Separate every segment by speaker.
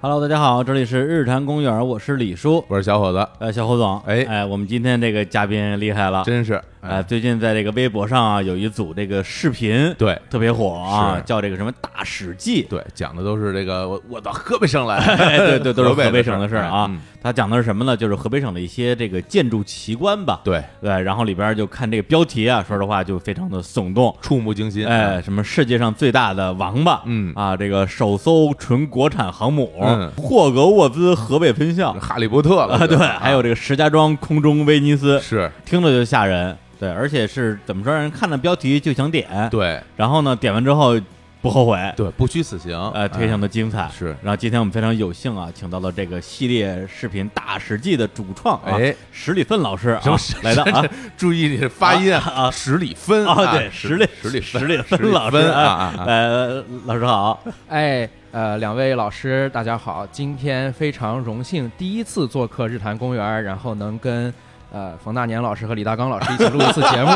Speaker 1: Hello，大家好，这里是日坛公园，我是李叔，
Speaker 2: 我是小伙子，
Speaker 1: 呃，小侯总，
Speaker 2: 哎
Speaker 1: 哎，我们今天这个嘉宾厉害了，
Speaker 2: 真是
Speaker 1: 哎，最近在这个微博上啊，有一组这个视频，
Speaker 2: 对
Speaker 1: 特别火啊，
Speaker 2: 是
Speaker 1: 叫这个什么《大史记》，
Speaker 2: 对，讲的都是这个我我到河北省来，
Speaker 1: 哎，对对，都是
Speaker 2: 河北
Speaker 1: 河北
Speaker 2: 的
Speaker 1: 省的事
Speaker 2: 事
Speaker 1: 儿
Speaker 2: 儿
Speaker 1: 啊
Speaker 2: 哎嗯。
Speaker 1: 他讲的是什么呢？就是河北省的一些这个建筑奇观吧。
Speaker 2: 对，
Speaker 1: 对，然后里边儿就看这个标题啊，说实话就非常的耸动。
Speaker 2: 触目惊心，
Speaker 1: 哎，，什么世界上最大的王八？
Speaker 2: 嗯
Speaker 1: 啊，这个首艘纯国产航母，
Speaker 2: 嗯
Speaker 1: 霍格沃兹河北分校
Speaker 2: 哈利波特 了
Speaker 1: 啊，对，
Speaker 2: 就
Speaker 1: 还有这个石家庄空中威尼斯，
Speaker 2: 是，
Speaker 1: 听着就吓人。对，而且是怎么说，让人看了标题就想点，
Speaker 2: 对
Speaker 1: 然后呢，点完之后不后悔，
Speaker 2: 对，不虚此行，啊
Speaker 1: 呃，非常的精彩。
Speaker 2: 是
Speaker 1: 然后今天我们非常有幸啊，请到了这个系列视频《大史记》的主创啊
Speaker 2: 哎，
Speaker 1: 史里芬老师
Speaker 2: 什
Speaker 1: 啊
Speaker 2: 么史，
Speaker 1: 来到啊
Speaker 2: 哎，注意你的发音
Speaker 1: 啊啊
Speaker 2: 十里芬
Speaker 1: 啊，对，
Speaker 2: 十
Speaker 1: 史里
Speaker 2: 十里
Speaker 1: 史
Speaker 2: 芬
Speaker 1: 里
Speaker 2: 史里
Speaker 1: 芬老师
Speaker 2: 芬啊
Speaker 1: 哎
Speaker 2: 啊啊，
Speaker 1: 呃，老师好，
Speaker 3: 哎，呃，两位老师，大家好，今天非常荣幸第一次做客日坛公园，然后能跟呃冯大年老师和李大刚老师一起录一次节 目。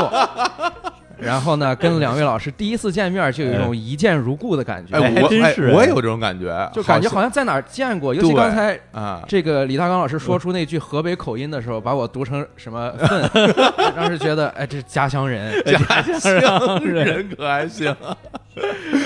Speaker 3: 然后呢，跟两位老师第一次见面，就有一种一见如故的感觉，
Speaker 2: 哎，
Speaker 1: 哎还
Speaker 2: 我
Speaker 1: 真
Speaker 2: 哎
Speaker 1: 是
Speaker 2: 我也有这种感觉，
Speaker 3: 就感觉好像在哪儿见过。尤其
Speaker 2: 对
Speaker 3: 刚才
Speaker 2: 像啊，
Speaker 3: 这个李大刚老师说出那句河北口音的时候，把我读成什么粪， 当时觉得哎，这是家乡人。
Speaker 2: 家 乡
Speaker 1: 是
Speaker 2: 人可还行，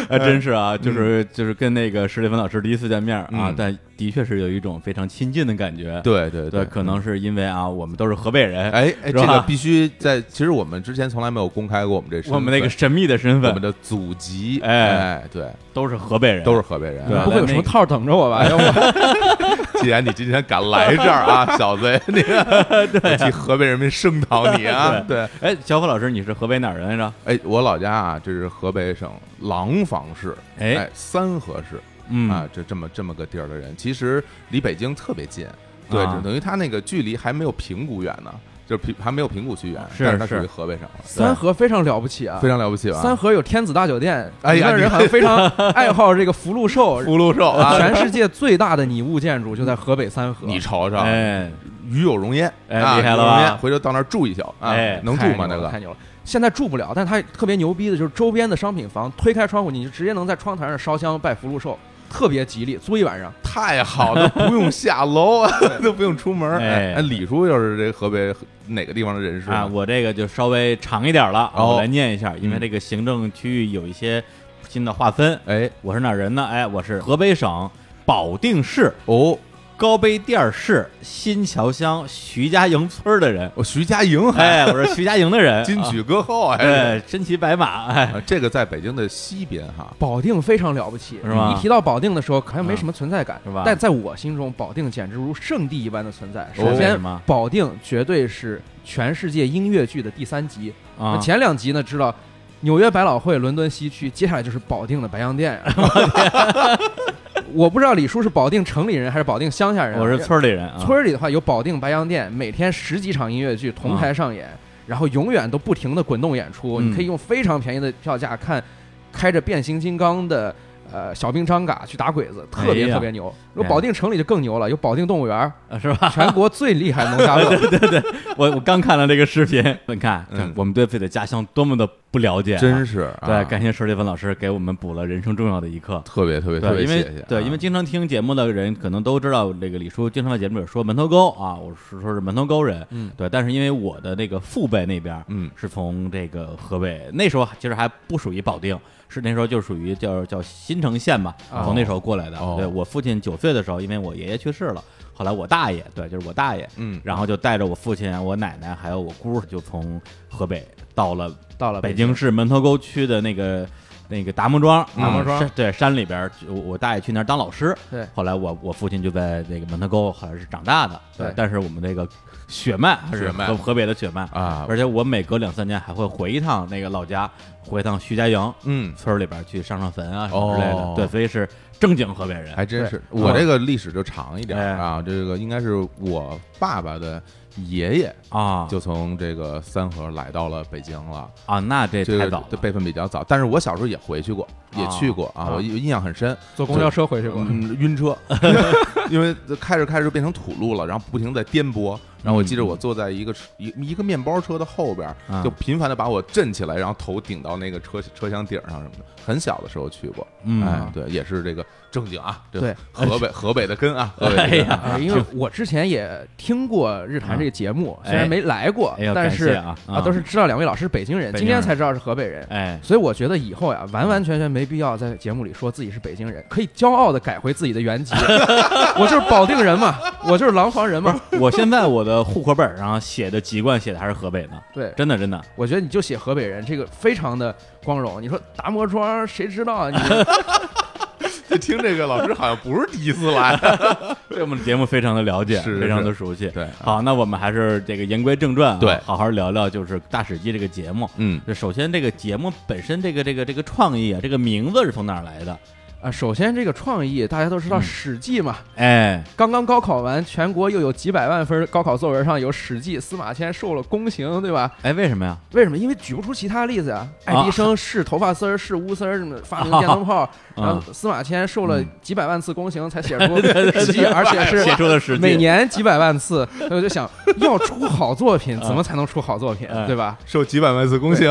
Speaker 1: 哎，真是啊，就是就是跟那个史里芬老师第一次见面啊
Speaker 2: 嗯，
Speaker 1: 但的确是有一种非常亲近的感觉。
Speaker 2: 对对
Speaker 1: 对，可能是因为啊，我们都是河北人，
Speaker 2: 嗯哎哎，
Speaker 1: 是
Speaker 2: 这个
Speaker 1: 吧
Speaker 2: 必须在，其实我们之前从来没有公开过我们这身
Speaker 1: 我们那个
Speaker 2: 份
Speaker 1: 神秘的身
Speaker 2: 我们
Speaker 1: 份
Speaker 2: 的祖籍，
Speaker 1: 哎
Speaker 2: 哎，对，
Speaker 1: 都是河北人，
Speaker 2: 啊都是河北人。
Speaker 1: 对
Speaker 3: 不会有什么套儿等着 我吧？要不
Speaker 2: 既然你今天敢来这儿 啊，小子，那个我替河北人民声讨你啊！对，
Speaker 1: 哎，小虎老师，你是河北哪儿人来着？
Speaker 2: 哎，我老家啊，这是河北省廊坊市，
Speaker 1: 哎
Speaker 2: 哎，三河市啊
Speaker 1: 嗯，，
Speaker 2: 这这么这么个地儿的人，其实离北京特别近，对，
Speaker 1: 啊
Speaker 2: 就等于他那个距离还没有平谷远呢，就是平还没有平谷区远，
Speaker 1: 是
Speaker 2: 但是它
Speaker 1: 是
Speaker 2: 属于河北省了，
Speaker 3: 三河非常了不起啊，
Speaker 2: 非常了不起吧？
Speaker 3: 三河有天子大酒店，
Speaker 2: 哎呀
Speaker 3: 那人好像 非常爱好这个福禄寿，
Speaker 2: 福禄寿啊，
Speaker 3: 全世界最大的拟物建筑就在河北三河。
Speaker 2: 你瞅瞅，
Speaker 1: 哎，
Speaker 2: 与有荣焉，
Speaker 1: 哎
Speaker 2: 啊
Speaker 1: 厉害了
Speaker 2: 与有荣
Speaker 1: 吧
Speaker 2: 焉回头到那儿住一宿啊
Speaker 1: 哎，
Speaker 2: 能住
Speaker 3: 太
Speaker 2: 吗？
Speaker 3: 牛
Speaker 2: 那
Speaker 3: 了
Speaker 2: 个
Speaker 3: 太牛了，现在住不了，但它特别牛逼的就是周边的商品房，推开窗户你就直接能在窗台上烧香拜福禄寿，特别吉利，租一晚上。
Speaker 2: 太好了，都不用下 楼， 都不用出门。
Speaker 1: 哎
Speaker 2: 哎，李叔又是这河北哪个地方的人士呢
Speaker 1: 啊，我这个就稍微长一点了，啊
Speaker 2: 哦
Speaker 1: 我来念一下，因为
Speaker 2: 嗯
Speaker 1: 这个行政区域有一些新的划分。
Speaker 2: 哎，
Speaker 1: 我是哪儿人呢？哎，我是河北省保定市
Speaker 2: 哦，
Speaker 1: 高碑店市新桥乡徐家营村儿的 人。
Speaker 2: 我哦徐佳莹还
Speaker 1: 哎，我是徐家营的人，
Speaker 2: 金
Speaker 1: 啊，
Speaker 2: 曲歌后哎，
Speaker 1: 对，身骑白马，哎，
Speaker 2: 啊这个在北京的西边哈，
Speaker 3: 保定非常了不起，
Speaker 1: 是吗
Speaker 3: 一提到保定的时候，好像没什么存在
Speaker 2: 啊
Speaker 3: 感，
Speaker 1: 嗯是吧
Speaker 3: 但在我心中，保定简直如圣地一般的存在。
Speaker 2: 哦
Speaker 3: 首
Speaker 1: 为
Speaker 3: 先
Speaker 1: 什么，
Speaker 3: 保定绝对是全世界音乐剧的第三集，那
Speaker 1: 啊，
Speaker 3: 前两集呢，知道纽约百老汇、伦敦西区，接下来就是保定的白洋淀呀。我不知道李叔是保定城里人还是保定乡下人啊、
Speaker 1: 我是村儿里人啊，
Speaker 3: 村儿里的话，有保定白洋淀，每天十几场音乐剧同台上演，然后永远都不停的滚动演出。
Speaker 1: 啊嗯
Speaker 3: 你可以用非常便宜的票价看开着变形金刚的。呃，小兵张嘎去打鬼子，特
Speaker 1: 哎
Speaker 3: 别
Speaker 1: 呀
Speaker 3: 特别牛。如果保定城里就更牛了，有保定动物园 儿，
Speaker 1: 啊是吧？
Speaker 3: 全国最厉害的 农家乐。
Speaker 1: 我我刚看了这个视频，你看，
Speaker 2: 嗯
Speaker 1: 看我们对自己的家乡多么的不了解啊，
Speaker 2: 真是啊
Speaker 1: 对，感谢石立芬老师给我们补了人生重要的一课。
Speaker 2: 特别特别特
Speaker 1: 对，
Speaker 2: 别
Speaker 1: 因
Speaker 2: 谢
Speaker 1: 为
Speaker 2: 谢啊。
Speaker 1: 对，因为经常听节目的人可能都知道，这个李叔经常在节目里说门头沟啊，我是说是门头沟人，
Speaker 3: 嗯，
Speaker 1: 对，但是因为我的那个父辈那边，
Speaker 2: 嗯
Speaker 1: 是从这个河北，那时候其实还不属于保定，是那时候就属于叫叫新城县吧，
Speaker 3: 哦
Speaker 1: 从那时候过来的。
Speaker 2: 哦
Speaker 1: 对我父亲九岁的时候，因为我爷爷去世了，后来我大爷，对，就是我大爷，
Speaker 2: 嗯
Speaker 1: 然后就带着我父亲、我奶奶还有我姑，就从河北到了
Speaker 3: 到了
Speaker 1: 北
Speaker 3: 京
Speaker 1: 京市门头沟区的那个那个达摩庄，
Speaker 2: 达摩
Speaker 1: 嗯
Speaker 3: 庄
Speaker 1: 山对山里边儿，我我大爷去那儿当老师，
Speaker 3: 对
Speaker 1: 后来我我父亲就在那个门头沟，后来是长大的，
Speaker 3: 对
Speaker 1: 但是我们那个血脉还是
Speaker 2: 血脉
Speaker 1: 河河北的血脉，
Speaker 2: 啊，
Speaker 1: 而且我每隔两三年还会回一趟那个老家，回一趟徐家营
Speaker 2: 嗯，
Speaker 1: 村儿里边儿去上上坟啊什么之类的，
Speaker 2: 哦哎
Speaker 1: 对，所以是正经河北人，
Speaker 2: 还真是。
Speaker 1: 对
Speaker 2: 我这个历史就长一点
Speaker 1: 哎
Speaker 2: 啊，这个应该是我爸爸的爷爷
Speaker 1: 啊
Speaker 2: 就从这个三河来到了北京了。
Speaker 1: 啊，那这
Speaker 2: 这
Speaker 1: 太
Speaker 2: 个
Speaker 1: 早
Speaker 2: 这
Speaker 1: 了，
Speaker 2: 辈分比较早，但是我小时候也回去过，也
Speaker 1: 啊
Speaker 2: 去过啊，
Speaker 3: 啊
Speaker 2: 我印印象很深，
Speaker 3: 坐公交车回去过。
Speaker 2: 嗯，晕车，因为开着开着就变成土路了，然后不停地在颠簸。然后我记得我坐在一个车一一个面包车的后边
Speaker 1: 啊，
Speaker 2: 就频繁的把我震起来，然后头顶到那个车车厢顶上什么的。很小的时候去过，
Speaker 1: 嗯
Speaker 2: 哎，对，也是这个正经啊，这
Speaker 3: 对
Speaker 2: 河北河北的根啊，河北的
Speaker 1: 哎
Speaker 2: 根啊
Speaker 1: 呀，
Speaker 3: 哎 因为我之前也听过日坛这个节目，虽然没来过
Speaker 1: 啊哎，呀，
Speaker 3: 但
Speaker 1: 感
Speaker 3: 是
Speaker 1: 谢啊
Speaker 3: 啊，都是知道两位老师是北京人，
Speaker 1: 北京
Speaker 3: 今天
Speaker 1: 人
Speaker 3: 才知道是河北人。
Speaker 1: 哎，
Speaker 3: 所以我觉得以后呀，完完全全没必要在节目里说自己是北京人，可以骄傲的改回自己 的原籍。我就是保定人嘛，我就是廊坊人嘛。
Speaker 1: 我现在我的户口本上写的籍贯写的还是河北呢，
Speaker 3: 对，
Speaker 1: 真的真的，
Speaker 3: 我觉得你就写河北人，这个非常的光荣。你说达摩庄，谁知道啊？你
Speaker 2: 就 听这个老师好像不是第一次来，嗯
Speaker 1: 对我们的节目非常的了解，
Speaker 2: 是
Speaker 1: 非常的
Speaker 2: 是
Speaker 1: 熟悉。
Speaker 2: 对
Speaker 1: 好，那我们还是这个言归正传、啊，
Speaker 2: 对
Speaker 1: 好好聊聊就是《大史记》这个节目。
Speaker 2: 嗯，
Speaker 1: 这首先，这个节目本身这个这个这个创意啊，这个名字是从哪儿来的？
Speaker 3: 啊，首先这个创意大家都知道，《
Speaker 1: 嗯
Speaker 3: 史记》嘛，
Speaker 1: 哎，
Speaker 3: 刚刚高考完，全国又有几百万分高考作文上有《史记》，司马迁受了宫刑，对吧？
Speaker 1: 哎，为什么呀？
Speaker 3: 为什么？因为举不出其他例子呀、爱迪生是头发丝儿，是乌丝儿，什么发明电灯泡，然
Speaker 1: 啊啊
Speaker 3: 后司马迁受了
Speaker 1: 嗯
Speaker 3: 几百万次宫刑才写 出《史记》，而且
Speaker 1: 写
Speaker 3: 是
Speaker 1: 出了史记，
Speaker 3: 每年几百万次。所以我就想， 要出好作品，
Speaker 1: 啊
Speaker 3: 怎么才能出好作品
Speaker 1: 哎，
Speaker 3: 对吧？
Speaker 2: 受几百万次宫刑，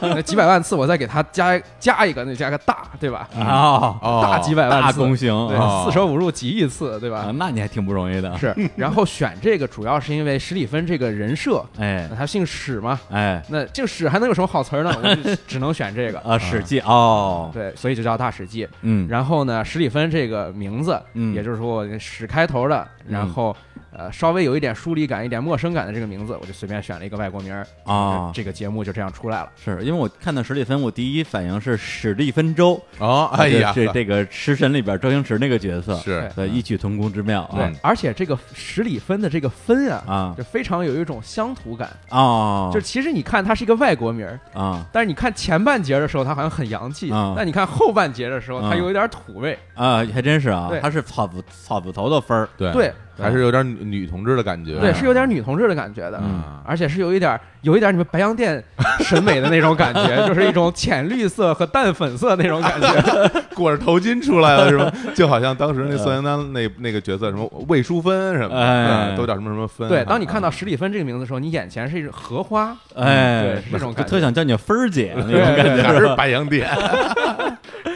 Speaker 3: 那几百万次，我再给他加加一个，那加个大，对吧？
Speaker 1: 啊，
Speaker 2: 哦
Speaker 3: 大几百万
Speaker 1: 大
Speaker 3: 次，
Speaker 1: 公行哦
Speaker 3: 对，四舍五入几亿次，对
Speaker 1: 啊，
Speaker 3: 吧？
Speaker 1: 那你还挺不容易的。
Speaker 3: 是。啊 然后选这个主要是因为史里芬这个人设，
Speaker 1: 哎
Speaker 3: 那他姓史嘛，
Speaker 1: 哎
Speaker 3: 那姓史还能有什么好词儿呢？我就只能 选这个。
Speaker 1: 啊，《史记》哦，
Speaker 3: 对，所以就叫大史记。
Speaker 1: 嗯，
Speaker 3: 然后呢，史里芬这个名字，
Speaker 1: 嗯
Speaker 3: 也就是说史开头的，然后呃稍微有一点疏离感、一点陌生感的这个名字，我就随便选了一个外国名儿
Speaker 1: 啊
Speaker 3: 这个节目就这样出来了。
Speaker 1: 是因为我看到史蒂芬，我第一反应是史蒂芬周，
Speaker 2: 哦，哎呀，
Speaker 1: 啊这这个《食神》里边周星驰那个角色，
Speaker 2: 是
Speaker 1: 对，异曲同工之妙
Speaker 3: 对
Speaker 1: 啊
Speaker 2: 嗯，
Speaker 3: 而且这个史里芬的这个芬啊，
Speaker 1: 啊
Speaker 3: 就非常有一种乡土感。
Speaker 1: 哦，
Speaker 3: 就是其实你看它是一个外国名儿，
Speaker 1: 啊
Speaker 3: 但是你看前半截的时候，它好像很洋气
Speaker 1: 啊；
Speaker 3: 但你看后半截的时候，它
Speaker 1: 啊
Speaker 3: 有一点土味。
Speaker 1: 啊，还真是啊
Speaker 3: 对，
Speaker 1: 他是草字草字头的分儿，
Speaker 2: 对
Speaker 3: 对
Speaker 2: 还是有点女女同志的感觉，
Speaker 3: 对，是有点女同志的感觉的。
Speaker 1: 嗯
Speaker 2: 啊，
Speaker 3: 而且是有一点儿有一点儿你们白洋淀审美的那种 感觉，就是一种浅绿色和淡粉色那种感觉。
Speaker 2: 裹着头巾出来了是 吧？就好像当时那宋丹丹那那个角色什么魏淑芬什么的，
Speaker 1: 哎
Speaker 2: 嗯都叫什么什么芬。啊
Speaker 3: 对，当 你看到史里芬这个名字的时候，你眼前是一只荷花，
Speaker 1: 哎
Speaker 3: 嗯对，是这种
Speaker 1: 就
Speaker 3: 感觉
Speaker 1: 特想叫你芬儿 姐那种
Speaker 3: 对
Speaker 1: 感觉，
Speaker 2: 还是白洋淀，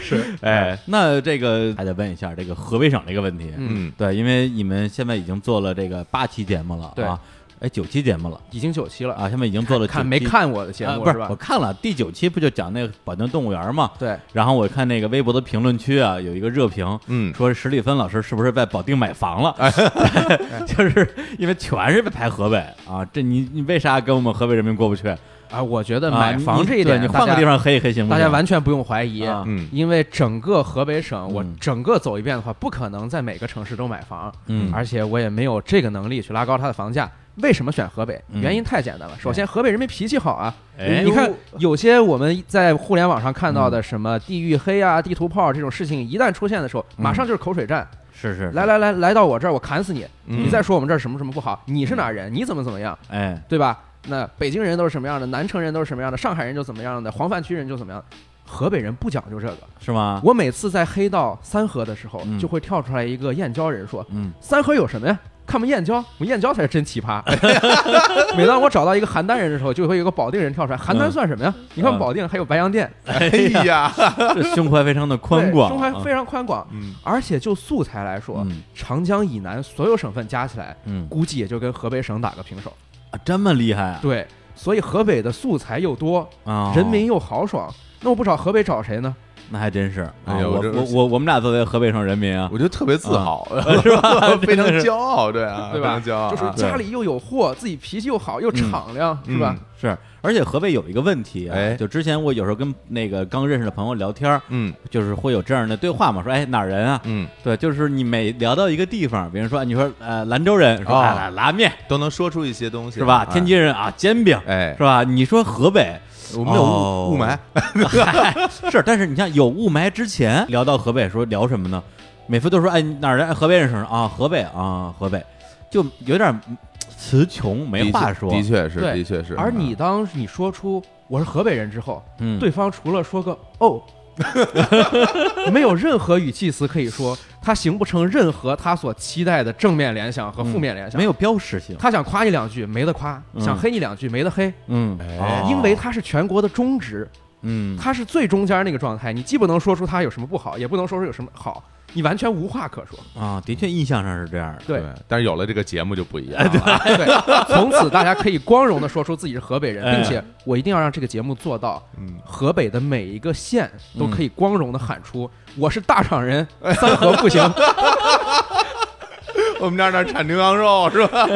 Speaker 3: 是
Speaker 1: 哎，那这个还得问一下这个河北省这个问题，
Speaker 3: 嗯，
Speaker 1: 对，因为你们现在已经做了这个八期节目了，
Speaker 3: 对
Speaker 1: 啊，哎，九期节目了
Speaker 3: 已经九期了，
Speaker 1: 啊，现在已经做了
Speaker 3: 看
Speaker 1: 九
Speaker 3: 没
Speaker 1: 期
Speaker 3: 看我的节
Speaker 1: 啊
Speaker 3: 目
Speaker 1: 不
Speaker 3: 是吧
Speaker 1: 我？看了第九期，不就讲那个保定动物园嘛？
Speaker 3: 对，
Speaker 1: 然后我看那个微博的评论区啊，有一个热评，
Speaker 2: 嗯
Speaker 1: 说史蒂芬老师是不是在保定买房了？
Speaker 2: 哎
Speaker 1: 就是因为全是排河北啊，这你你为啥跟我们河北人民过不去？
Speaker 3: 啊，我觉得
Speaker 1: 啊
Speaker 3: 买
Speaker 1: 你
Speaker 3: 房
Speaker 1: 你
Speaker 3: 这一
Speaker 1: 对
Speaker 3: 点，
Speaker 1: 你换个地方黑一黑行不
Speaker 3: 大
Speaker 1: 行？
Speaker 3: 家，大家完全不用怀疑。
Speaker 1: 啊
Speaker 2: 嗯
Speaker 3: 因为整个河北省，我
Speaker 1: 嗯
Speaker 3: 整个走一遍的话，不可能在每个城市都买房，
Speaker 1: 嗯
Speaker 3: 而且我也没有这个能力去拉高它的房价。为什么选河北？
Speaker 1: 嗯
Speaker 3: 原因太简单了。首先，河北人民脾气好啊，
Speaker 1: 哎
Speaker 3: 你看有些我们在互联网上看到的什么地域黑啊、地图炮这种事情，一旦出现的时候，马上就是口水战。
Speaker 1: 是是，
Speaker 3: 来，来来，来到我这儿，我砍死你！
Speaker 2: 嗯
Speaker 3: 你再说我们这儿什么什么不好，你是哪儿人？你怎么怎么样？
Speaker 1: 哎，
Speaker 3: 对吧？那北京人都是什么样的？南城人都是什么样的？上海人就怎么样的？黄泛区人就怎么样？河北人不讲究这个。
Speaker 1: 是吗？
Speaker 3: 我每次在黑到三河的时候，
Speaker 1: 啊嗯
Speaker 3: 就会跳出来一个燕郊人说
Speaker 1: 嗯，：“
Speaker 3: 三河有什么呀？看我们燕郊，我们燕郊才是真奇 葩。”每当我找到一个邯郸人的时候，就会有一个保定人跳出来：“邯郸算什么呀？你看
Speaker 1: 嗯
Speaker 3: 保定还有白洋淀，
Speaker 2: 哎呀，
Speaker 1: 这胸怀非常的宽
Speaker 3: 对
Speaker 1: 广啊，
Speaker 3: 胸怀非常宽广。
Speaker 2: 嗯，
Speaker 3: 而且就素材来说，
Speaker 1: 嗯
Speaker 3: 长江以南所有省份加起来，
Speaker 1: 嗯
Speaker 3: 估计也就跟河北省打个平手。
Speaker 1: 啊，这么厉害啊！
Speaker 3: 对，所以河北的素材又多，
Speaker 1: 啊，
Speaker 3: 人民又豪爽。那我不找河北找谁呢？
Speaker 1: 那还真是啊！
Speaker 2: 哎呀
Speaker 1: 我
Speaker 2: 我这
Speaker 1: 我我我们俩作为河北省人民啊，
Speaker 2: 我觉得特别自豪，
Speaker 1: 是吧
Speaker 2: 啊非常
Speaker 1: 真的是
Speaker 2: 骄傲，对啊，
Speaker 3: 对吧
Speaker 2: 非常骄傲
Speaker 3: 就
Speaker 2: 啊，
Speaker 3: 是家里又有货，自己脾气又好，又敞亮，
Speaker 2: 嗯
Speaker 3: 是吧？
Speaker 1: 是，而且河北有一个问题啊，
Speaker 2: 哎
Speaker 1: 就之前我有时候跟那个刚认识的朋友聊天儿，
Speaker 2: 嗯
Speaker 1: 就是会有这样的对话嘛，说哎哪儿人啊？
Speaker 2: 嗯，
Speaker 1: 对，就是你每聊到一个地方，比如说你说呃兰州人说
Speaker 2: 哦
Speaker 1: 哎拉拉面
Speaker 2: 都能说出一些东西
Speaker 1: 是吧？
Speaker 2: 哎
Speaker 1: 天津人啊煎饼
Speaker 2: 哎
Speaker 1: 是，吧？你说河北。
Speaker 2: 我们有
Speaker 1: 哦
Speaker 2: 雾雾霾，
Speaker 1: 嗨是，但是你像有雾霾之前聊到河北说聊什么呢？每次都说哎哪儿人？哎河北人是吗啊，河北啊，河北，就有点嗯词穷，没
Speaker 2: 哎的确
Speaker 1: 话说。
Speaker 2: 的确是，
Speaker 3: 对
Speaker 2: 的确是。嗯
Speaker 3: 而你当你说出我是河北人之后，
Speaker 1: 嗯，
Speaker 3: 对方除了说个哦。没有任何语气词可以说，他形不成任何他所期待的正面联想和负面联想。
Speaker 1: 嗯没有标识性，
Speaker 3: 他想夸你两句没得夸，
Speaker 1: 嗯
Speaker 3: 想黑你两句没得黑，
Speaker 1: 嗯，
Speaker 2: 哎
Speaker 1: 哦
Speaker 3: 因为他是全国的中值，
Speaker 1: 嗯，
Speaker 3: 他是最中间那个状态，你既不能说出他有什么不好，也不能说出有什么好，你完全无话可说。
Speaker 1: 啊，的确印象上是这 样的，
Speaker 3: 对，
Speaker 2: 但是有了这个节目就不一
Speaker 1: 啊
Speaker 2: 样了。
Speaker 3: 啊对，从此大家可以光荣的说出自己是河北人，
Speaker 1: 哎
Speaker 3: 并且我一定要让这个节目做到，
Speaker 2: 嗯，
Speaker 3: 河北的每一个县都
Speaker 1: 嗯
Speaker 3: 可以光荣的喊出我是大厂人，三河不 行。
Speaker 2: 我们这儿那产牛羊肉是吧？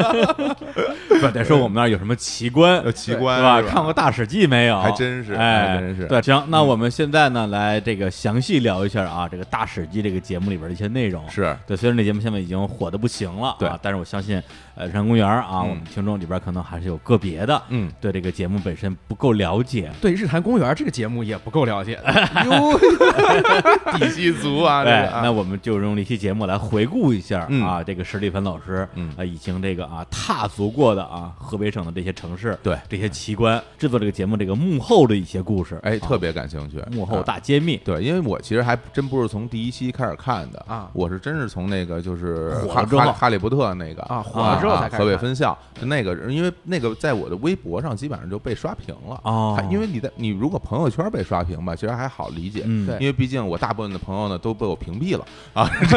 Speaker 1: 不得说我们那儿有什么奇观，
Speaker 2: 有奇观
Speaker 1: 是吧？
Speaker 2: 是吧
Speaker 1: 看过《大史记》没有？
Speaker 2: 还真是
Speaker 1: 哎，
Speaker 2: 还真是
Speaker 1: 对，行，那我们现在呢，来这个详细聊一下啊，这个《大史记》这个节目里边的一些内容。
Speaker 2: 嗯是
Speaker 1: 对，虽然这节目现在已经火的不行了，
Speaker 2: 对
Speaker 1: 啊，但是我相信，呃，日坛公园啊，
Speaker 2: 嗯
Speaker 1: 我们听众里边可能还是有个别的，
Speaker 2: 嗯，
Speaker 1: 对这个节目本身不够了解。
Speaker 3: 对《日坛公园》这个节目也不够 了解的，哟，
Speaker 2: 地西族啊，这
Speaker 1: 对，
Speaker 2: 个啊
Speaker 1: 哎那我们就用这期节目来回顾一下
Speaker 2: 嗯
Speaker 1: 啊，这个史蒂芬老师，
Speaker 2: 嗯
Speaker 1: 啊，已经这个啊踏足过的啊河北省的这些城市，
Speaker 2: 对
Speaker 1: 这些奇观，制作这个节目这个幕后的一些故事，
Speaker 2: 哎，
Speaker 1: 啊
Speaker 2: 特别感兴趣。
Speaker 1: 幕后
Speaker 2: 啊
Speaker 1: 大揭秘，
Speaker 2: 对，因为我其实还真不是从第一期开始看的
Speaker 3: 啊
Speaker 2: 我是真是从那个就是
Speaker 1: 火了
Speaker 2: 哈
Speaker 1: 之后
Speaker 2: 哈哈利波特那个
Speaker 3: 啊火了之后才开始
Speaker 2: 河北
Speaker 3: 看
Speaker 2: 分校就那个，因为那个在我的微博上基本上就被刷屏了
Speaker 1: 哦
Speaker 2: 还因为你在你如果朋友圈被刷屏吧，其实还好理解，
Speaker 1: 嗯
Speaker 3: 对
Speaker 2: 因为毕竟我大部分的朋友呢都被我屏蔽了啊，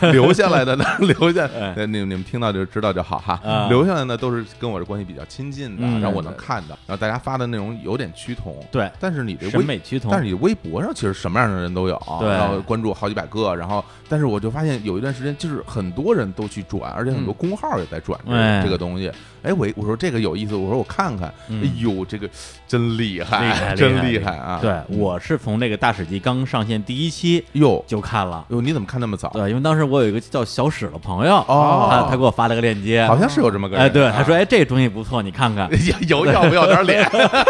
Speaker 2: 这留下来的呢 留下
Speaker 1: 哎，
Speaker 2: 呃你们你们听到就知道就好哈
Speaker 1: 啊，
Speaker 2: 留下来呢都是跟我的关系比较亲近的，
Speaker 1: 嗯
Speaker 2: 让我能
Speaker 3: 对
Speaker 2: 看到，然后大家发的内容有点趋同，
Speaker 1: 对
Speaker 2: 但是你这微
Speaker 1: 审美趋同，
Speaker 2: 但是你微博上其实什么样的人都有，
Speaker 1: 对
Speaker 2: 然后关注好几百个，然后但是我就发现有一段时间就是很多人都去转，而且很多公号也在转这个、
Speaker 1: 哎
Speaker 2: 这个东西。哎，我一我说这个有意思，我说我看看，
Speaker 1: 嗯
Speaker 2: 哎呦，这个真厉害，
Speaker 1: 厉害
Speaker 2: 真
Speaker 1: 厉害
Speaker 2: 害啊！
Speaker 1: 对，我是从这个《大史记》刚上线第一期
Speaker 2: 哟
Speaker 1: 就看了，
Speaker 2: 哟，你怎么看那么早？
Speaker 1: 对，因为当时我有一个叫小史的朋友，
Speaker 2: 啊哦
Speaker 1: 他他给我发了个链接，
Speaker 2: 好像是有这么个人，
Speaker 1: 哎，对，
Speaker 2: 啊
Speaker 1: 他说，哎，这东西不错，你看看。
Speaker 2: 有要不要点脸，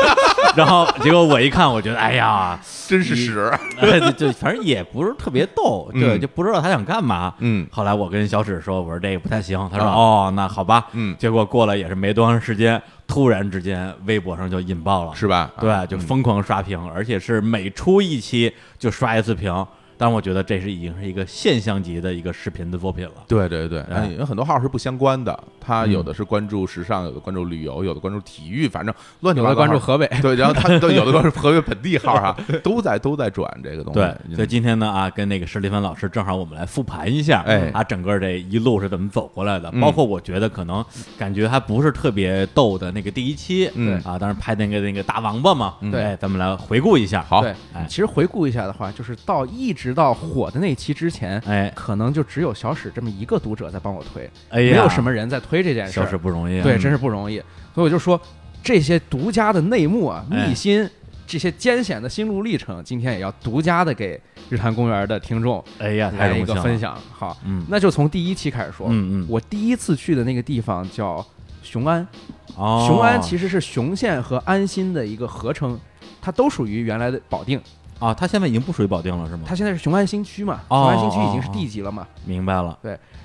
Speaker 1: 然后结果我一看，我觉得，哎呀，
Speaker 2: 真是屎，
Speaker 1: 哎就就反正也不是特别逗，对，
Speaker 2: 嗯
Speaker 1: 就不知道他想干嘛。
Speaker 2: 嗯
Speaker 1: 后来我跟小史说，我说这个不太行，他说
Speaker 2: 啊
Speaker 1: 哦，那好吧。
Speaker 2: 嗯，
Speaker 1: 结果过了也是没多长时间，突然之间微博上就引爆了，
Speaker 2: 是吧？啊
Speaker 3: 啊
Speaker 1: 对，
Speaker 3: 嗯
Speaker 1: 就疯狂刷屏，而且是每出一期就刷一次屏。但我觉得这是已经是一个现象级的一个视频的作品了。
Speaker 2: 对对对，
Speaker 1: 哎
Speaker 2: 嗯有很多号是不相关的，他有
Speaker 1: 嗯
Speaker 2: 的是关注时尚，有的关注旅游，有的关注体育，反正乱七
Speaker 3: 有
Speaker 2: 八
Speaker 3: 的
Speaker 2: 糟。
Speaker 3: 关注河北，
Speaker 2: 对，然后 他都有的都是河北本地号哈，都在都在转这个东西。
Speaker 1: 对，所以
Speaker 2: 嗯
Speaker 1: 今天呢啊，跟那个史蒂芬老师正好我们来复盘一下，
Speaker 2: 哎
Speaker 1: 啊，整个这一路是怎么走过来的，
Speaker 2: 嗯
Speaker 1: 包括我觉得可能感觉还不是特别逗的那个第一期，
Speaker 2: 嗯
Speaker 1: 啊，当时拍那个那个大王八嘛，
Speaker 2: 嗯
Speaker 1: 哎，咱们来回顾一下，，
Speaker 2: 好，
Speaker 3: 对
Speaker 1: 哎，
Speaker 3: 其实回顾一下的话，就是到一直到火的那期之前，
Speaker 1: 哎，
Speaker 3: 可能就只有小史这么一个读者在帮我推，
Speaker 1: 哎
Speaker 3: 没
Speaker 1: 呀，
Speaker 3: 有什么人在推这件事
Speaker 1: 小事
Speaker 3: 儿。
Speaker 1: 不容易啊，
Speaker 3: 对，真是不容易。所以我就说，这些独家的内幕啊、
Speaker 1: 哎
Speaker 3: 秘辛，这些艰险的心路历程，今天也要独家的给日坛公园的听众
Speaker 1: 哎呀，太
Speaker 3: 来一
Speaker 1: 荣幸
Speaker 3: 个
Speaker 1: 了
Speaker 3: 分，享。好，
Speaker 1: 嗯
Speaker 3: 那就从第一期开始说。
Speaker 1: 嗯嗯，
Speaker 3: 我第一次去的那个地方叫雄安，
Speaker 1: 哦，
Speaker 3: 雄安其实是雄县和安新的一个合称，它都属于原来的保定。
Speaker 1: 啊，他现在已经不属于保定了是吗？
Speaker 3: 它现在是雄安新区嘛，
Speaker 1: 哦
Speaker 3: 雄安新区已经是地级了嘛。
Speaker 1: 明白了，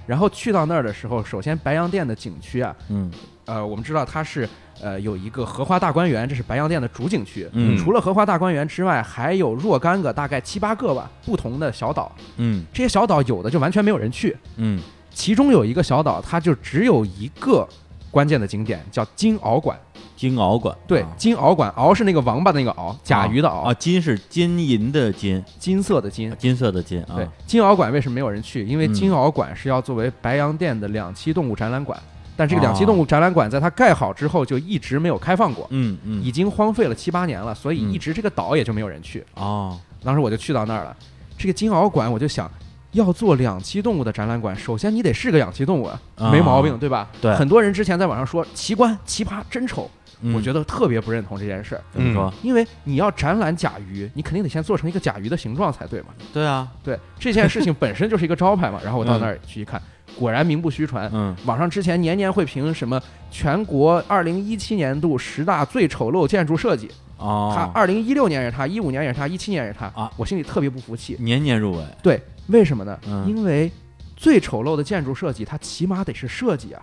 Speaker 3: 然后去到那儿的时候，首先白洋淀的景区啊，
Speaker 1: 嗯
Speaker 3: 呃，我们知道它是呃有一个荷花大观园，这是白洋淀的主景区。
Speaker 1: 嗯
Speaker 3: 除了荷花大观园之外，还有若干个大概七八个吧不同的小岛，
Speaker 1: 嗯
Speaker 3: 这些小岛有的就完全没有人去，
Speaker 1: 嗯，
Speaker 3: 其中有一个小岛，它就只有一个关键的景点，叫金鳌馆。
Speaker 1: 金鳌馆，
Speaker 3: 对，
Speaker 1: 啊
Speaker 3: 金鳌馆，鳌是那个王八的那个鳌，甲鱼的鳌，
Speaker 1: 啊，金是金银的金，
Speaker 3: 金色的金。
Speaker 1: 金色的金啊，
Speaker 3: 对，金鳌馆为什么没有人去？因为
Speaker 1: 嗯
Speaker 3: 金鳌馆是要作为白洋淀的两栖动物展览馆，但这
Speaker 1: 啊
Speaker 3: 个两栖动物展览馆在它盖好之后就一直没有开放过，
Speaker 1: 嗯嗯，
Speaker 3: 已经荒废了七八年了，所以
Speaker 1: 嗯
Speaker 3: 一直这个岛也就没有人去。
Speaker 1: 哦，
Speaker 3: 当时我就去到那儿了，这个金鳌馆我就想。要做两栖动物的展览馆，首先你得是个两栖动物啊，
Speaker 1: 啊
Speaker 3: 没毛病，对吧？
Speaker 1: 对嗯
Speaker 3: 很多人之前在网上说奇观、奇葩、真丑，我
Speaker 1: 得
Speaker 3: 觉得特别不认同这件事儿，
Speaker 1: 怎么说？
Speaker 3: 因为你要展览甲鱼，你肯定得先做成一个甲鱼的形状才对嘛。
Speaker 1: 对啊，
Speaker 3: 对这件事情本身就是一个招 牌嘛。然后我到那儿去一看，果然名不虚传。
Speaker 1: 嗯，
Speaker 3: 网上之前年年会评什么全国二零一七年度十大最丑陋建筑设计，他
Speaker 1: 哦，
Speaker 3: 二零一六年也是他，一五年也是他，一七年也是他
Speaker 1: 啊
Speaker 3: 我心里特别不服气。
Speaker 1: 年年入围，
Speaker 3: 对，为什么呢？
Speaker 1: 嗯
Speaker 3: 因为最丑陋的建筑设计，它起码得是设计啊，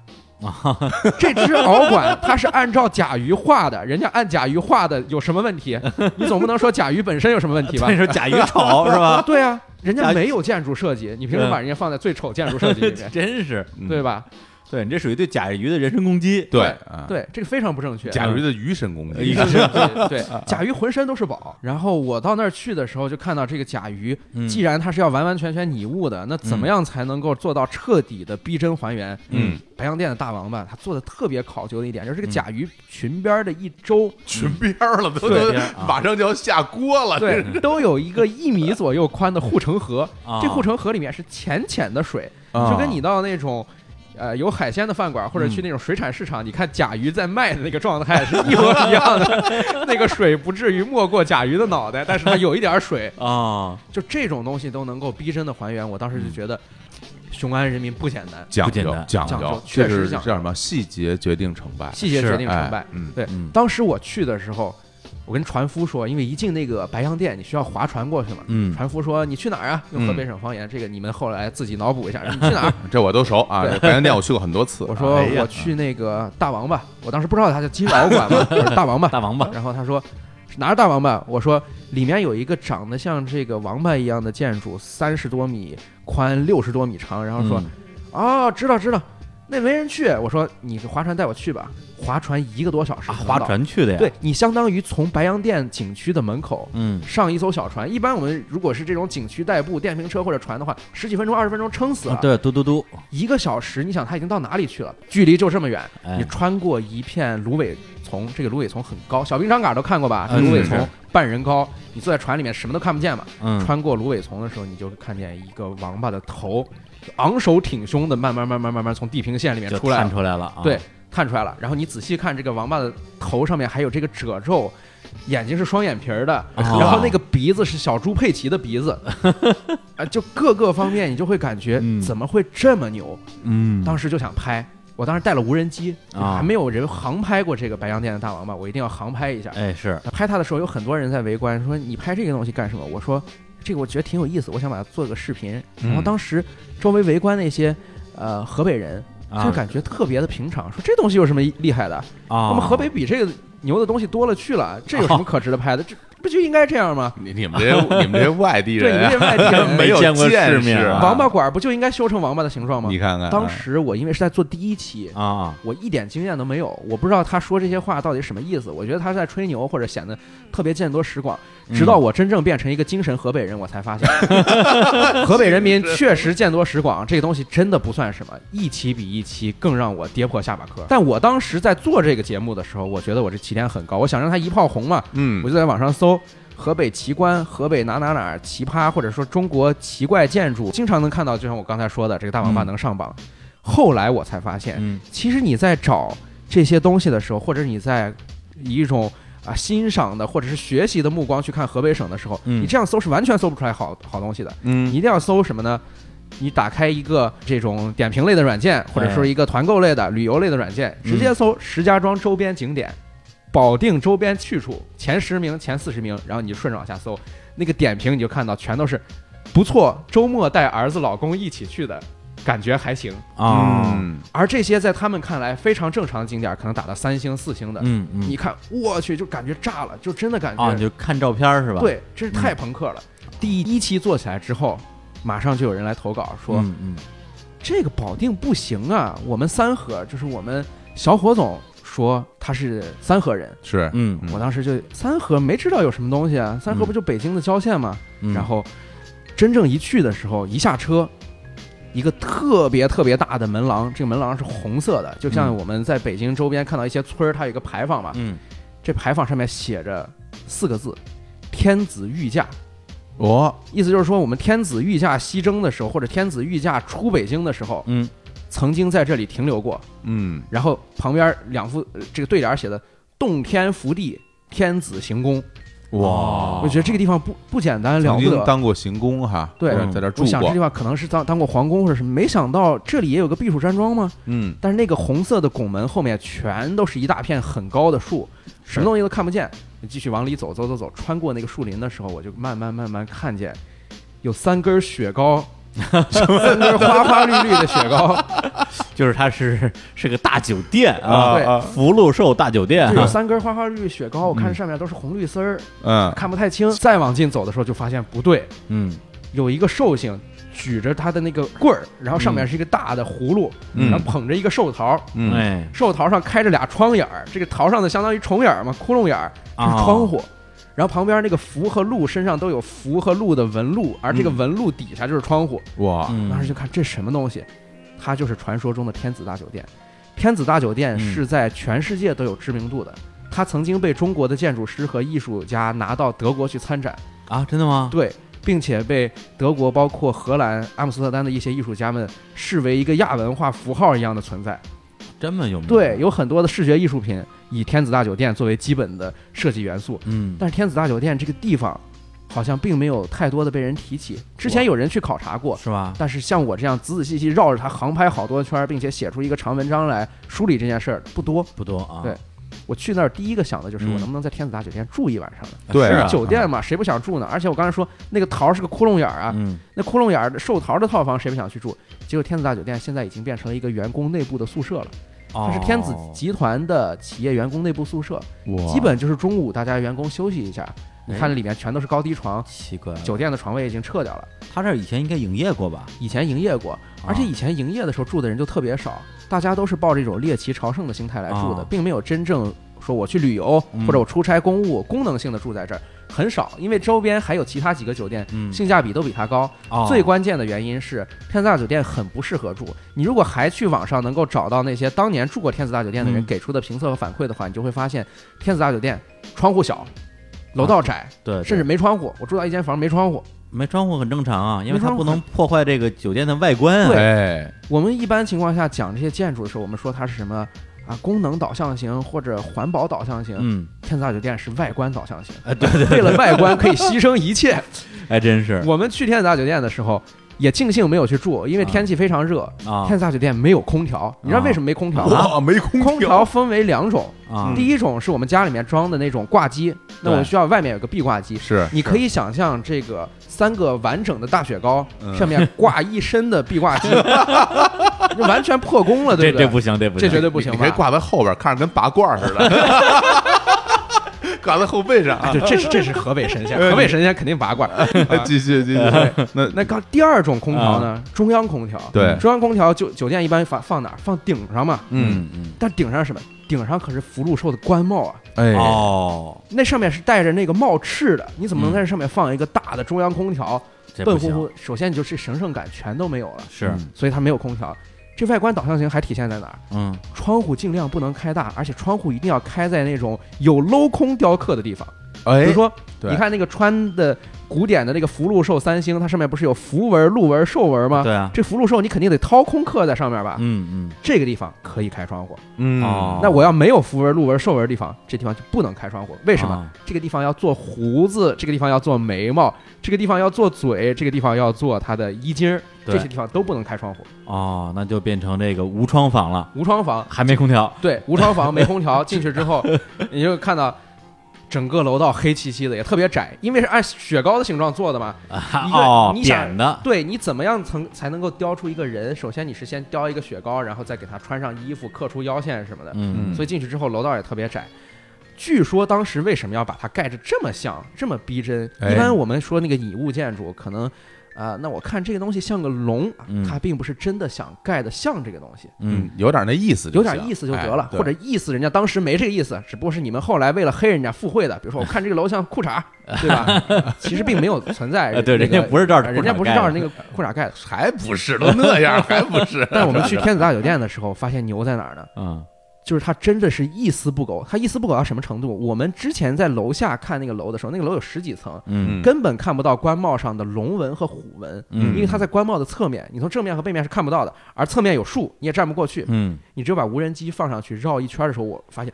Speaker 3: 这只螯管它是按照甲鱼画的，人家按甲鱼画的有什么问题？你总不能说甲鱼本身有什么问题吧
Speaker 1: 那？是甲鱼 丑是吧？
Speaker 3: 对啊，人
Speaker 1: 甲
Speaker 3: 家
Speaker 1: 鱼
Speaker 3: 没有建筑设计，你凭什么把人家放在最丑建筑设计里 面？
Speaker 1: 真是，
Speaker 2: 嗯
Speaker 3: 对吧？
Speaker 1: 对你这属于对甲鱼的人身攻击。
Speaker 2: 对
Speaker 3: 对
Speaker 2: 啊，
Speaker 3: 对，嗯这个非常不正确。
Speaker 2: 甲鱼的鱼身攻
Speaker 1: 一
Speaker 2: 击
Speaker 1: 个，
Speaker 3: 对对，甲鱼浑身都是宝。然后我到那儿去的时候，就看到这个甲鱼，
Speaker 1: 嗯
Speaker 3: 既然它是要完完全全拟物的，那怎么样才能够做到彻底的逼真还原？
Speaker 2: 嗯，
Speaker 3: 白洋淀的大王八，它做的特别考究的一点，就是这个甲鱼裙边的一周，
Speaker 2: 裙边儿了，都都
Speaker 1: 边儿啊
Speaker 2: 马上就要下锅了，
Speaker 3: 对，都有一个一米左右宽的护城河
Speaker 1: 啊。
Speaker 3: 这护城河里面是浅浅的水，
Speaker 2: 啊
Speaker 3: 就跟你到那种。呃，有海鲜的饭馆，或者去那种水产市场，你看甲鱼在卖的那个状态是一模一样的。 那个水不至于没过甲鱼的脑袋，但是它有一点儿水，
Speaker 1: 啊，
Speaker 3: 就这种东西都能够逼真的还原。我当
Speaker 1: 嗯
Speaker 3: 时就觉得，雄安人民不简单，
Speaker 2: 讲
Speaker 1: 不简
Speaker 2: 究
Speaker 1: 单
Speaker 2: 讲
Speaker 3: 讲
Speaker 2: 究
Speaker 3: 究，确实
Speaker 2: 这是
Speaker 3: 讲究
Speaker 2: 叫什么？细节决定成败，
Speaker 3: 细节
Speaker 1: 是
Speaker 3: 决定成
Speaker 2: 哎
Speaker 3: 败。
Speaker 2: 嗯，
Speaker 3: 对
Speaker 1: 嗯，
Speaker 3: 当时我去的时候，我跟船夫说，因为一进那个白洋淀，你需要划船过去嘛。
Speaker 1: 嗯
Speaker 3: 船夫说：“你去哪儿啊？”用河北省方言，这个你们后来自己脑补一下。 你去哪儿？
Speaker 2: 这我都熟啊，
Speaker 3: 对
Speaker 2: 白洋淀我去过很多次。啊
Speaker 3: 我说
Speaker 1: 哎呀
Speaker 3: 我去那个大王八。我当时不知道他叫金鳌 馆嘛，我说大王八。
Speaker 1: 大王八
Speaker 3: 然后他说哪是大王八？我说里面有一个长得像这个王八一样的建筑，三十多米宽，六十多米长。然后
Speaker 1: 嗯
Speaker 3: 说、哦，知道知道，那没人去。我说你划船带我去吧，划船一个多小时
Speaker 1: 啊，
Speaker 3: 能
Speaker 1: 划
Speaker 3: 到。
Speaker 1: 船去的呀，
Speaker 3: 对，你相当于从白洋淀景区的门口
Speaker 1: 嗯，
Speaker 3: 上一艘小船。一般我们如果是这种景区代步、电瓶车或者船的话，十几分钟、二十分钟撑死了。
Speaker 1: 啊对，嘟嘟嘟，
Speaker 3: 一个小时，你想它已经到哪里去了？距离就这么远，
Speaker 1: 哎
Speaker 3: 你穿过一片芦苇丛，这个芦苇丛很高，小兵张嘎都看过吧？这
Speaker 1: 嗯
Speaker 3: 芦苇
Speaker 2: 是
Speaker 3: 丛半人高，你坐在船里面什么都看不见嘛。
Speaker 1: 嗯，
Speaker 3: 穿过芦苇丛的时候，你就看见一个王八的头，昂首挺胸的，慢慢慢慢慢慢从地平线里面
Speaker 1: 就
Speaker 3: 出来
Speaker 1: 看
Speaker 3: 了，
Speaker 1: 出来了啊，
Speaker 3: 对，探出来了。然后你仔细看这个王八的头上面还有这个褶皱。眼睛是双眼皮 儿的，
Speaker 1: 哦
Speaker 3: 然后那个鼻子是小猪佩奇的鼻子，啊，就各个方面你就会感觉
Speaker 1: 嗯
Speaker 3: 怎么会这么牛？
Speaker 1: 嗯，
Speaker 3: 当时就想拍，我当时带了无人机，
Speaker 1: 啊
Speaker 3: 还没有人航拍过这个白洋淀的大王八，我一定要航拍一下。
Speaker 1: 哎是，
Speaker 3: 拍它的时候有很多人在围观，说你拍这个东西干什么？我说这个我觉得挺有意思，我想把它做个视频。
Speaker 2: 嗯
Speaker 3: 然后当时周围围观那些呃河北人，
Speaker 1: 啊
Speaker 3: 就感觉特别的平常，说这东西有什么厉害的？
Speaker 1: 啊，
Speaker 3: 我们河北比这个牛的东西多了去了，这有什么可值得拍的？这不就应该 这样吗？
Speaker 2: 你你们这些你们这些外地
Speaker 3: 对，你
Speaker 2: 人
Speaker 3: 们
Speaker 2: 啊
Speaker 3: 这， 外地人，
Speaker 2: 没有
Speaker 1: 见过
Speaker 2: 见
Speaker 1: 世
Speaker 2: 识
Speaker 1: 面啊，
Speaker 3: 王八馆不就应该修成王八的形状吗
Speaker 2: 你？看看啊，
Speaker 3: 当时我因为是在做第一期，
Speaker 1: 啊，
Speaker 3: 我一点经验都没有，我不知道他说这些话到底什么意思。我觉得他是在吹牛，或者显得特别见多识广。直
Speaker 1: 嗯
Speaker 3: 到我真正变成一个精神河北人，我才发现，河北人民确实见多识广，这个东西真的不算什么。一期比一期更让我跌破下巴壳。但我当时在做这个节目的时候，我觉得我这起点很高，我想让他一炮红嘛，
Speaker 2: 嗯
Speaker 3: 我，就在网上搜。河北奇观、河北哪哪哪儿奇葩，或者说中国奇怪建筑，经常能看到。就像我刚才说的，这个大王八
Speaker 1: 嗯
Speaker 3: 能上榜。后来我才发现，
Speaker 1: 嗯
Speaker 3: 其实你在找这些东西的时候，或者你在以一种啊欣赏的或者是学习的目光去看河北省的时候，
Speaker 1: 嗯
Speaker 3: 你这样搜是完全搜不出来好好东西的。
Speaker 2: 嗯
Speaker 3: 你一定要搜什么呢？你打开一个这种点评类的软件，或者说一个团购类的、旅游类的软件，直接搜石家庄周边景点，保定周边去处前十名、前四十名，然后你就顺着往下搜，那个点评你就看到全都是不错，周末带儿子、老公一起去的感觉还行。
Speaker 1: 啊，
Speaker 2: 嗯
Speaker 3: 而这些在他们看来非常正常的景点儿，可能打到三星、四星的，
Speaker 1: 嗯嗯，
Speaker 3: 你看，我去，就感觉炸了，就真的感觉，
Speaker 1: 啊，你就看照片是吧？
Speaker 3: 对，真是
Speaker 1: 嗯
Speaker 3: 太朋克了。第一期做起来之后，马上就有人来投稿说，
Speaker 1: 嗯，嗯
Speaker 3: 这个保定不行啊，我们三河就是我们小火总说他是三河人，
Speaker 2: 是
Speaker 1: 嗯
Speaker 2: 嗯
Speaker 3: 我当时就三河没知道有什么东西啊，三河
Speaker 1: 嗯
Speaker 3: 不就北京的郊县吗？
Speaker 1: 嗯，
Speaker 3: 然后真正一去的时候，一下车，一个特别特别大的门廊，这个门廊是红色的，就像
Speaker 1: 嗯
Speaker 3: 我们在北京周边看到一些村儿，它有一个牌坊嘛，
Speaker 1: 嗯
Speaker 3: 这牌坊上面写着四个字“天子御驾
Speaker 2: 我”，
Speaker 3: 意思就是说我们天子御驾西征的时候，或者天子御驾出北京的时候，
Speaker 1: 嗯
Speaker 3: 曾经在这里停留过。
Speaker 2: 嗯
Speaker 3: 然后旁边两副呃这个对联写的“洞天福地，天子行宫”，
Speaker 1: 哇
Speaker 3: 我觉得这个地方不不简单，了
Speaker 2: 曾
Speaker 3: 哦不得
Speaker 2: 经。当过行宫哈，嗯
Speaker 3: 对
Speaker 2: 在在这儿住
Speaker 3: 我想这地
Speaker 2: 过，
Speaker 3: 方可能是当当过皇宫或者什么，没想到这里也有个避暑山庄吗？
Speaker 2: 嗯
Speaker 3: 但是那个红色的拱门后面全都是一大片很高的树，什么东西都看不见。继续往里走，走走走，穿过那个树林的时候，我就慢慢慢慢看见 有三根雪糕，三根花花绿绿的雪糕，
Speaker 1: 就是它是是个大酒店啊，
Speaker 3: 对
Speaker 2: 啊，
Speaker 1: 福禄寿大酒店
Speaker 3: 就有
Speaker 1: 啊，
Speaker 3: 三根花花绿绿雪糕，我
Speaker 1: 嗯
Speaker 3: 看上面都是红绿丝儿，
Speaker 2: 嗯
Speaker 3: 看不太清。再往近走的时候就发现不对，
Speaker 1: 嗯
Speaker 3: 有一个寿星举着他的那个棍儿，然后上面是一个大的葫芦，
Speaker 2: 嗯
Speaker 3: 然后捧着一个寿桃，
Speaker 2: 嗯，
Speaker 1: 哎
Speaker 3: 寿桃上开着俩窗眼儿，这个桃上的相当于虫眼儿嘛，窟窿眼儿就是
Speaker 1: 啊
Speaker 3: 窗户。然后旁边那个福和禄身上都有福和禄的纹路，而这个纹路底下就是窗户。
Speaker 2: 哇，
Speaker 1: 嗯
Speaker 3: 啊当时就看这什么东西，它就是传说中的天子大酒店。天子大酒店是在全世界都有知名度的，它曾经被中国的建筑师和艺术家拿到德国去参展，
Speaker 1: 啊，真的吗？
Speaker 3: 对，并且被德国包括荷兰、阿姆斯特丹的一些艺术家们视为一个亚文化符号一样的存在。
Speaker 1: 这么有名？
Speaker 3: 对，有很多的视觉艺术品以天子大酒店作为基本的设计元素，
Speaker 1: 嗯
Speaker 3: 但是天子大酒店这个地方好像并没有太多的被人提起。之前有人去考察过，
Speaker 1: 是吧？
Speaker 3: 但是像我这样仔仔细细绕着它航拍好多圈儿，并且写出一个长文章来梳理这件事儿不多。
Speaker 1: 不多啊，
Speaker 3: 对我去那儿第一个想的就是
Speaker 1: 嗯
Speaker 3: 我能不能在天子大酒店住一晚上呢？
Speaker 2: 对
Speaker 1: 是啊
Speaker 3: 酒店嘛，谁不想住呢？而且我刚才说那个桃儿是个窟窿眼儿啊，
Speaker 1: 嗯
Speaker 3: 那窟窿眼儿的寿桃的套房谁不想去住？结果天子大酒店现在已经变成了一个员工内部的宿舍了，它是天子
Speaker 1: 哦
Speaker 3: 集团的企业员工内部宿舍，
Speaker 2: 哇
Speaker 3: 基本就是中午大家员工休息一下。你
Speaker 1: 哎
Speaker 3: 看里面全都是高低床，
Speaker 1: 奇怪，
Speaker 3: 酒店的床位已经撤掉了，
Speaker 1: 他这儿以前应该营业过吧？
Speaker 3: 以前营业
Speaker 1: 啊
Speaker 3: 过，而且以前营业的时候住的人就特别少，大家都是抱着一种猎奇朝圣的心态来住的
Speaker 1: 啊，
Speaker 3: 并没有真正说我去旅游
Speaker 1: 嗯
Speaker 3: 或者我出差公务功能性的住在这儿很少，因为周边还有其他几个酒店
Speaker 1: 嗯
Speaker 3: 性价比都比它高。
Speaker 1: 哦
Speaker 3: 最关键的原因是天子大酒店很不适合住。你如果还去网上能够找到那些当年住过天子大酒店的人
Speaker 1: 嗯
Speaker 3: 给出的评测和反馈的话，你就会发现天子大酒店窗户小。楼道窄，
Speaker 1: 对，
Speaker 3: 甚至没窗户。我住到一间房没窗户。
Speaker 1: 没窗户很正常啊，因为
Speaker 3: 没
Speaker 1: 它
Speaker 3: 窗户
Speaker 1: 不能破坏这个酒店的外观啊。
Speaker 3: 对
Speaker 2: 哎，
Speaker 3: 我们一般情况下讲这些建筑的时候，我们说它是什么啊？功能导向型或者环保导向型。
Speaker 1: 嗯，
Speaker 3: 天子大酒店是外观导向型，
Speaker 1: 哎，对对，
Speaker 3: 为了外观可以牺牲一切。
Speaker 1: 还真 是
Speaker 3: 我们去天子大酒店的时候，也庆幸没有去住，因为
Speaker 1: 啊
Speaker 3: 天气非常热。
Speaker 1: 啊
Speaker 3: 天子大酒店没有空调，你知道为什么没空调吗？
Speaker 2: 哇，没空
Speaker 3: 啊空调分为两种，
Speaker 1: 啊
Speaker 2: 嗯，
Speaker 3: 第一种是我们家里面装的那种挂机，那我们需要外面有个壁挂机。
Speaker 2: 是，
Speaker 3: 你可以想象这个三个完整的大雪糕上面挂一身的壁 挂机，就完全破功了，
Speaker 1: 这
Speaker 3: 对不对？
Speaker 1: 这不行，这不
Speaker 3: 这
Speaker 1: 行，
Speaker 3: 绝对不行
Speaker 2: 你
Speaker 3: 吧
Speaker 2: 可以？挂在后边，看着跟拔罐儿似的， 挂在后背上啊
Speaker 3: 对，。这是这是河北神仙，
Speaker 2: 呃
Speaker 3: 河北神仙肯定拔罐。啊
Speaker 2: 继续继续，那
Speaker 3: 那刚第二种空调呢？中央空调。
Speaker 2: 对
Speaker 3: 中央空调酒酒店一般放放哪儿？放顶上嘛。
Speaker 2: 嗯，
Speaker 1: 嗯嗯
Speaker 3: 但顶上是什么？顶上可是福禄寿的官帽啊。
Speaker 2: 哎，
Speaker 1: 哦，
Speaker 3: 那上面是带着那个帽翅的，你怎么能
Speaker 1: 嗯
Speaker 3: 在这上面放一个大的中央空调？
Speaker 1: 这
Speaker 3: 笨
Speaker 1: 不
Speaker 3: 乎
Speaker 1: 行
Speaker 3: 乎，首先你就这神圣感全都没有了，
Speaker 1: 是
Speaker 3: 所以它没有空调。这外观导向型还体现在哪儿？
Speaker 1: 嗯
Speaker 3: 窗户尽量不能开大，而且窗户一定要开在那种有镂空雕刻的地方。比
Speaker 2: 哎
Speaker 3: 如，说，
Speaker 2: 对
Speaker 3: 你看那个穿的古典的那个福禄寿三星，它上面不是有福纹、禄纹、寿纹吗？
Speaker 1: 对啊
Speaker 3: 这福禄寿你肯定得掏空刻在上面吧？
Speaker 1: 嗯
Speaker 3: 这个地方可以开窗户。
Speaker 2: 嗯
Speaker 1: 哦
Speaker 3: 那我要没有符文、鹿纹、兽纹的地方，这地方就不能开窗户。为什么？
Speaker 1: 啊
Speaker 3: 这个地方要做胡子，这个地方要做眉毛，这个地方要做嘴，这个地方要做它的衣襟儿，
Speaker 1: 对
Speaker 3: 这些地方都不能开窗户。
Speaker 1: 嗯哦，那就变成这个无窗房了，
Speaker 3: 无窗房，
Speaker 1: 还没空调，
Speaker 3: 对，无窗房没空调，进去之后，你就看到。整个楼道黑漆漆的，也特别窄，因为是按雪糕的形状做的嘛。一个
Speaker 1: 哦，
Speaker 3: 你想
Speaker 1: 扁的，
Speaker 3: 对你怎么样才才能够雕出一个人？首先你是先雕一个雪糕，然后再给他穿上衣服，刻出腰线什么的。
Speaker 1: 嗯
Speaker 3: 所以进去之后楼道也特别窄。据说当时为什么要把它盖着这么像、这么逼真？
Speaker 2: 哎
Speaker 3: 一般我们说那个拟物建筑，可能，啊，那我看这个东西像个龙
Speaker 1: 嗯，
Speaker 3: 它并不是真的想盖的像这个东西，
Speaker 1: 嗯，
Speaker 2: 有点那意思，哎
Speaker 3: 有点意思就
Speaker 1: 哎
Speaker 3: 得了，或者意思人家当时没这个意思，只不过是你们后来为了黑人家附会的。比如说，我看这个楼像裤衩，对吧？ 其实并没有存在，
Speaker 1: 呃对，
Speaker 3: 那
Speaker 1: 人
Speaker 3: 个
Speaker 1: 家不是照着，
Speaker 3: 人家不是照着那个裤衩盖的。？
Speaker 2: 还不是都那样，还不是
Speaker 3: 但是我们去天子大酒店的时候，发现牛在哪儿呢？
Speaker 1: 嗯
Speaker 3: 就是它真的是一丝不苟，它一丝不苟到什么程度？我们之前在楼下看那个楼的时候，那个楼有十几层，
Speaker 1: 嗯
Speaker 3: 根本看不到官帽上的龙纹和虎纹，
Speaker 1: 嗯
Speaker 3: 因为它在官帽的侧面，你从正面和背面是看不到的，而侧面有树，你也站不过去。
Speaker 1: 嗯，
Speaker 3: 你只有把无人机放上去绕一圈的时候，我发现，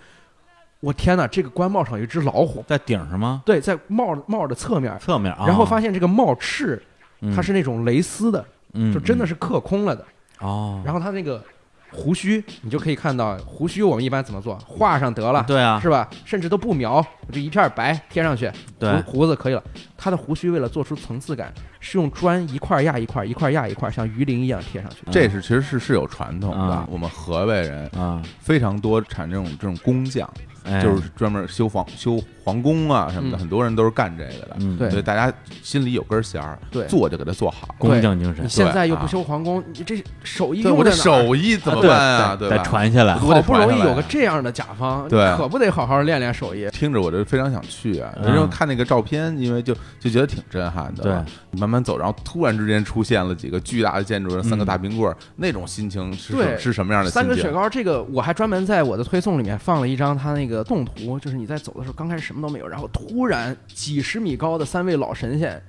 Speaker 3: 我天哪，这个官帽上有一只老虎，
Speaker 1: 在顶上吗？
Speaker 3: 对，在帽帽的侧面，
Speaker 1: 侧面啊，
Speaker 3: 然后发现这个帽翅
Speaker 1: 嗯
Speaker 3: 它是那种蕾丝的，
Speaker 1: 嗯
Speaker 3: 就真的
Speaker 1: 是
Speaker 3: 是刻空了的。
Speaker 1: 哦，
Speaker 3: 然后它那个胡须，你就可以看到胡须，我们一般怎么做？画上得了，
Speaker 1: 对啊，
Speaker 3: 是吧？甚至都不描，我就一片白贴上去，
Speaker 1: 对
Speaker 3: 胡胡子可以了。他的胡须为了做出层次感，是用砖一块儿压一块儿，一块儿压一块儿，像鱼鳞一样贴上去。
Speaker 2: 这是其实是是有传统的
Speaker 1: 啊，
Speaker 2: 我们河北人
Speaker 1: 啊，
Speaker 2: 非常多产这种这种工匠，
Speaker 1: 哎
Speaker 2: 就是专门修房修皇宫啊什么的，
Speaker 3: 嗯
Speaker 2: 很多人都是干这个的。
Speaker 1: 嗯
Speaker 3: 对
Speaker 2: 所以大家心里有根弦儿，
Speaker 3: 对
Speaker 2: 做就给它做好。
Speaker 1: 工匠精神
Speaker 3: 你，现在又
Speaker 2: 啊
Speaker 3: 不修皇宫，你这手艺
Speaker 2: 对
Speaker 3: 用
Speaker 2: 我这
Speaker 3: 在哪儿
Speaker 2: 手艺怎么办啊？对
Speaker 1: 再
Speaker 2: 吧？
Speaker 1: 传下来
Speaker 2: 我得
Speaker 3: 好不
Speaker 2: 传下
Speaker 3: 容易
Speaker 2: 来
Speaker 3: 有个这样的甲方，
Speaker 2: 对
Speaker 3: 你可不得好好练练手艺。
Speaker 2: 听着我这非常想去啊！
Speaker 1: 嗯
Speaker 2: 人家看那个照片，因为就就觉得挺震撼的。
Speaker 1: 对，
Speaker 2: 慢慢走，然后突然之间出现了几个巨大的建筑，三个
Speaker 1: 嗯
Speaker 2: 大冰棍儿，那种心情是
Speaker 3: 对
Speaker 2: 什是什么样的心
Speaker 3: 三
Speaker 2: 情？
Speaker 3: 个雪糕，这个我还专门在我的推送里面放了一张他那个动图，就是你在走的时候刚开始什么都没有，然后突然几十米高的三位老神仙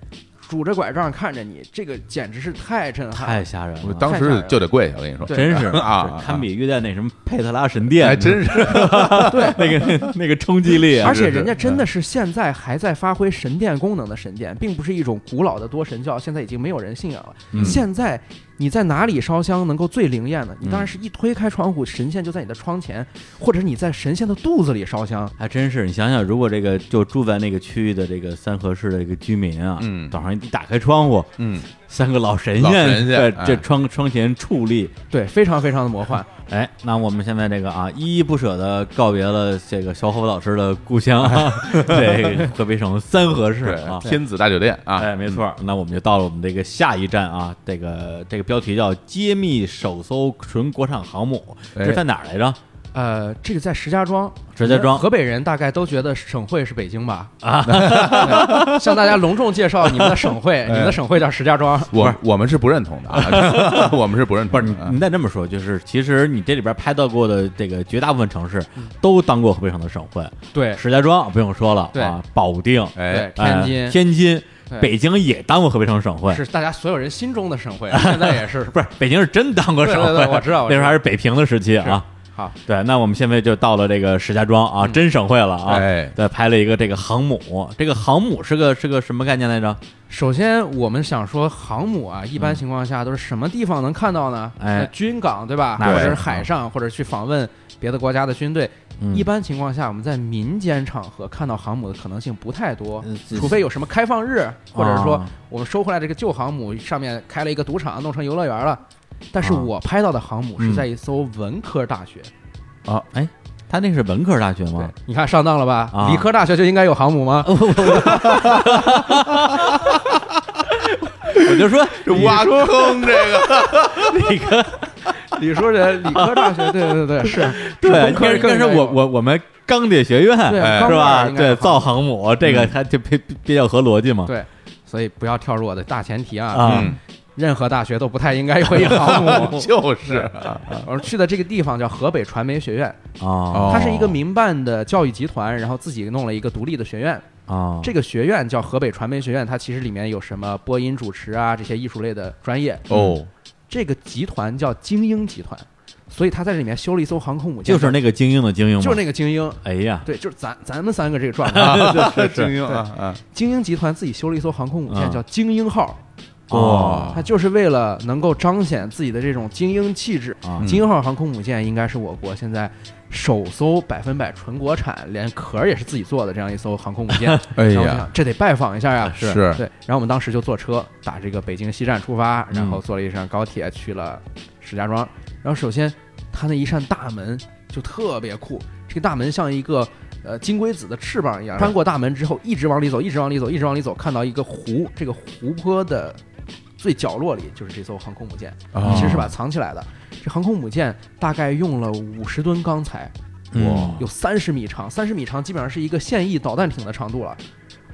Speaker 3: 拄着拐杖看着你，这个简直是太震撼了。
Speaker 1: 太吓人
Speaker 2: 我
Speaker 1: 了，
Speaker 2: 当
Speaker 3: 太吓人
Speaker 2: 时
Speaker 3: 了
Speaker 2: 就得跪下，我跟你说，
Speaker 3: 对哎
Speaker 1: 真是
Speaker 2: 啊
Speaker 1: 是堪比约在那什么佩特拉神殿，
Speaker 2: 还真是
Speaker 1: 对那个那个冲击力啊，
Speaker 3: 而且人家真的是现在还在发挥神殿功能的神殿，并不是一种古老的多神教，现在已经没有人信仰了。
Speaker 1: 嗯
Speaker 3: 现在你在哪里烧香能够最灵验呢？你
Speaker 1: 嗯
Speaker 3: 当然是一推开窗户，神仙就在你的窗前，或者是你在神仙的肚子里烧香。
Speaker 1: 还真是，你想想，如果这个就住在那个区域的这个三河市的这个居民啊，
Speaker 2: 嗯
Speaker 1: 早上一打开窗户，
Speaker 2: 嗯，
Speaker 1: 三个老神
Speaker 2: 老
Speaker 1: 仙
Speaker 2: 神仙
Speaker 1: 在
Speaker 2: 哎
Speaker 1: 这窗窗前矗立，
Speaker 3: 对，非常非常的魔幻。
Speaker 1: 哎，那我们现在这个啊，依依不舍的告别了这个小伙老师的故乡啊，对，河北省三河市
Speaker 2: 对
Speaker 1: 啊，，
Speaker 2: 天子大酒店啊，
Speaker 1: 哎，没错儿，那我们就到了我们这个下一站啊，这个这个标题叫“揭秘首艘纯国产航母”，这是在哪儿来着？
Speaker 3: 呃，这个在石家庄，
Speaker 1: 石家庄
Speaker 3: 河北人大概都觉得省会是北京吧？啊，
Speaker 1: 啊
Speaker 3: 向大家隆重介绍你们的 省会，你们
Speaker 1: 哎
Speaker 3: 的省会叫石家庄。
Speaker 2: 我我们是不认同的啊，我们是不认
Speaker 1: 不
Speaker 2: 同
Speaker 1: 是你
Speaker 2: 的，啊，
Speaker 1: 你再这么说，就是其实你这里边拍到过的这个绝大部分城市都当过河北省的省会，
Speaker 3: 嗯对
Speaker 1: 石家庄不用说了，
Speaker 3: 对
Speaker 1: 啊，保定、
Speaker 2: 哎
Speaker 3: 对，天津
Speaker 1: 哎天津、
Speaker 3: 对
Speaker 1: 北京也当过河北省省会，
Speaker 3: 是大家所有人心中的省会，现在也是
Speaker 1: 不是北京是真当过省会？
Speaker 3: 对对对我知道我知道
Speaker 1: 那时候还是北平的时期啊。
Speaker 3: 好。嗯
Speaker 1: 对，那我们现在就到了这个石家庄啊，真省会了啊。
Speaker 2: 哎
Speaker 1: 对，拍了一个这个航母，这个航母是个是个什么概念来着？
Speaker 3: 首先，我们想说航母啊，一般情况下都是什么地方能看到呢？
Speaker 1: 嗯哎
Speaker 3: 呃军港对吧？
Speaker 1: 那
Speaker 3: 或
Speaker 1: 是
Speaker 3: 者是海上，或者去访问别的国家的军队。
Speaker 1: 嗯
Speaker 3: 一般情况下，我们在民间场合看到航母的可能性不太多
Speaker 1: 嗯，
Speaker 3: 除非有什么开放日，或者是说
Speaker 1: 啊
Speaker 3: 我们收回来这个旧航母上面开了一个赌场，弄成游乐园了。但是
Speaker 1: 啊
Speaker 3: 我拍到的航母是
Speaker 1: 嗯
Speaker 3: 在一艘文科大学，哦
Speaker 1: 啊，哎，他那是文科大学吗？
Speaker 3: 你看上当了吧？
Speaker 1: 嗯啊
Speaker 3: 理科大学就应该有航 母吗？
Speaker 1: 我就说
Speaker 2: 这挖坑这个，
Speaker 1: 理科，
Speaker 3: 你说这 理科大学，对 对对，是
Speaker 1: 对，
Speaker 3: 文
Speaker 1: 应
Speaker 3: 科
Speaker 1: 该
Speaker 3: 是
Speaker 1: 应该
Speaker 3: 更
Speaker 1: 是
Speaker 3: 应该
Speaker 1: 我
Speaker 3: 有
Speaker 1: 我我们钢铁学院
Speaker 3: 对
Speaker 2: 哎
Speaker 3: 钢
Speaker 1: 是吧？
Speaker 3: 管应该有
Speaker 1: 对，造
Speaker 3: 航母
Speaker 1: 航母这个它就比比比较合逻辑嘛。
Speaker 3: 对，所以不要跳入我的大前提啊！
Speaker 1: 啊
Speaker 2: 嗯，
Speaker 3: 任何大学都不太应该有一 航母。
Speaker 2: 就是啊
Speaker 3: 我去的这个地方叫河北传媒学院，
Speaker 1: 啊
Speaker 3: 它是一个民办的教育集团，然后自己弄了一个独立的学院。
Speaker 1: 啊，
Speaker 3: 这个学院叫河北传媒学院，它其实里面有什么播音主持啊这些艺术类的专业。
Speaker 2: 哦，
Speaker 3: 这个集团叫精英集团，所以他在这里面修了一艘航空母舰，
Speaker 1: 就是那个精英的精英嘛，
Speaker 3: 就是那个精英，
Speaker 1: 哎呀，
Speaker 3: 对，就是咱咱们三个这个状态。
Speaker 2: 哦 精英啊
Speaker 3: 精英集团自己修了一艘航空母舰，
Speaker 1: 嗯
Speaker 3: 叫精英号。
Speaker 1: 哦
Speaker 3: 它就是为了能够彰显自己的这种精英气质。
Speaker 1: 啊
Speaker 2: 嗯
Speaker 3: 精英号航空母舰应该是我国现在首艘百分百纯国产，连壳儿也是自己做的这样一艘航空母舰。
Speaker 2: 啊，哎
Speaker 3: 然后我
Speaker 2: 呀，
Speaker 3: 想，这得拜访一下呀。
Speaker 1: 是
Speaker 2: 是
Speaker 3: 对，然后我们当时就坐车打这个北京西站出发，然后
Speaker 1: 嗯
Speaker 3: 坐了一站高铁去了石家庄。然后首先，它那一扇大门就特别酷，这个大门像一个呃金龟子的翅膀一样，穿过大门之后一直往里走，一直往里走，一直往里走，看到一个湖，这个湖泊的最角落里就是这艘航空母舰，
Speaker 2: 哦
Speaker 3: 其实是把它藏起来的。这航空母舰大概用了五十吨钢材，
Speaker 1: 嗯
Speaker 3: 有三十米长，三十米长基本上是一个现役导弹艇的长度了。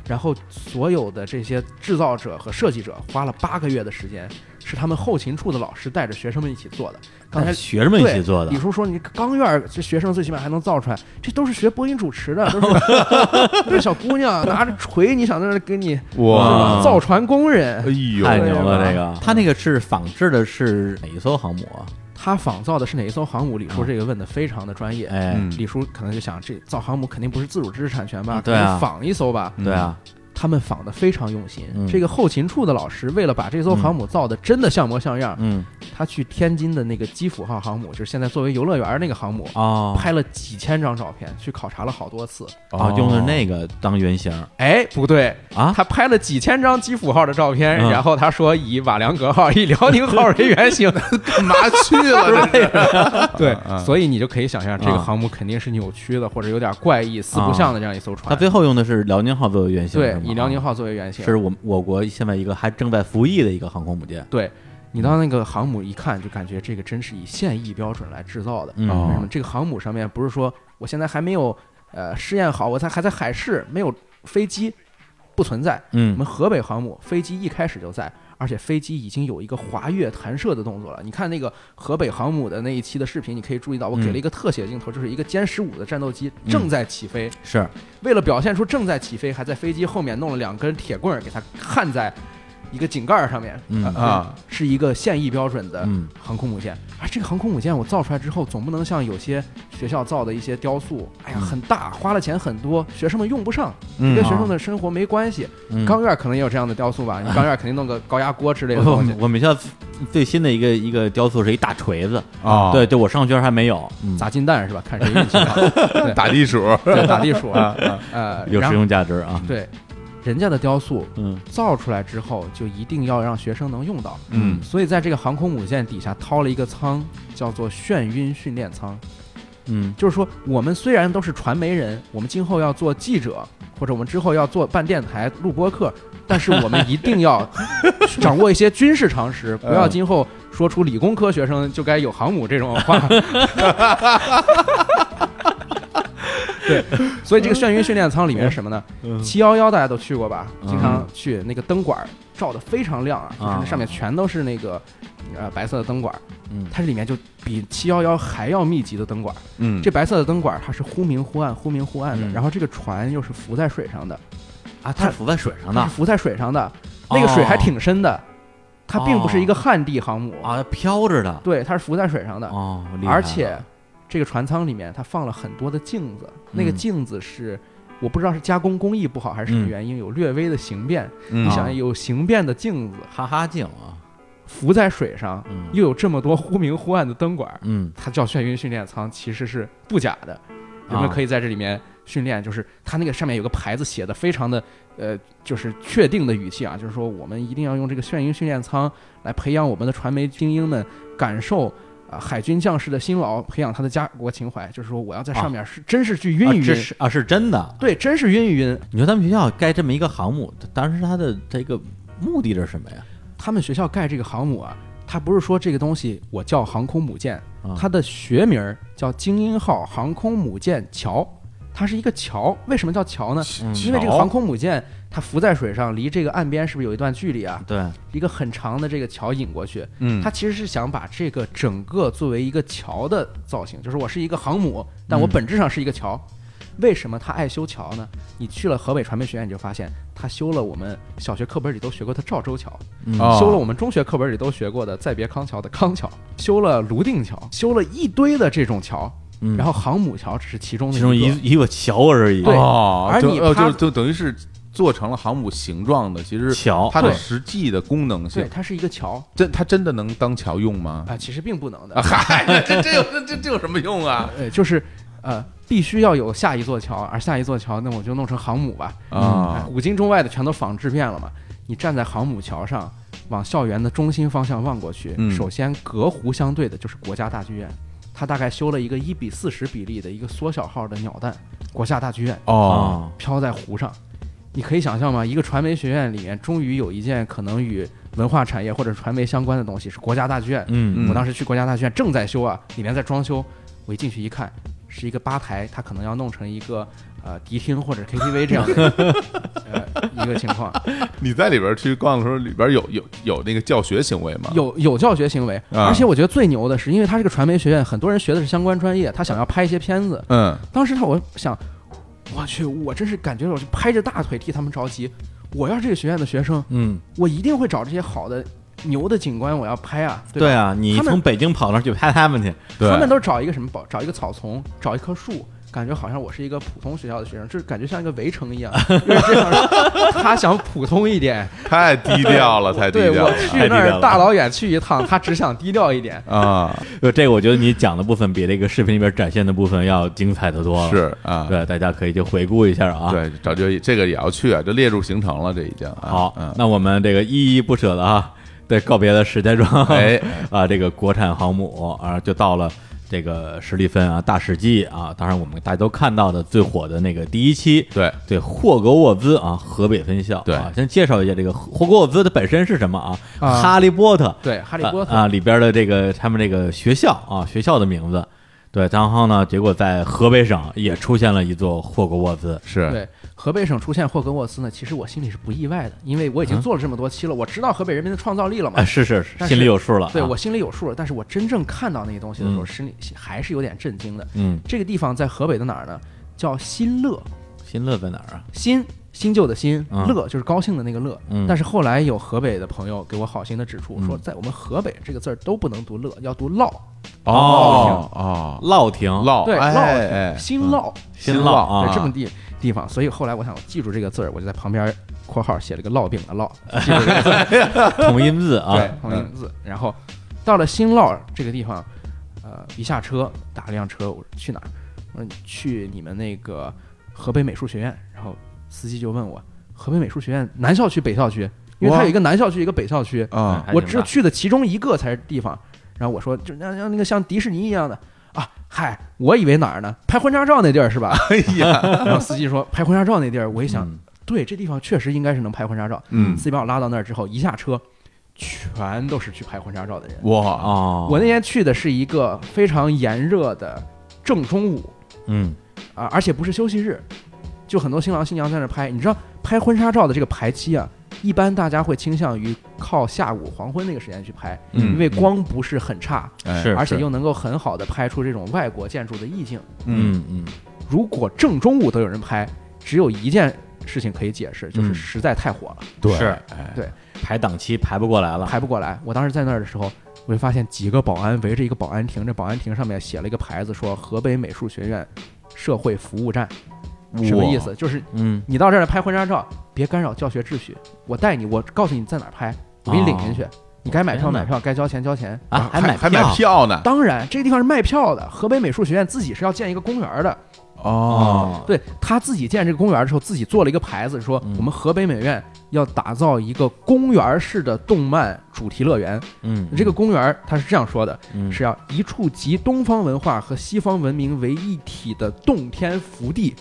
Speaker 3: 然后所有的这些制造者和设计者花了八个月的时间，是他们后勤处的老师带着学生们一起做的。刚才
Speaker 1: 哎学生们一起做的
Speaker 3: 李，叔说你钢院儿这学生最起码还能造出来，这都是学播音主持的，都是都是小姑娘拿着锤，你想在那给你
Speaker 1: 哇
Speaker 3: 造船工人
Speaker 2: 哎。呦，
Speaker 1: 太牛了
Speaker 3: 对
Speaker 1: 这个。他那个是仿制的是哪一艘航母啊？
Speaker 3: 他仿造的是哪一艘航母？李叔这个问的非常的专业。
Speaker 1: 嗯哎，
Speaker 2: 嗯
Speaker 3: 李叔可能就想，这造航母肯定不是自主知识产权吧？
Speaker 1: 嗯对啊
Speaker 3: 可能仿一艘吧。
Speaker 1: 对啊，
Speaker 3: 他们仿的非常用心。
Speaker 1: 嗯
Speaker 3: 这个后勤处的老师为了把这艘航母造的真的像模像样，
Speaker 1: 嗯
Speaker 3: 他去天津的那个基辅号航母，就是现在作为游乐园那个航母，
Speaker 1: 哦
Speaker 3: 拍了几千张照片，去考察了好多次。
Speaker 1: 哦，用的那个当原型
Speaker 3: 哎，不对，
Speaker 1: 啊，
Speaker 3: 他拍了几千张基辅号的照片，
Speaker 1: 嗯
Speaker 3: 然后他说以瓦良格号、以辽宁号为 原型，
Speaker 2: 干嘛去了？这是
Speaker 3: 对
Speaker 2: 嗯，
Speaker 3: 所以你就可以想象，这个
Speaker 1: 啊
Speaker 3: 航母肯定是扭曲的，或者有点怪异、四不像的这样一艘船。
Speaker 1: 他啊最后用的是辽宁号作为原型，
Speaker 3: 对
Speaker 1: 是，吗啊
Speaker 3: 以辽宁号作为原型。
Speaker 1: 是我们我国现在一个还正在服役的一个航空母舰，
Speaker 3: 对，你到那个航母一看，就感觉这个真是以现役标准来制造的。
Speaker 1: 嗯
Speaker 3: 为什么这个航母上面不是说我现在还没有呃试验好，我才还在海试，没有飞机不存在。我
Speaker 1: 嗯
Speaker 3: 们河北航母飞机一开始就在，而且飞机已经有一个滑跃弹射的动作了。你看那个河北航母的那一期的视频，你可以注意到，我给
Speaker 1: 嗯
Speaker 3: 了一个特写镜头，就是一个歼十五的战斗机正在起飞。
Speaker 1: 是
Speaker 3: 为了表现出正在起飞，还在飞机后面弄了两根铁棍儿给它焊在一个井盖儿上面。
Speaker 1: 嗯
Speaker 3: 呃
Speaker 2: 啊，
Speaker 3: 是一个现役标准的
Speaker 1: 嗯
Speaker 3: 航空母舰。啊，这个航空母舰我造出来之后，总不能像有些学校造的一些雕塑，哎呀，
Speaker 1: 嗯
Speaker 3: 很大，花了钱很多，学生们用不上，
Speaker 2: 嗯啊
Speaker 3: 跟学生的生活没关系。
Speaker 1: 嗯
Speaker 3: 钢院可能也有这样的雕塑吧，你钢院肯定弄个高压锅之类的
Speaker 1: 我
Speaker 3: 东
Speaker 2: 嗯
Speaker 3: 西
Speaker 1: 们。我们学校最新的一个一个雕塑是一大锤子，
Speaker 2: 啊，
Speaker 1: 对对，我上学还没有，嗯，
Speaker 3: 哦砸金蛋是吧？看谁运气好，对
Speaker 2: 打地鼠 啊
Speaker 3: 对打地鼠，
Speaker 2: 啊，
Speaker 3: 呃，
Speaker 1: 有
Speaker 3: 然
Speaker 1: 实
Speaker 3: 后
Speaker 1: 用价值啊，
Speaker 3: 对，人家的雕塑
Speaker 1: 嗯
Speaker 3: 造出来之后，就一定要让学生能用到。
Speaker 2: 嗯
Speaker 3: 所以在这个航空母舰底下掏了一个舱，叫做眩晕训练舱。
Speaker 1: 嗯
Speaker 3: 就是说，我们虽然都是传媒人，我们今后要做记者，或者我们之后要做办电台、录播客，但是我们一定 要掌握一些军事常识，不要今后说出理工科学生就该有航母这种话。 对，所以这个眩晕训练舱里面是什么呢？七幺幺大家都去过吧？经常去那个灯管儿照的非常亮啊，就是那上面全都是那个呃白色的灯管儿，
Speaker 1: 嗯
Speaker 3: 它这里面就比七幺幺还要密集的灯管儿。
Speaker 2: 嗯，
Speaker 3: 这白色的灯管儿它是忽明忽暗、忽明忽暗的，
Speaker 1: 嗯
Speaker 3: 然后这个船又是浮在水上的，
Speaker 1: 啊，它是浮在水上
Speaker 3: 它
Speaker 1: 的
Speaker 3: 是浮在水上的，那个水还挺深的，它并不是一个旱地航母，
Speaker 1: 啊，飘着的
Speaker 3: 对，它是浮在水上的，
Speaker 1: 哦，厉害了
Speaker 3: 而且这个船舱里面它放了很多的镜子，那个
Speaker 1: 嗯
Speaker 3: 镜子是。我不知道是加工工艺不好还是什么
Speaker 1: 嗯
Speaker 3: 原因，有略微的形变。
Speaker 2: 嗯
Speaker 3: 你
Speaker 1: 啊
Speaker 3: 想有形变的镜子
Speaker 1: 哈哈镜啊，
Speaker 3: 浮在水上，
Speaker 1: 嗯
Speaker 3: 又有这么多忽明忽暗的灯管儿，
Speaker 1: 嗯
Speaker 3: 它叫眩晕训练舱，其实是不假的。人们
Speaker 1: 啊
Speaker 3: 可以在这里面训练，就是它那个上面有个牌子写的非常的呃，就是确定的语气啊，就是说我们一定要用这个眩晕训练舱来培养我们的传媒精英们感受。啊，海军将士的辛劳，培养他的家国情怀，就是说，我要在上面是、真是去晕
Speaker 1: 啊
Speaker 3: 一
Speaker 1: 这
Speaker 3: 晕，
Speaker 1: 是啊是真的，
Speaker 3: 对，真是晕一晕。
Speaker 1: 你说咱们学校盖这么一个航母，当时它的这个目的是什么呀？
Speaker 3: 他们学校盖这个航母啊，它不是说这个东西我叫航空母舰
Speaker 1: 啊，
Speaker 3: 它的学名儿叫精英号航空母舰桥，它是一个桥。为什么叫桥呢？
Speaker 2: 嗯
Speaker 3: 因为这个
Speaker 2: 哦
Speaker 3: 航空母舰它浮在水上，离这个岸边是不是有一段距离啊？
Speaker 1: 对，
Speaker 3: 一个很长的这个桥引过去，
Speaker 2: 嗯
Speaker 3: 它其实是想把这个整个作为一个桥的造型，就是我是一个航母，但我本质上是一个桥。为什么他爱修桥呢？你去了河北传媒学院，你就发现他修了我们小学课本里都学过的赵州桥，
Speaker 1: 嗯
Speaker 2: 哦
Speaker 3: 修了我们中学课本里都学过的再别康桥的康桥，修了泸定桥，修了一堆的这种桥，
Speaker 1: 嗯
Speaker 3: 然后航母桥只是其中的
Speaker 1: 其中
Speaker 3: 一个
Speaker 1: 一一个桥而已，
Speaker 3: 对
Speaker 2: 哦，
Speaker 3: 而
Speaker 2: 就
Speaker 3: 你
Speaker 2: 呃
Speaker 3: 趴
Speaker 2: 就就等于是做成了航母形状的，其实
Speaker 1: 桥
Speaker 2: 它的
Speaker 3: 对
Speaker 2: 实际的功能
Speaker 3: 对，
Speaker 2: 性，
Speaker 3: 它是一个桥
Speaker 2: 真它真的能当桥用吗？
Speaker 3: 啊，其实并不能的
Speaker 2: 啊，嗨，这这有这这这有什么用啊？
Speaker 3: 呃，就是呃，必须要有下一座桥，而下一座桥，那我就弄成航母吧。哎
Speaker 2: 啊，
Speaker 3: 古今中外的全都仿制遍了嘛。你站在航母桥上，往校园的中心方向望过去，
Speaker 2: 嗯
Speaker 3: 首先隔湖相对的就是国家大剧院，它大概修了一个一比四十比例的一个缩小号的鸟蛋，国家大剧院
Speaker 2: 哦，
Speaker 1: 哦，
Speaker 3: 飘在湖上。你可以想象吗？一个传媒学院里面，终于有一件可能与文化产业或者传媒相关的东西，是国家大剧院。
Speaker 1: 嗯
Speaker 3: 我当时去国家大剧院正在修啊，里面在装修，我一进去一看，是一个吧台，它可能要弄成一个呃迪厅或者 KTV 这样的呃一个情 况，
Speaker 2: 你在里边去逛的时候，里边有有有那个教学行为吗？
Speaker 3: 有有教学行为，
Speaker 2: 啊
Speaker 3: 而且我觉得最牛的是，因为它是个传媒学院，很多人学的是相关专业，他想要拍一些片子，
Speaker 2: 嗯，
Speaker 3: 当时他我想，我去，我真是感觉我是拍着大腿替他们着急，我要是这个学院的学生，
Speaker 1: 嗯，
Speaker 3: 我一定会找这些好的牛的景观我要拍啊，对吧？
Speaker 1: 对啊，你
Speaker 3: 他们
Speaker 1: 从北京跑那儿去拍他们去，
Speaker 2: 对
Speaker 3: 他们都找一个什么宝，找一个草丛，找一棵树，感觉好像我是一个普通学校的学生，就是感觉像一个围城一样， 就是这样的。他想普通 一点，
Speaker 2: 太低调了，太低
Speaker 3: 对
Speaker 2: 调
Speaker 3: 我
Speaker 2: 了
Speaker 3: 去
Speaker 1: 太低
Speaker 3: 那
Speaker 1: 调了
Speaker 3: 儿大老远去一趟，他只想低调一点。
Speaker 2: 啊！
Speaker 1: 就呃这个，我觉得你讲的部分比这个视频里边展现的部分要精彩的多了。，
Speaker 2: 是啊，
Speaker 1: 对，大家可以就回顾一下啊。，
Speaker 2: 对，早就这个也要去啊，这列入行程了，这已经啊
Speaker 1: 好，
Speaker 2: 嗯，
Speaker 1: 那我们这个依依不舍的啊，对，告别了石家庄，
Speaker 2: 哎，
Speaker 1: 啊，这个国产航母啊，就到了这个史蒂芬啊，大史记啊，当然我们大家都看到的最火的那个第一期，
Speaker 2: 对，
Speaker 1: 对霍格沃兹啊，河北分校，
Speaker 2: 对
Speaker 1: 啊，先介绍一下这个霍格沃兹它本身是什么啊？
Speaker 3: 啊
Speaker 1: 哈利波特，
Speaker 3: 对，哈利波特，
Speaker 1: 啊啊里边的这个他们这个学校啊，学校的名字。对，然后呢，结果在河北省也出现了一座霍格沃兹。
Speaker 2: 是，
Speaker 3: 对河北省出现霍格沃兹呢，其实我心里是不意外的，因为我已经做了这么多期了，我知道河北人民的创造力了嘛
Speaker 1: 啊，。嗯是是是，
Speaker 3: 但是
Speaker 1: 心里有数了啊。
Speaker 3: 对我心里有数了，但是我真正看到那些东西的时候，
Speaker 1: 嗯
Speaker 3: 心里还是有点震惊的。
Speaker 1: 嗯，
Speaker 3: 这个地方在河北的哪儿呢？叫新乐，
Speaker 1: 新乐在哪儿啊？
Speaker 3: 新新旧的新，
Speaker 1: 嗯
Speaker 3: 乐就是高兴的那个乐。
Speaker 1: 嗯
Speaker 3: 但是后来有河北的朋友给我好心的指出，
Speaker 1: 嗯
Speaker 3: 说在我们河北这个字儿都不能读乐，要读烙。
Speaker 2: 哦哦，
Speaker 1: 乐亭，
Speaker 2: 烙，
Speaker 3: 对，
Speaker 2: 哎
Speaker 3: 烙
Speaker 2: 哎哎，
Speaker 3: 新烙，
Speaker 1: 新
Speaker 2: 新
Speaker 1: 烙
Speaker 2: 烙
Speaker 1: 啊，
Speaker 3: 对这么地地方。所以后来我想记住这个字儿，我就在旁边括号写了个烙饼的烙，记住这个字儿
Speaker 1: 同音字啊。
Speaker 2: 哎
Speaker 3: 对，
Speaker 2: 嗯
Speaker 3: 同音字。然后到了新烙这个地方，呃，一下车打了辆车，我说去哪儿？我说去你们那个河北美术学院。然后司机就问我，河北美术学院南校区、北校区？因为
Speaker 2: 哇
Speaker 3: 它有一个南校区，一个北校区。
Speaker 2: 啊，
Speaker 1: 还
Speaker 3: 嗯我
Speaker 1: 挺
Speaker 3: 只
Speaker 1: 大
Speaker 3: 有去的其中一个才是地方。然后我说，就那那那个像迪士尼一样的啊，嗨，我以为哪儿呢？拍婚纱照那地儿是吧？
Speaker 2: 哎呀，
Speaker 3: 然后司机说拍婚纱照那地儿，我一想，
Speaker 1: 嗯
Speaker 3: 对，这地方确实应该是能拍婚纱照。
Speaker 2: 嗯
Speaker 3: 司机把我拉到那儿之后，一下车，全都是去拍婚纱照的人。
Speaker 2: 哇，
Speaker 1: 哦，
Speaker 3: 啊我那天去的是一个非常炎热的正中午
Speaker 1: 嗯
Speaker 3: 啊，而且不是休息日，就很多新郎新娘在那儿拍。你知道拍婚纱照的这个排期啊，一般大家会倾向于靠下午黄昏那个时间去拍，
Speaker 2: 嗯
Speaker 3: 因为光不是很差，
Speaker 2: 哎
Speaker 1: 是
Speaker 3: 而且又能够很好的拍出这种外国建筑的意境。
Speaker 2: 嗯
Speaker 1: 嗯嗯，
Speaker 3: 如果正中午都有人拍，只有一件事情可以解释，就是
Speaker 1: 嗯
Speaker 3: 实在太火了，
Speaker 2: 对
Speaker 1: 是
Speaker 2: 哎
Speaker 1: 排档期排不过来了。
Speaker 3: 啊排不过来。我当时在那儿的时候，我就发现几个保安围着一个保安亭，这保安亭上面写了一个牌子，说河北美术学院社会服务站，什么意？
Speaker 2: 哇
Speaker 3: 思？就是
Speaker 1: 嗯，
Speaker 3: 你到这儿来拍婚纱照，别干扰教学秩序，我带你，我告诉你在哪儿拍，我给你领进去。你该买票
Speaker 1: 哦天哪
Speaker 3: 买票，该交钱交钱。
Speaker 1: 啊，
Speaker 2: 还
Speaker 1: 买
Speaker 2: 还买票呢？
Speaker 3: 当然，这个地方是卖票的。河北美术学院自己是要建一个公园儿的，
Speaker 1: 哦，
Speaker 3: 对他自己建这个公园的时候，自己做了一个牌子，说
Speaker 1: 嗯
Speaker 3: 我们河北美院要打造一个公园式的动漫主题乐园。
Speaker 1: 嗯，
Speaker 3: 这个公园儿它是这样说的，
Speaker 1: 嗯
Speaker 3: 是要一处集东方文化和西方文明为一体的洞天福 地，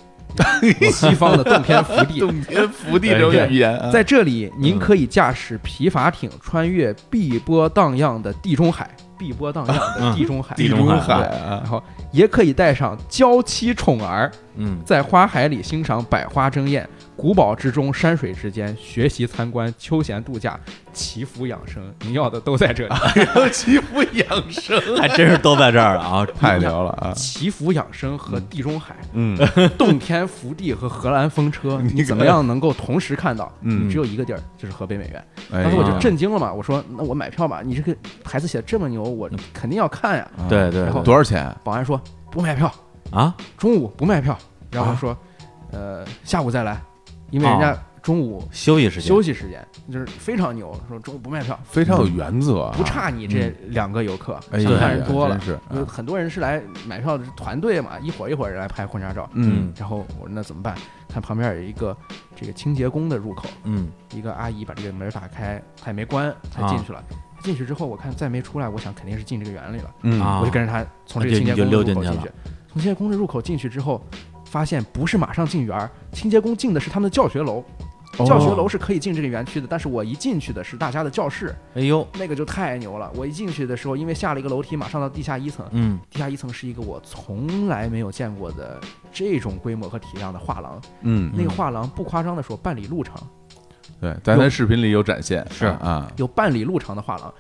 Speaker 3: 西方的洞天福地。
Speaker 2: 洞天福地这种语言啊，
Speaker 3: 在这里，您
Speaker 1: 嗯
Speaker 3: 可以驾驶皮筏艇穿越碧波荡漾的地中海，碧波荡漾的地中海，
Speaker 1: 嗯地中
Speaker 2: 中
Speaker 1: 海
Speaker 2: 海
Speaker 3: 然
Speaker 2: 啊，
Speaker 3: 后也可以带上娇妻宠儿，
Speaker 1: 嗯
Speaker 3: 在花海里欣赏百花争艳，古堡之中、山水之间，学习参观、休闲度假、祈福养生，您要的都 在这里。
Speaker 2: 祈福养生，
Speaker 1: 还真是都在这儿了啊，
Speaker 2: 太牛了啊！
Speaker 3: 祈福养生和地中海、
Speaker 2: 嗯
Speaker 3: 洞天福地和荷兰风 车，你怎么样能够同时看到？
Speaker 2: 嗯
Speaker 3: 只有一个地儿，就是河北美院。
Speaker 2: 哎
Speaker 3: 当时我就
Speaker 1: 呀
Speaker 3: 震惊了嘛，我说那我买票吧，你这个牌子写的这么牛，我肯定要看呀。
Speaker 2: 啊
Speaker 1: 对对
Speaker 3: 然后
Speaker 1: 对
Speaker 2: 多少钱？
Speaker 3: 保安说不卖票，
Speaker 1: 啊，
Speaker 3: 中午不卖票，然后
Speaker 2: 啊
Speaker 3: 说，呃，下午再来，因为人家
Speaker 1: 哦
Speaker 3: 中午
Speaker 1: 休息时间，
Speaker 3: 休息时间，就是非常牛，说中午不卖票，
Speaker 2: 非常有原则啊，
Speaker 3: 不差你这两个游客，
Speaker 2: 哎呀，
Speaker 3: 想看人多了
Speaker 2: 真，是，
Speaker 3: 有很多人是来买票的是团队嘛，一伙一伙人来拍婚纱照。
Speaker 2: 嗯
Speaker 1: 嗯
Speaker 3: 然后我说那怎么办？看旁边有一个这个清洁工的入口，
Speaker 1: 嗯
Speaker 3: 一个阿姨把这个门打开，她也没关，她进去了。进去之后，我看再没出来，我想肯定是进这个园里了，
Speaker 2: 嗯
Speaker 1: 啊
Speaker 3: 我就跟着她从这
Speaker 1: 啊
Speaker 3: 个
Speaker 1: 就
Speaker 3: 清洁
Speaker 1: 你就
Speaker 3: 工的入
Speaker 1: 溜
Speaker 3: 口
Speaker 1: 进去
Speaker 3: 进去。从清洁工的入口进去之后，发现不是马上进园儿，清洁工进的是他们的教学楼，
Speaker 1: 哦
Speaker 3: 教学楼是可以进这个园区的，但是我一进去的是大家的教室，
Speaker 1: 哎呦，
Speaker 3: 那个就太牛了。我一进去的时候，因为下了一个楼梯，马上到地下一层，
Speaker 1: 嗯
Speaker 3: 地下一层是一个我从来没有见过的这种规模和体量的画廊。
Speaker 2: 嗯，
Speaker 3: 那个画廊不夸张的说，半里路长，
Speaker 2: 对，在那视频里有展现，
Speaker 1: 是
Speaker 2: 啊，
Speaker 3: 有半里路长的画廊。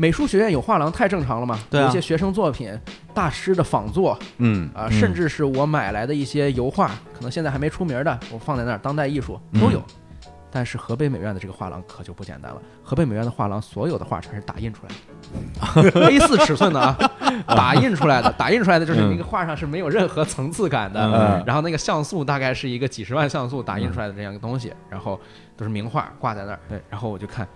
Speaker 3: 美术学院有画廊太正常了嘛？
Speaker 1: 对啊
Speaker 3: 有一些学生作品、大师的仿作
Speaker 2: 嗯
Speaker 3: 啊、
Speaker 1: 嗯
Speaker 3: 甚至
Speaker 1: 嗯
Speaker 3: 是我买来的一些油画，可能现在还没出名的，我放在那儿当代艺术都有。但是河北美院的这个画廊可就不简单了，河北美院的画廊所有的画全是打印出来的，A 四尺寸的啊，打印出来的，打印出来的就是那个画上是没有任何层次感的，
Speaker 1: 嗯
Speaker 3: 然后那个像素大概是一个几十万像素打印出来的这样一个东西，然后都是名画挂在那儿，对，然后我就看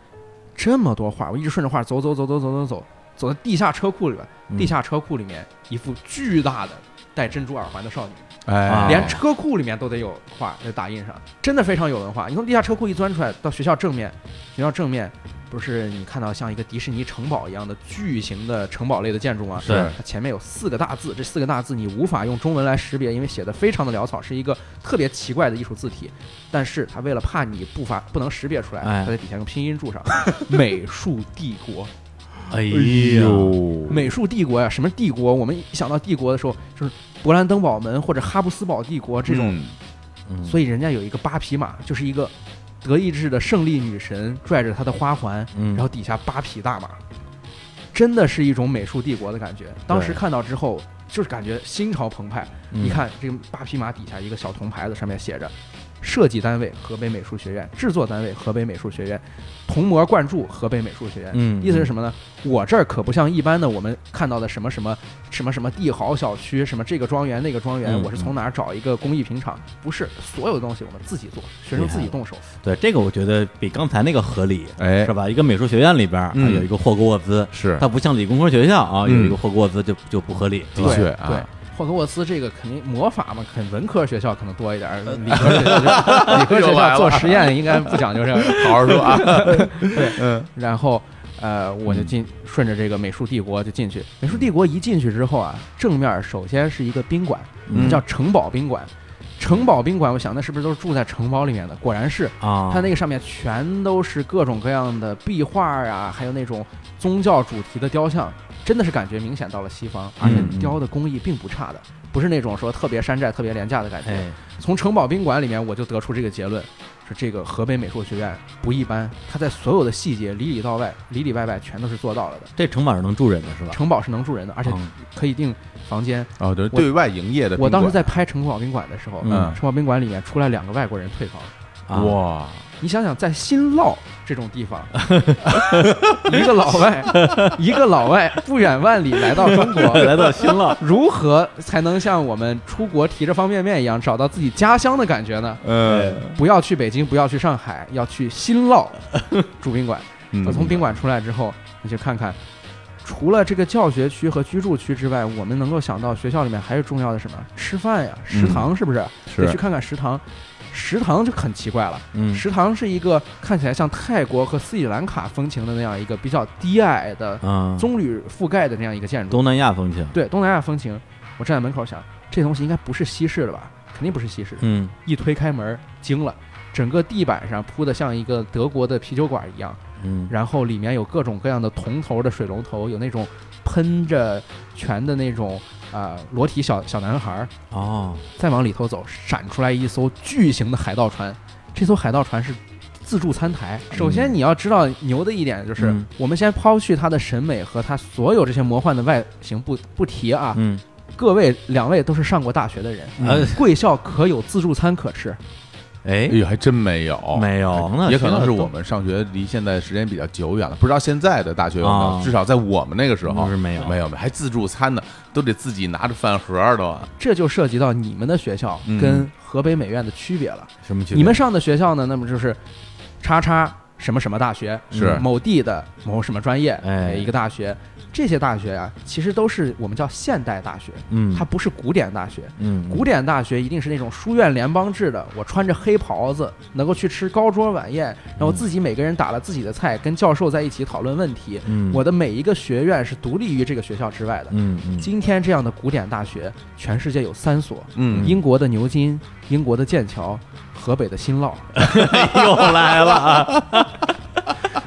Speaker 3: 这么多画，我一直顺着画走走走走走走走，走到地下车库里边，
Speaker 1: 嗯
Speaker 3: 地下车库里面一副巨大的戴珍珠耳环的少女，
Speaker 1: 啊
Speaker 2: 哎
Speaker 3: 连车库里面都得有画在打印上，真的非常有文化。你从地下车库一钻出来，到学校正面，学校正面不是你看到像一个迪士尼城堡一样的巨型的城堡类的建筑吗？
Speaker 1: 是
Speaker 3: 它前面有四个大字，这四个大字你无法用中文来识别，因为写的非常的潦草，是一个特别奇怪的艺术字体。但是它为了怕你不法不能识别出来，
Speaker 1: 哎
Speaker 3: 它在底下用拼音注上 “美术帝国”。
Speaker 1: 哎
Speaker 2: 哎
Speaker 3: 啊
Speaker 1: 呀，
Speaker 2: 呦，
Speaker 3: 美术帝国呀，什么帝国？我们一想到帝国的时候，就是勃兰登堡门或者哈布斯堡帝国这种。
Speaker 2: 嗯
Speaker 1: 嗯
Speaker 3: 所以人家有一个八匹马，就是一个德意志的胜利女神拽着她的花环，
Speaker 1: 嗯
Speaker 3: 然后底下八匹大马，真的是一种美术帝国的感觉。当时看到之后，就是感觉心潮澎湃。
Speaker 1: 嗯
Speaker 3: 你看这个八匹马底下一个小铜牌子，上面写着。设计单位河北美术学院，制作单位河北美术学院，铜模灌注河北美术学院。
Speaker 1: 嗯
Speaker 3: 意思是什么呢？我这儿可不像一般的我们看到的什么什么什么什么帝豪小区，什么这个庄园那个庄园，
Speaker 1: 嗯
Speaker 3: 我是从哪儿找一个工艺品厂？不是，所有的东西我们自己做，学生自己动手。
Speaker 1: 对这个我觉得比刚才那个合理，
Speaker 2: 哎
Speaker 1: 是吧？一个美术学院里边啊
Speaker 2: 嗯
Speaker 1: 有一个霍格沃兹，
Speaker 2: 是
Speaker 1: 它不像理工科学校啊，
Speaker 2: 嗯
Speaker 1: 有一个霍格沃兹就就不合理，
Speaker 2: 的
Speaker 3: 对
Speaker 2: 确啊
Speaker 3: 对。霍格沃兹这个肯定魔法嘛，肯文科学校可能多 一点儿，理科学校理科
Speaker 2: 又
Speaker 3: 学
Speaker 2: 来
Speaker 3: 校
Speaker 2: 了
Speaker 3: 做实验应该不讲究这个。
Speaker 2: 好好说 啊，嗯
Speaker 3: 然后，呃，我就
Speaker 1: 嗯
Speaker 3: 进顺着这个美术帝国就进去。美术帝国一进去之后啊，正面首先是一个宾馆，
Speaker 1: 嗯
Speaker 3: 叫城堡宾馆。城堡宾馆，我想那是不是都是住在城堡里面的？果然是，
Speaker 1: 啊，
Speaker 3: 它那个上面全都是各种各样的壁画啊，还有那种宗教主题的雕像，真的是感觉明显到了西方，而且
Speaker 1: 嗯嗯
Speaker 3: 雕的工艺并不差的，不是那种说特别山寨、特别廉价的感觉。
Speaker 1: 哎，
Speaker 3: 从城堡宾馆里面，我就得出这个结论：说这个河北美术学院不一般，它在所有的细节里里到外、里里外外全都是做到了的。
Speaker 1: 这城堡是能住人的是吧？
Speaker 3: 城堡是能住人的，而且
Speaker 1: 嗯
Speaker 3: 可以订房间。
Speaker 2: 哦，对，对外营业的
Speaker 3: 我当时
Speaker 2: 宾
Speaker 3: 在拍城堡宾馆的时候，
Speaker 1: 嗯
Speaker 3: 城堡宾馆里面出来两个外国人退房。
Speaker 2: 馆
Speaker 1: 啊
Speaker 2: 哇，
Speaker 3: 你想想，在新烙这种地方，一个老外，一个老外不远万里来到中国，
Speaker 1: 哎 来到新浪，
Speaker 3: 如何才能像我们出国提着方便面一样找到自己家乡的感觉呢？
Speaker 2: 嗯，
Speaker 3: 不要去北京，不要去上海，要去新 烙住宾馆。
Speaker 1: 嗯
Speaker 2: 嗯
Speaker 3: 我从宾馆出来之后，你去看看，除了这个教学区和居住区之外，我们能够想到学校里面还有重要的什么？吃饭呀，
Speaker 1: 嗯
Speaker 3: 食堂是不是？
Speaker 2: 是
Speaker 3: 得去看看食堂。食堂就很奇怪了，
Speaker 1: 嗯，
Speaker 3: 食堂 是一个看起来像泰国和斯里兰卡风情的那样一个比较低矮的
Speaker 1: 啊，
Speaker 3: 棕榈覆盖的那样一个建筑。
Speaker 1: 东南亚风情，
Speaker 3: 对东南亚风情，我站在门口想，这东西应该不是西式的吧？肯定不是西式的。
Speaker 1: 嗯
Speaker 3: 一推开门，惊了，整个地板上铺的像一个德国的啤酒馆一样，
Speaker 1: 嗯，
Speaker 3: 然后里面有各种各样的铜头的水龙头，有那种喷着泉的那种啊、呃裸体小小男孩儿。
Speaker 1: 哦，
Speaker 3: 再往里头走，闪出来一艘巨型的海盗船，这艘海盗船是。自助餐台，首先你要知道牛的一点就是，
Speaker 1: 嗯
Speaker 3: 我们先抛去它的审美和它所有这些魔幻的外形不不提啊，
Speaker 1: 嗯，
Speaker 3: 各位两位都是上过大学的人，
Speaker 1: 呃，
Speaker 3: 贵校可有自助餐可吃？
Speaker 1: 哎
Speaker 2: 哎，呦，还真没有，
Speaker 1: 没有，哦那
Speaker 2: 哎也可能
Speaker 1: 学
Speaker 2: 是
Speaker 1: 校
Speaker 2: 我们上学离现在时间比较久远了，不知道现在的大学有没有
Speaker 1: 啊，
Speaker 2: 至少在我们那个时候
Speaker 1: 那是没有
Speaker 2: 没有，没有还自助餐呢，都得自己拿着饭盒儿都。啊
Speaker 3: 这就涉及到你们的学校
Speaker 2: 嗯
Speaker 3: 跟河北美院的区别了。
Speaker 1: 什么区别？
Speaker 3: 你们上的学校呢，那么就是叉叉什么什么大学，嗯
Speaker 2: 是
Speaker 3: 某地的某什么专业，
Speaker 1: 哎
Speaker 3: 一个大学。这些大学啊，其实都是我们叫现代大学，
Speaker 1: 嗯，
Speaker 3: 它不是古典大学。
Speaker 1: 嗯
Speaker 3: 古典大学一定是那种书院联邦制的，我穿着黑袍子，能够去吃高桌晚宴，然
Speaker 1: 嗯
Speaker 3: 后自己每个人打了自己的菜，跟教授在一起讨论问题。
Speaker 1: 嗯
Speaker 3: 我的每一个学院是独立于这个学校之外的。
Speaker 1: 嗯 嗯
Speaker 3: 今天这样的古典大学，全世界有三所：
Speaker 2: 嗯，
Speaker 3: 英国的牛津、英国的剑桥、河北的新烙。
Speaker 1: 又来了啊，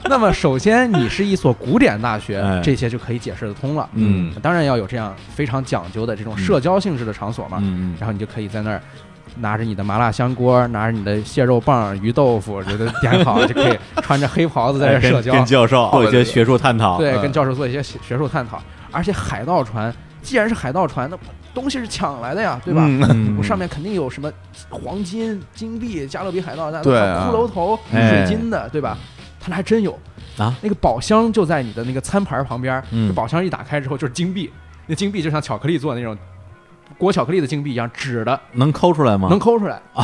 Speaker 3: 那么，首先你是一所古典大 学
Speaker 1: 哎，
Speaker 3: 这些就可以解释得通了。
Speaker 2: 嗯
Speaker 3: 当然要有这样非常讲究的这种社交性质的场所嘛。
Speaker 1: 嗯
Speaker 3: 然后你就可以在那儿拿着你的麻辣香锅，拿着你的蟹肉棒、鱼豆腐，觉得点好就可以穿着黑袍 子在这儿社交，
Speaker 1: 哎跟教授做一
Speaker 2: 对
Speaker 1: 些学术探讨，
Speaker 3: 对，
Speaker 2: 嗯
Speaker 3: 跟教授做一些学学术探讨。而且海盗船既然是海盗船，那东西是抢来的呀，对吧？
Speaker 1: 嗯
Speaker 3: 我上面肯定有什么黄金、金币、加勒比海盗，那
Speaker 2: 对啊
Speaker 3: 骷髅头、
Speaker 1: 哎
Speaker 3: 水晶的，对吧？他那还真有
Speaker 1: 啊，
Speaker 3: 那个宝箱就在你的那个餐盘旁边，
Speaker 1: 嗯
Speaker 3: 这宝箱一打开之后就是金币，那金币就像巧克力做的那种裹巧克力的金币一样，纸的
Speaker 1: 嗯能抠出来吗？
Speaker 3: 能抠出来啊，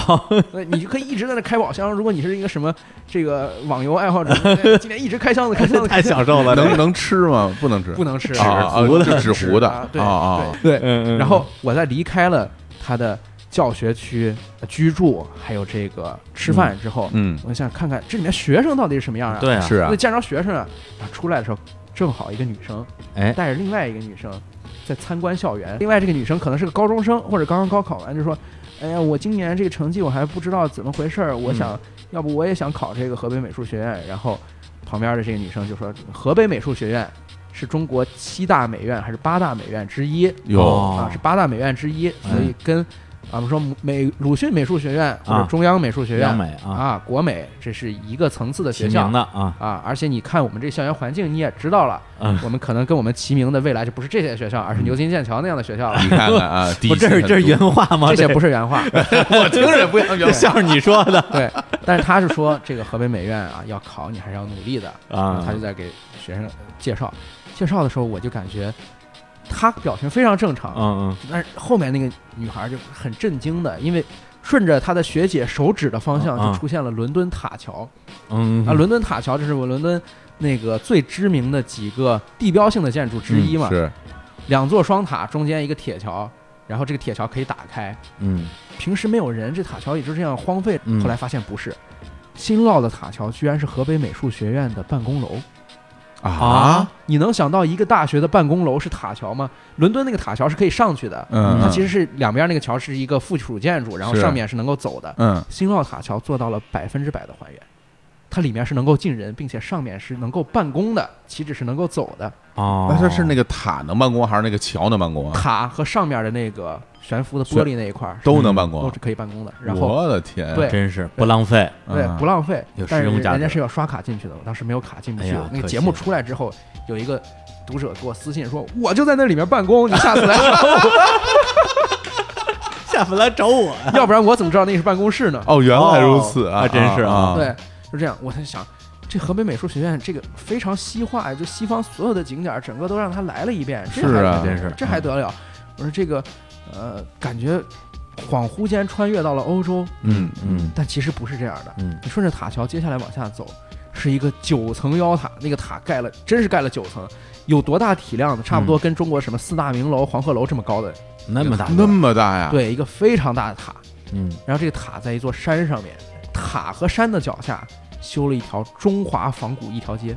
Speaker 3: 那你就可以一直在那开宝箱。如果你是一个什么这个网游爱好者，哎今天一直开箱子开箱 子，
Speaker 1: 太享受了，
Speaker 2: 能能吃吗？不能吃，
Speaker 3: 不能吃
Speaker 2: 啊啊
Speaker 1: 纸糊的
Speaker 2: 就纸糊的
Speaker 3: 啊对
Speaker 2: 啊啊！
Speaker 3: 对，
Speaker 1: 嗯，嗯
Speaker 3: 然后我在离开了他的教学区呃居住，还有这个吃饭之后，
Speaker 2: 嗯，
Speaker 3: 我想看看这里面学生到底是什么样啊？，
Speaker 1: 对啊，
Speaker 2: 是啊
Speaker 3: 那，见着学生啊，啊出来的时候正好一个女生，
Speaker 1: 哎
Speaker 3: 带着另外一个女生在参观校园，另外这个女生可能是个高中生或者刚刚高考完，就说。哎呀，我今年这个成绩我还不知道怎么回事儿，
Speaker 1: 嗯
Speaker 3: 我想、要不我也想考这个河北美术学院。然后旁边的这个女生就说，河北美术学院是中国七大美院还是八大美院之一？
Speaker 2: 有
Speaker 1: 哦
Speaker 3: 啊，是八大美院之一，所以跟啊，我们说美鲁迅美术学院或者
Speaker 1: 哎啊
Speaker 3: 中央美术学院
Speaker 1: 央美啊，
Speaker 3: 啊，国美这是一个层次的
Speaker 1: 起
Speaker 3: 学校
Speaker 1: 名的啊，
Speaker 3: 啊。而且你看我们这校园环境，你也知道了，
Speaker 1: 嗯
Speaker 3: 我们可能跟我们齐名的未来就不是这些学校，而是牛津、剑桥那样的学校了。
Speaker 2: 你看看啊，
Speaker 1: 不，这是这是原话吗？
Speaker 3: 这些不
Speaker 1: 是，
Speaker 3: 是原话，
Speaker 2: 我听着也不像 原
Speaker 1: 这像是你说的
Speaker 3: 对，但是他是说这个河北美院啊，要考你还是要努力的，
Speaker 1: 啊
Speaker 3: 他就在给学生介绍，介绍的时候我就感觉他表情非常正常，
Speaker 1: 嗯
Speaker 3: 但是后面那个女孩就很震惊的，因为顺着她的学姐手指的方向
Speaker 1: 啊啊
Speaker 3: 就出现了伦敦塔桥
Speaker 1: 嗯嗯
Speaker 3: 啊，伦敦塔桥这是我伦敦那个最知名的几个地标性的建筑之一
Speaker 1: 嗯
Speaker 3: 嘛，
Speaker 2: 是
Speaker 3: 两座双塔中间一个铁桥，然后这个铁桥可以打开，
Speaker 1: 嗯
Speaker 3: 平时没有人，这塔桥也就这样荒废
Speaker 1: 嗯。
Speaker 3: 后来发现不是，新落的塔桥居然是河北美术学院的办公楼。
Speaker 2: 啊，
Speaker 3: 你能想到一个大学的办公楼是塔桥吗？伦敦那个塔桥是可以上去的，
Speaker 2: 嗯，
Speaker 3: 它
Speaker 2: 嗯
Speaker 3: 其实是两边那个桥是一个附属建筑，然后
Speaker 2: 是
Speaker 3: 上面是能够走的。
Speaker 2: 嗯
Speaker 3: 新奥塔桥做到了百分之百的还原，它里面是能够进人，并且上面是能够办公的，岂止是能够走的。
Speaker 1: 哦，
Speaker 2: 那它是那个塔能办公还是那个桥能办公啊？
Speaker 3: 塔和上面的那个悬浮的玻璃那一块儿
Speaker 2: 都能办
Speaker 3: 嗯都
Speaker 2: 公啊
Speaker 3: 是。可以办公的，然后
Speaker 2: 我的天，
Speaker 3: 对
Speaker 1: 真是不浪费，
Speaker 3: 对
Speaker 2: 嗯
Speaker 3: 不浪费
Speaker 1: 有，
Speaker 3: 但
Speaker 1: 实
Speaker 3: 是
Speaker 1: 用价
Speaker 3: 人家
Speaker 1: 值
Speaker 3: 是要刷卡进去的，我当时没有卡进不
Speaker 1: 哎
Speaker 3: 去
Speaker 1: 呀。
Speaker 3: 那个
Speaker 1: 可
Speaker 3: 节目
Speaker 1: 惜
Speaker 3: 出来之后，有一个读者给我私信说，我就在那里面办公，你下次来，
Speaker 1: 下次来找我
Speaker 3: 要不然我怎么知道那是办公室呢？
Speaker 2: 哦，原来如此
Speaker 1: 哦
Speaker 2: 啊，
Speaker 1: 啊真是
Speaker 2: 啊，
Speaker 1: 啊
Speaker 3: 对，就这样，我在想，这河北美术学院这个非常西化呀，就西方所有的景点儿整个都让他来了一遍，这
Speaker 2: 是
Speaker 3: 还
Speaker 2: 啊
Speaker 1: 真是
Speaker 3: 这还得了？我说这个，呃，感觉恍惚间穿越到了欧洲，
Speaker 2: 嗯
Speaker 1: 嗯
Speaker 3: 但其实不是这样的。
Speaker 1: 嗯
Speaker 3: 你顺着塔桥接下来往下走，是一个九层妖塔，那个塔盖了，真是盖了九层，有多大体量呢？差
Speaker 2: 嗯
Speaker 3: 不多跟中国什么四大名楼、黄鹤楼这么高的，
Speaker 1: 嗯那么大个
Speaker 2: 那么大呀，
Speaker 3: 对，一个非常大的塔。
Speaker 1: 嗯
Speaker 3: 然后这个塔在一座山上面，塔和山的脚下修了一条中华仿古一条街。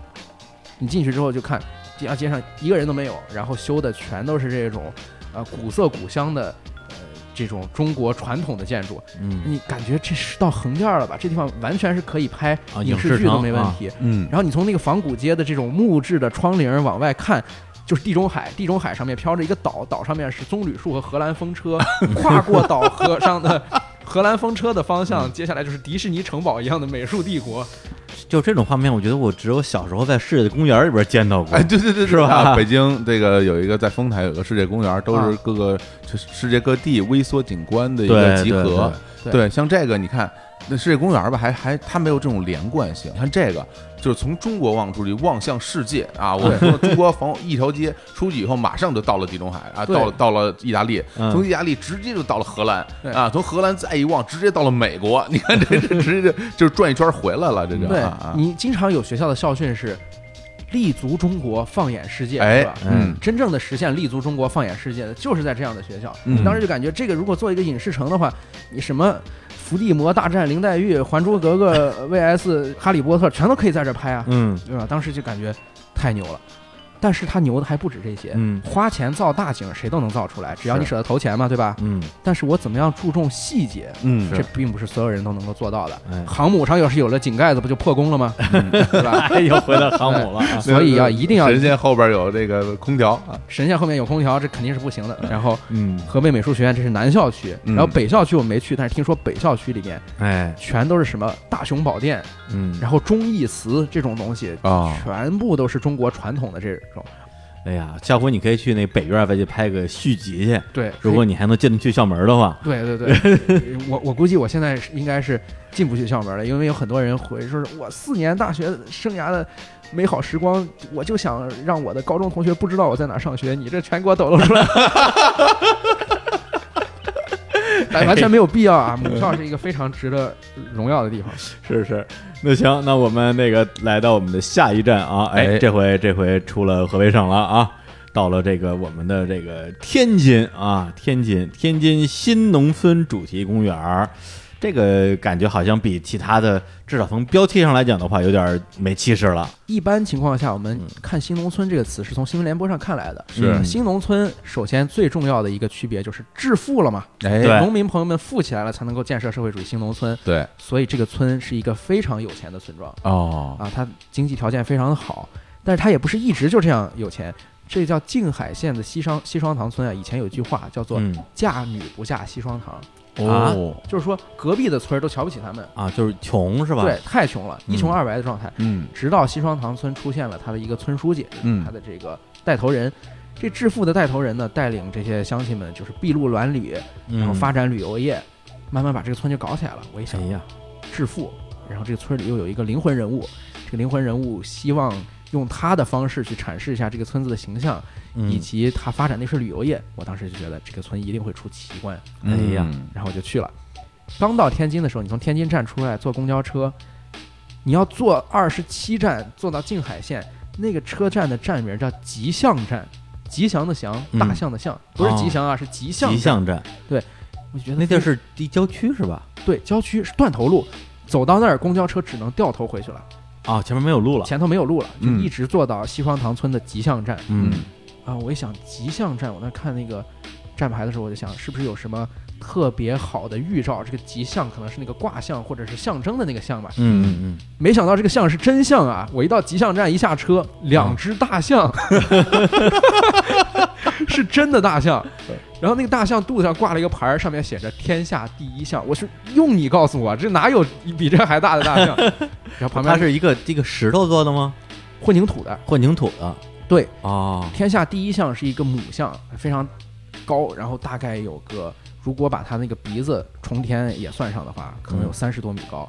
Speaker 3: 你进去之后就看这条街上一个人都没有，然后修的全都是这种呃古色古香的呃这种中国传统的建筑。
Speaker 1: 嗯
Speaker 3: 你感觉这是到横店儿了吧？这地方完全是可以拍
Speaker 1: 啊
Speaker 3: 影
Speaker 1: 影
Speaker 3: 视
Speaker 1: 视
Speaker 3: 剧都
Speaker 1: 城
Speaker 3: 没问
Speaker 1: 啊
Speaker 3: 题。
Speaker 2: 嗯，
Speaker 3: 然后你从那个仿古街的这种木质的窗棂儿往外看，就是地中海，地中海上面飘着一个岛，岛上面是棕榈树和荷兰 风车，跨过岛河上的 荷兰风车的方向，接下来就是迪士尼城堡一样的美术帝国。
Speaker 1: 就这种画面，我觉得我只有小时候在世界公园里边见到过
Speaker 2: 哎，。对对对，对
Speaker 1: 是吧
Speaker 2: 啊北京这个有一个在丰台有个世界公园，都是各个全世界各地微缩景观的一个
Speaker 1: 对
Speaker 2: 集合。
Speaker 3: 对对
Speaker 2: 像这个你看，那世界公园吧，还还它没有这种连贯性。看这个，就是从中国望出去，望向世界啊！我
Speaker 3: 对
Speaker 2: 说中国防一条街出去以后，马上就到了地中海啊，
Speaker 3: 对
Speaker 2: 到了到了意大利，
Speaker 1: 嗯
Speaker 2: 从意大利直接就到了荷兰
Speaker 3: 对
Speaker 2: 啊，从荷兰再一望，直接到了美国。你看这这直接就就是转一圈回来了，这就
Speaker 3: 对嗯
Speaker 2: 啊啊
Speaker 3: 你经常有学校的校训是“立足中国，放眼世界”，是
Speaker 2: 哎
Speaker 3: 吧？
Speaker 2: 嗯
Speaker 3: 真正的实现立足中国、放眼世界的，就是在这样的学校。
Speaker 2: 嗯
Speaker 3: 你当时就感觉，这个如果做一个影视城的话，你什么伏地魔大战林黛玉、还珠格格 VS 哈利波特，全都可以在这拍啊，
Speaker 1: 嗯
Speaker 3: 对吧？当时就感觉太牛了。但是他牛的还不止这些，
Speaker 1: 嗯
Speaker 3: 花钱造大景谁都能造出来，只要你
Speaker 2: 是
Speaker 3: 舍得投钱嘛，对吧？
Speaker 1: 嗯，
Speaker 3: 但是我怎么样注重细节，
Speaker 2: 嗯
Speaker 3: 这并不是所有人都能够做到的。
Speaker 1: 哎
Speaker 3: 航母上要是有了井盖子，不就破功了吗？对 吧？
Speaker 1: 哎，又回到航母了 啊！
Speaker 3: 所以要一定要
Speaker 2: 神仙后边有这个空调啊，
Speaker 3: 神仙后面有空调，这肯定是不行的。然后
Speaker 1: 嗯，
Speaker 3: 河北美术学院这是南校区，
Speaker 2: 嗯
Speaker 3: 然后北校区我没去，但是听说北校区里面
Speaker 1: 哎，
Speaker 3: 全都是什么大雄宝殿，
Speaker 1: 嗯，
Speaker 3: 然后忠义祠这种东西，
Speaker 2: 啊
Speaker 3: 全部都是中国传统的这种。
Speaker 1: 哎呀，下回你可以去那北院再去拍个续集去，
Speaker 3: 对，
Speaker 1: 如果你还能进去校门的话，
Speaker 3: 对对 对，我我估计我现在是应该是进不去校门了，因为有很多人回说是我四年大学生涯的美好时光，我就想让我的高中同学不知道我在哪上学，你这全给我抖露 出来。但完全没有必 要啊！母校是一个非常值得荣耀的地方。
Speaker 1: 是是。那行，那我们那个来到我们的下一站啊，哎，
Speaker 2: 哎
Speaker 1: 这回这回出了河北省了啊，到了这个我们的这个天津啊，天津天津新农村主题公园儿。这个感觉好像比其他的，至少从标题上来讲的话，有点没气势了。
Speaker 3: 一般情况下，我们看“新农村”这个词是从新闻联播上看来的。
Speaker 1: 嗯是
Speaker 3: 嗯新农村，首先最重要的一个区别就是致富了嘛，
Speaker 2: 哎
Speaker 1: 对
Speaker 3: 农民朋友们富起来了，才能够建设社会主义新农村。
Speaker 2: 对
Speaker 3: 所以这个村是一个非常有钱的村庄
Speaker 2: 哦，
Speaker 3: 啊，它经济条件非常的好，但是它也不是一直就这样有钱。这叫静海县的西双西双塘村啊，以前有句话叫做
Speaker 1: 嗯
Speaker 3: “嫁女不嫁西双塘
Speaker 2: 哦，”，
Speaker 3: 就是说隔壁的村儿都瞧不起他们，
Speaker 1: 啊，就是穷是吧？
Speaker 3: 对，太穷了，一穷
Speaker 1: 嗯
Speaker 3: 二白的状态。
Speaker 2: 嗯
Speaker 3: 直到西双塘村出现了他的一个村书记，
Speaker 2: 嗯
Speaker 3: 他的这个带头人。这致富的带头人呢，带领这些乡亲们就是筚路蓝缕，
Speaker 1: 嗯，
Speaker 3: 然后发展旅游业，慢慢把这个村就搞起来了。我一
Speaker 1: 哎
Speaker 3: 想，
Speaker 1: 呀，
Speaker 3: 致富，然后这个村里又有一个灵魂人物，这个灵魂人物希望用他的方式去阐释一下这个村子的形象，以
Speaker 1: 嗯
Speaker 3: 及他发展那是旅游业。我当时就觉得这个村一定会出奇观，
Speaker 1: 哎呀
Speaker 2: 嗯
Speaker 3: 然后我就去了。刚到天津的时候，你从天津站出来坐公交车，你要坐二十七站坐到静海县，那个车站的站名叫吉祥站，吉祥的祥，
Speaker 1: 嗯
Speaker 3: 大象的象，不是
Speaker 1: 哦
Speaker 3: 吉祥啊，是吉祥
Speaker 1: 吉
Speaker 3: 站。
Speaker 1: 象站，
Speaker 3: 我觉得
Speaker 1: 那地儿
Speaker 3: 非
Speaker 1: 是地郊区是吧？
Speaker 3: 对郊区是断头路，走到那儿公交车只能掉头回去了。
Speaker 1: 啊，前面没有路了。
Speaker 3: 前头没有路了，就
Speaker 2: 嗯
Speaker 3: 一直坐到西双塘村的吉象站、
Speaker 1: 嗯，
Speaker 3: 啊！我一想吉象站，我那看那个站牌的时候，我就想是不是有什么特别好的预兆？这个吉象可能是那个卦象或者是象征的那个象吧。
Speaker 1: 嗯嗯嗯，
Speaker 3: 没想到这个象是真象啊！我一到吉象站一下车，两只大象， 是真的大象。然后那个大象肚子上挂了一个牌儿，上面写着“天下第一象”。我说用你告诉我，这哪有比这还大的大 象？然后旁边
Speaker 1: 嗯它是一个这个石头做的吗？
Speaker 3: 混凝土的，
Speaker 1: 混凝土的。
Speaker 3: 对，
Speaker 1: 哦，
Speaker 3: 天下第一象是一个母象，非常高，然后大概有个，如果把它那个鼻子冲天也算上的话，可能有
Speaker 1: 嗯
Speaker 3: 三十多米高。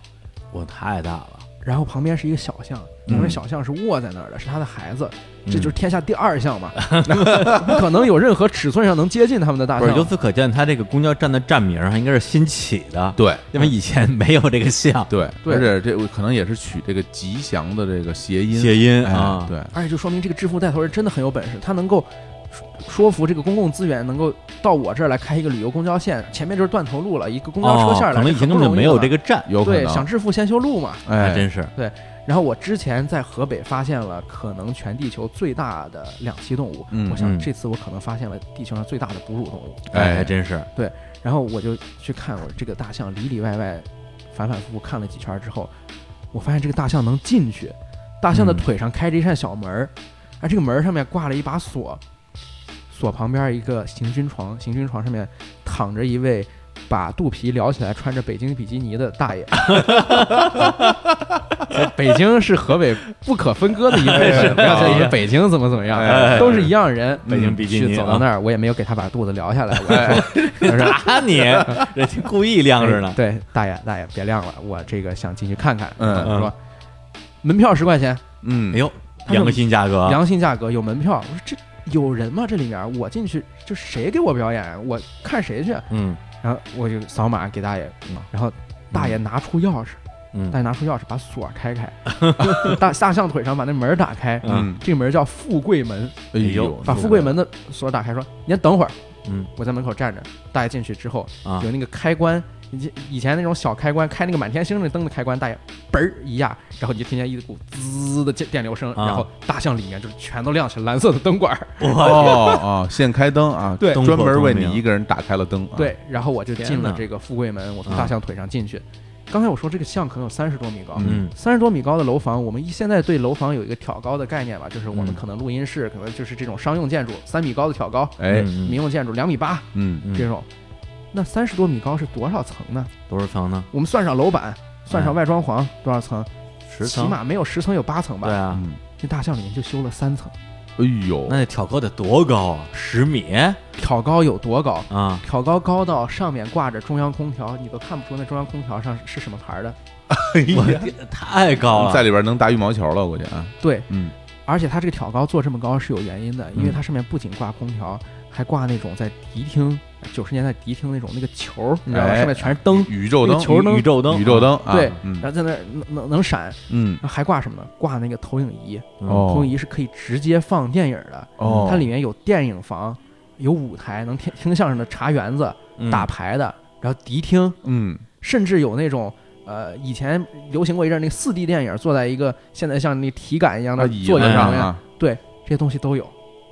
Speaker 1: 我太大了，
Speaker 3: 然后旁边是一个小象，
Speaker 2: 嗯
Speaker 3: 旁边小象是卧在那儿的，是它的孩子，
Speaker 1: 嗯
Speaker 3: 这就是天下第二象嘛， 不可能有任何尺寸上能接近它们的大
Speaker 1: 不是？由
Speaker 3: 象。
Speaker 1: 此可见，它这个公交站的站名儿还应该是新起的，
Speaker 2: 对
Speaker 1: 因为以前没有这个像
Speaker 2: 对，
Speaker 3: 对
Speaker 2: 而且这可能也是取这个吉祥的这个谐音
Speaker 1: 谐音
Speaker 2: 哎
Speaker 1: 啊。
Speaker 2: 对，
Speaker 3: 而且就说明这个致富带头人真的很有本事，他能够说说服这个公共资源能够到我这儿来开一个旅游公交线，前面就是断头路了，一个公交车线
Speaker 1: 哦
Speaker 3: 儿了，
Speaker 1: 可能以前根本就没有这
Speaker 3: 个。
Speaker 1: 个站，
Speaker 2: 有可
Speaker 3: 对，
Speaker 2: 能
Speaker 3: 想致富先修路嘛。
Speaker 1: 还
Speaker 2: 哎，
Speaker 1: 真是。
Speaker 3: 然后我之前在河北发现了可能全地球最大的两栖动物，
Speaker 2: 嗯
Speaker 3: 我想
Speaker 1: 嗯
Speaker 3: 这次我可能发现了地球上最大的哺乳动物。
Speaker 1: 哎，
Speaker 2: 哎
Speaker 1: 还真是。
Speaker 3: 然后我就去看我这个大象里里外外反反复复看了几圈之后，我发现这个大象能进去，大象的
Speaker 1: 嗯
Speaker 3: 腿上开着一扇小门儿，而这个门儿上面挂了一把锁，锁旁边一个行军床，行军床上面躺着一位把肚皮撩起来穿着北京比基尼的大爷。 在北京是河北不可分割的一部分，不要觉得你们北京怎么怎么样
Speaker 1: 哎哎哎，
Speaker 3: 都是一样人。嗯
Speaker 1: 北京比基尼啊
Speaker 3: 去走到那儿，我也没有给他把肚子撩下来，我就说我说
Speaker 1: 打你，人家故意晾着呢。
Speaker 3: 对，大爷大爷别亮了，我这个想进去看看。
Speaker 2: 嗯
Speaker 3: 我说门票十块钱，
Speaker 2: 嗯
Speaker 1: 哎，呦，良心价格啊，
Speaker 3: 良心价格，有门票。我说这有人吗？这里面我进去就谁给我表演，我看谁去。
Speaker 1: 嗯
Speaker 3: 然后我就扫码给大爷
Speaker 1: 嗯，
Speaker 3: 然后大爷拿出钥匙，大
Speaker 1: 嗯
Speaker 3: 爷拿出钥匙把锁开开， 大大象腿上把那门打开。
Speaker 1: 嗯
Speaker 2: 嗯，
Speaker 3: 这个门叫富贵门，
Speaker 1: 哎
Speaker 2: 哎呦
Speaker 1: 呦，
Speaker 3: 把富贵门的锁打开，说：“您等会儿，
Speaker 1: 嗯
Speaker 3: 我在门口站着。”大爷进去之后，
Speaker 1: 啊
Speaker 3: 有那个开关，以前以前那种小开关，开那个满天星那灯的开关，大爷嘣儿一压，然后你就听见一股滋的电电流声，
Speaker 1: 啊
Speaker 3: 然后大象里面就是全都亮起蓝色的灯管儿，
Speaker 2: 哦哦，现开灯啊，
Speaker 3: 对
Speaker 2: 专门为
Speaker 1: 灯火通
Speaker 2: 你
Speaker 1: 明
Speaker 2: 一个人打开了灯，，啊
Speaker 3: 对，然后我就进
Speaker 1: 啊天
Speaker 3: 了
Speaker 1: 哪
Speaker 3: 这个富贵门，我从
Speaker 1: 啊
Speaker 3: 大象腿上进去。刚才我说这个象可能有三十多米高，
Speaker 1: 嗯
Speaker 3: 三十多米高的楼房，我们一现在对楼房有一个挑高的概念吧，就是我们
Speaker 1: 嗯
Speaker 3: 可能录音室可能就是这种商用建筑三米高的挑高，
Speaker 2: 哎，
Speaker 1: 嗯嗯
Speaker 3: 民用建筑两米八
Speaker 2: 嗯，
Speaker 1: 嗯
Speaker 3: 这种，那三十多米高是多少层呢？
Speaker 1: 多少层呢？
Speaker 3: 我们算上楼板，算上
Speaker 1: 嗯
Speaker 3: 外装潢多少层？
Speaker 1: 十
Speaker 3: 起
Speaker 1: 层。
Speaker 3: 码没有十层，有八层吧。
Speaker 1: 对啊，
Speaker 2: 嗯
Speaker 3: 那大象里面就修了三层，
Speaker 2: 哎呦，
Speaker 1: 那挑高得多高啊？十米
Speaker 4: 挑高有多高？
Speaker 1: 啊？
Speaker 4: 挑高高到上面挂着中央空调，你都看不出那中央空调上是什么牌儿的。
Speaker 2: 哎
Speaker 1: 我啊
Speaker 2: 呀
Speaker 1: 天太高
Speaker 2: 在
Speaker 1: 了！
Speaker 2: 里边能打羽毛球了，我估计啊，
Speaker 4: 对，
Speaker 2: 嗯，
Speaker 4: 而且它这个挑高做这么高是有原因的，因为
Speaker 1: 嗯
Speaker 4: 它上面不仅挂空调，还挂那种在迪厅九十年代迪厅那种那个球儿，你知道吧？
Speaker 2: 哎
Speaker 4: 上面全是
Speaker 3: 嗯
Speaker 4: 灯，
Speaker 2: 宇宙灯，
Speaker 4: 球灯
Speaker 1: 宇宙灯，
Speaker 2: 宇宙灯，啊
Speaker 4: 对
Speaker 2: 嗯
Speaker 4: 然后在那儿能能能闪，
Speaker 2: 嗯，
Speaker 4: 还挂什么呢？挂那个投影仪，
Speaker 1: 嗯
Speaker 2: 哦
Speaker 4: 投影仪是可以直接放电影的，
Speaker 2: 哦，
Speaker 4: 它里面有电影房，有舞台，能听听相声的茶园子，
Speaker 1: 嗯
Speaker 4: 打牌的，然后迪厅，
Speaker 2: 嗯，
Speaker 4: 甚至有那种。呃，以前流行过一阵儿那四 D 电影，坐在一个现在像那体感一样的
Speaker 2: 椅
Speaker 4: 座椅
Speaker 2: 子
Speaker 4: 上
Speaker 2: 上
Speaker 4: 面，
Speaker 2: 啊，
Speaker 4: 这些东西都有。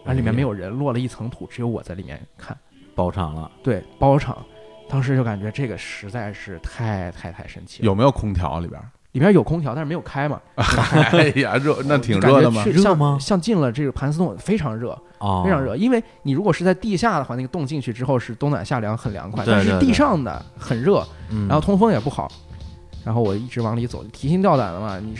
Speaker 4: 然后里面
Speaker 1: 哎
Speaker 4: 没有人，落了一层土，只有我在里面看。
Speaker 1: 包场了，
Speaker 4: 对，包场，当时就感觉这个实在是太太太神奇了。
Speaker 2: 有没有空调里边？
Speaker 4: 里边有空调，但是没有开嘛，
Speaker 2: 哎呀，热那挺
Speaker 4: 感
Speaker 2: 热
Speaker 4: 觉
Speaker 2: 的嘛
Speaker 4: 去，
Speaker 1: 热
Speaker 4: 像
Speaker 1: 吗
Speaker 4: 像进了这个盘丝洞，非常热，
Speaker 1: 哦，
Speaker 4: 非常热。因为你如果是在地下的话，那个洞进去之后是冬暖夏凉，很凉快。
Speaker 1: 对
Speaker 4: 但是
Speaker 1: 对
Speaker 4: 地
Speaker 1: 对
Speaker 4: 上的很热，
Speaker 1: 嗯，
Speaker 4: 然后通风也不好。然后我一直往里走，提心吊胆的嘛。你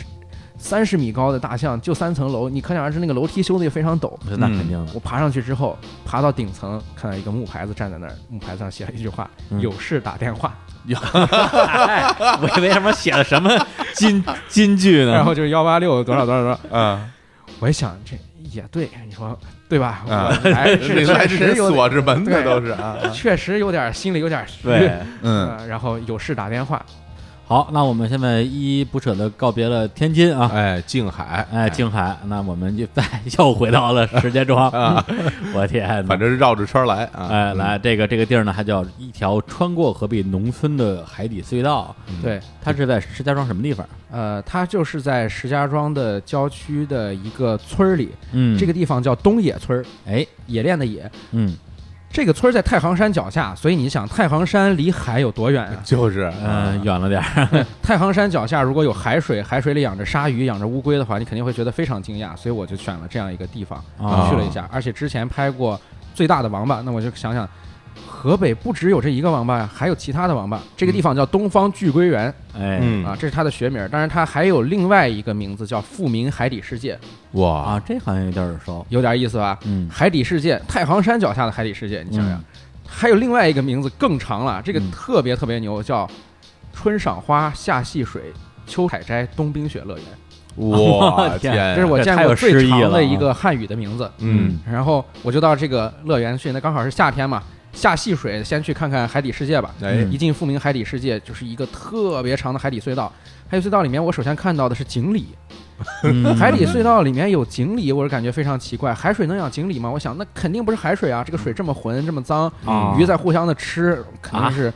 Speaker 4: 三十米高的大象，就三层楼，你可想而知那个楼梯修的也非常陡。
Speaker 1: 那肯 定的，
Speaker 4: 我爬上去之后，爬到顶层，看到一个木牌子站在那儿，木牌子上写了一句话：“
Speaker 1: 嗯
Speaker 4: 有事打电话。
Speaker 1: 哎我以为什么写了什么金 金句”
Speaker 4: 然
Speaker 1: 呢？
Speaker 4: 后就是幺八六多少多少多少。
Speaker 2: 嗯，
Speaker 4: 我一想，这也对，你说对吧？
Speaker 2: 啊
Speaker 4: 我 来
Speaker 2: 那
Speaker 4: 是确
Speaker 2: 来之前
Speaker 4: 实有
Speaker 2: 锁着门的
Speaker 4: 对
Speaker 2: 都是 啊，啊
Speaker 4: 确实有点心里有点虚。
Speaker 1: 对，
Speaker 2: 嗯，
Speaker 4: 呃然后有事打电话，
Speaker 1: 好，那我们现在依依不舍的告别了天津啊。
Speaker 2: 哎，静海，
Speaker 1: 哎，静海，那我们就再又回到了石家庄
Speaker 2: 啊，
Speaker 1: 我天哪，
Speaker 2: 反正是绕着圈儿来啊，
Speaker 1: 哎，
Speaker 2: 嗯，？
Speaker 1: 来这个这个地儿呢，它叫一条穿过河北农村的海底隧道，
Speaker 4: 对，
Speaker 1: 它是在石家庄什么地方？
Speaker 3: 呃，它就是在石家庄的郊区的一个村儿里，
Speaker 1: 嗯
Speaker 3: 这个地方叫东野村儿，
Speaker 1: 哎，
Speaker 3: 冶炼的冶。
Speaker 1: 嗯
Speaker 3: 这个村儿在太行山脚下，所以你想，太行山离海有多远啊
Speaker 2: 就是，
Speaker 1: 嗯，
Speaker 2: 啊
Speaker 1: 远了点儿，
Speaker 3: 太行山脚下如果有海水，海水里养着鲨鱼、养着乌龟的话，你肯定会觉得非常惊讶。所以我就选了这样一个地方
Speaker 1: 啊
Speaker 3: 去了一下，而且之前拍过最大的王八，那我就想想。河北不只有这一个王八呀，还有其他的王八。这个地方叫东方巨龟园、
Speaker 1: 哎，
Speaker 3: 啊，
Speaker 2: 嗯，
Speaker 3: 这是它的学名儿。当然，它还有另外一个名字叫富民海底世界，
Speaker 2: 哇，
Speaker 1: 啊，这好像有点耳熟，
Speaker 3: 有点意思吧？
Speaker 1: 嗯，
Speaker 3: 海底世界，太行山脚下的海底世界，你想想，
Speaker 1: 嗯
Speaker 3: 还有另外一个名字更长了，这个
Speaker 1: 嗯
Speaker 3: 特别特别牛，叫春赏花，夏戏水。秋采摘，冬冰雪乐园，
Speaker 2: 哇，
Speaker 1: 天
Speaker 2: 天，
Speaker 3: 这是我见
Speaker 1: 哎太有
Speaker 3: 过
Speaker 1: 诗
Speaker 3: 最
Speaker 1: 意
Speaker 3: 长
Speaker 1: 了啊
Speaker 3: 的一个汉语的名字。
Speaker 2: 嗯，
Speaker 3: 然后我就到这个乐园去，那刚好是夏天嘛，夏戏水，先去看看海底世界吧。
Speaker 2: 哎
Speaker 1: 嗯，
Speaker 3: 一进富民海底世界，就是一个特别长的海底隧道。海底隧道里面，我首先看到的是锦鲤，
Speaker 1: 嗯
Speaker 3: 海底隧道里面有锦鲤，我是感觉非常奇怪。海水能养锦鲤吗？我想那肯定不是海水啊，这个水这么浑这么脏，
Speaker 1: 啊
Speaker 3: 鱼在互相的吃，肯定是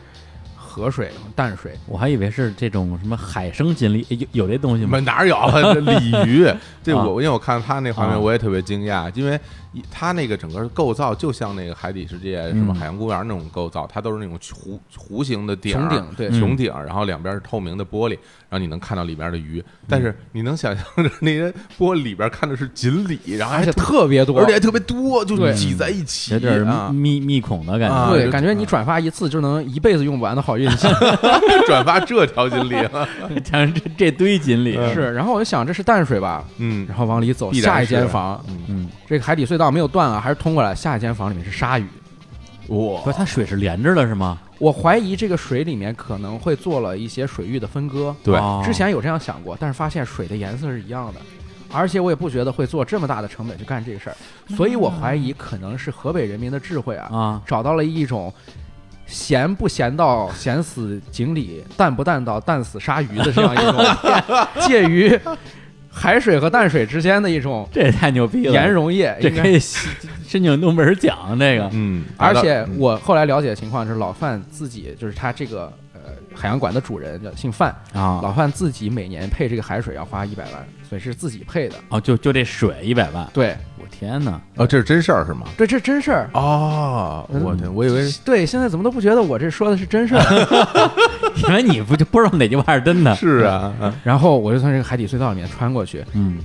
Speaker 3: 河水、淡水。
Speaker 1: 我还以为是这种什么海生锦鲤，哎有有这东西吗
Speaker 2: 们？哪有啊？ 这鲤 鱼，这
Speaker 1: 啊
Speaker 2: 我因为我看他那画
Speaker 1: 啊
Speaker 2: 面，我也特别惊讶，因为一他那个整个构造就像那个海底世界什么
Speaker 1: 嗯
Speaker 2: 海洋公园那种构造，它都是那种弧弧形的顶
Speaker 3: 穹
Speaker 2: 儿，
Speaker 3: 顶对
Speaker 1: 嗯
Speaker 2: 穹顶儿，然后两边是透明的玻璃，然后你能看到里边的鱼，
Speaker 1: 嗯
Speaker 2: 但是你能想象着那些玻璃里边看的是锦鲤，然后
Speaker 3: 而
Speaker 2: 还
Speaker 3: 且
Speaker 2: 特
Speaker 3: 特别多，
Speaker 2: 而且还特别多，就
Speaker 3: 对
Speaker 2: 挤在一起，
Speaker 1: 有点
Speaker 2: 啊，
Speaker 1: 密密孔的感
Speaker 2: 啊
Speaker 1: 觉，
Speaker 3: 对，
Speaker 2: 就
Speaker 3: 感觉你转发一次就能一辈子用不完的好运气。
Speaker 2: 转发这条锦鲤啊，
Speaker 1: 像这这堆锦鲤，
Speaker 3: 是，然后我就想这是淡水吧，
Speaker 2: 嗯，
Speaker 3: 然后往里走，
Speaker 2: 必然
Speaker 3: 下一
Speaker 2: 是
Speaker 3: 间房，
Speaker 1: 嗯，
Speaker 3: 这个海底隧道没有断啊，还是通过来，下一间房里面是鲨鱼。
Speaker 2: 哇
Speaker 1: 不是，它水是连着的是吗？
Speaker 3: 我怀疑这个水里面可能会做了一些水域的分割，
Speaker 2: 对，
Speaker 1: 哦
Speaker 3: 之前有这样想过，但是发现水的颜色是一样的，而且我也不觉得会做这么大的成本去干这个事儿，所以我怀疑可能是河北人民的智慧啊，
Speaker 1: 啊，
Speaker 3: 找到了一种咸不咸到咸死锦鲤，淡不淡到淡死鲨鱼的这样一种介于海水和淡水之间的一种
Speaker 1: 这也太牛逼了，
Speaker 3: 盐溶液，
Speaker 1: 这
Speaker 3: 应该
Speaker 1: 可以申申请诺贝尔奖，这个
Speaker 2: 嗯，
Speaker 3: 而且
Speaker 2: 嗯
Speaker 3: 我后来了解的情况是，老范自己就是他这个呃海洋馆的主人叫姓范，
Speaker 1: 啊，
Speaker 3: 老范自己每年配这个海水要花一百万，所以是自己配的。
Speaker 1: 哦，就就这水一百万，
Speaker 3: 对，
Speaker 1: 我天哪！
Speaker 2: 啊，这是真事儿是吗？
Speaker 3: 对，这真事儿。
Speaker 2: 哦，
Speaker 3: 嗯
Speaker 2: 我天，我以为
Speaker 3: 对，现在怎么都不觉得我这说的是真事儿。
Speaker 1: 因为你不就不知道哪句话是真 的？
Speaker 2: 是啊，啊
Speaker 3: 然后我就从这个海底隧道里面穿过去，
Speaker 1: 嗯，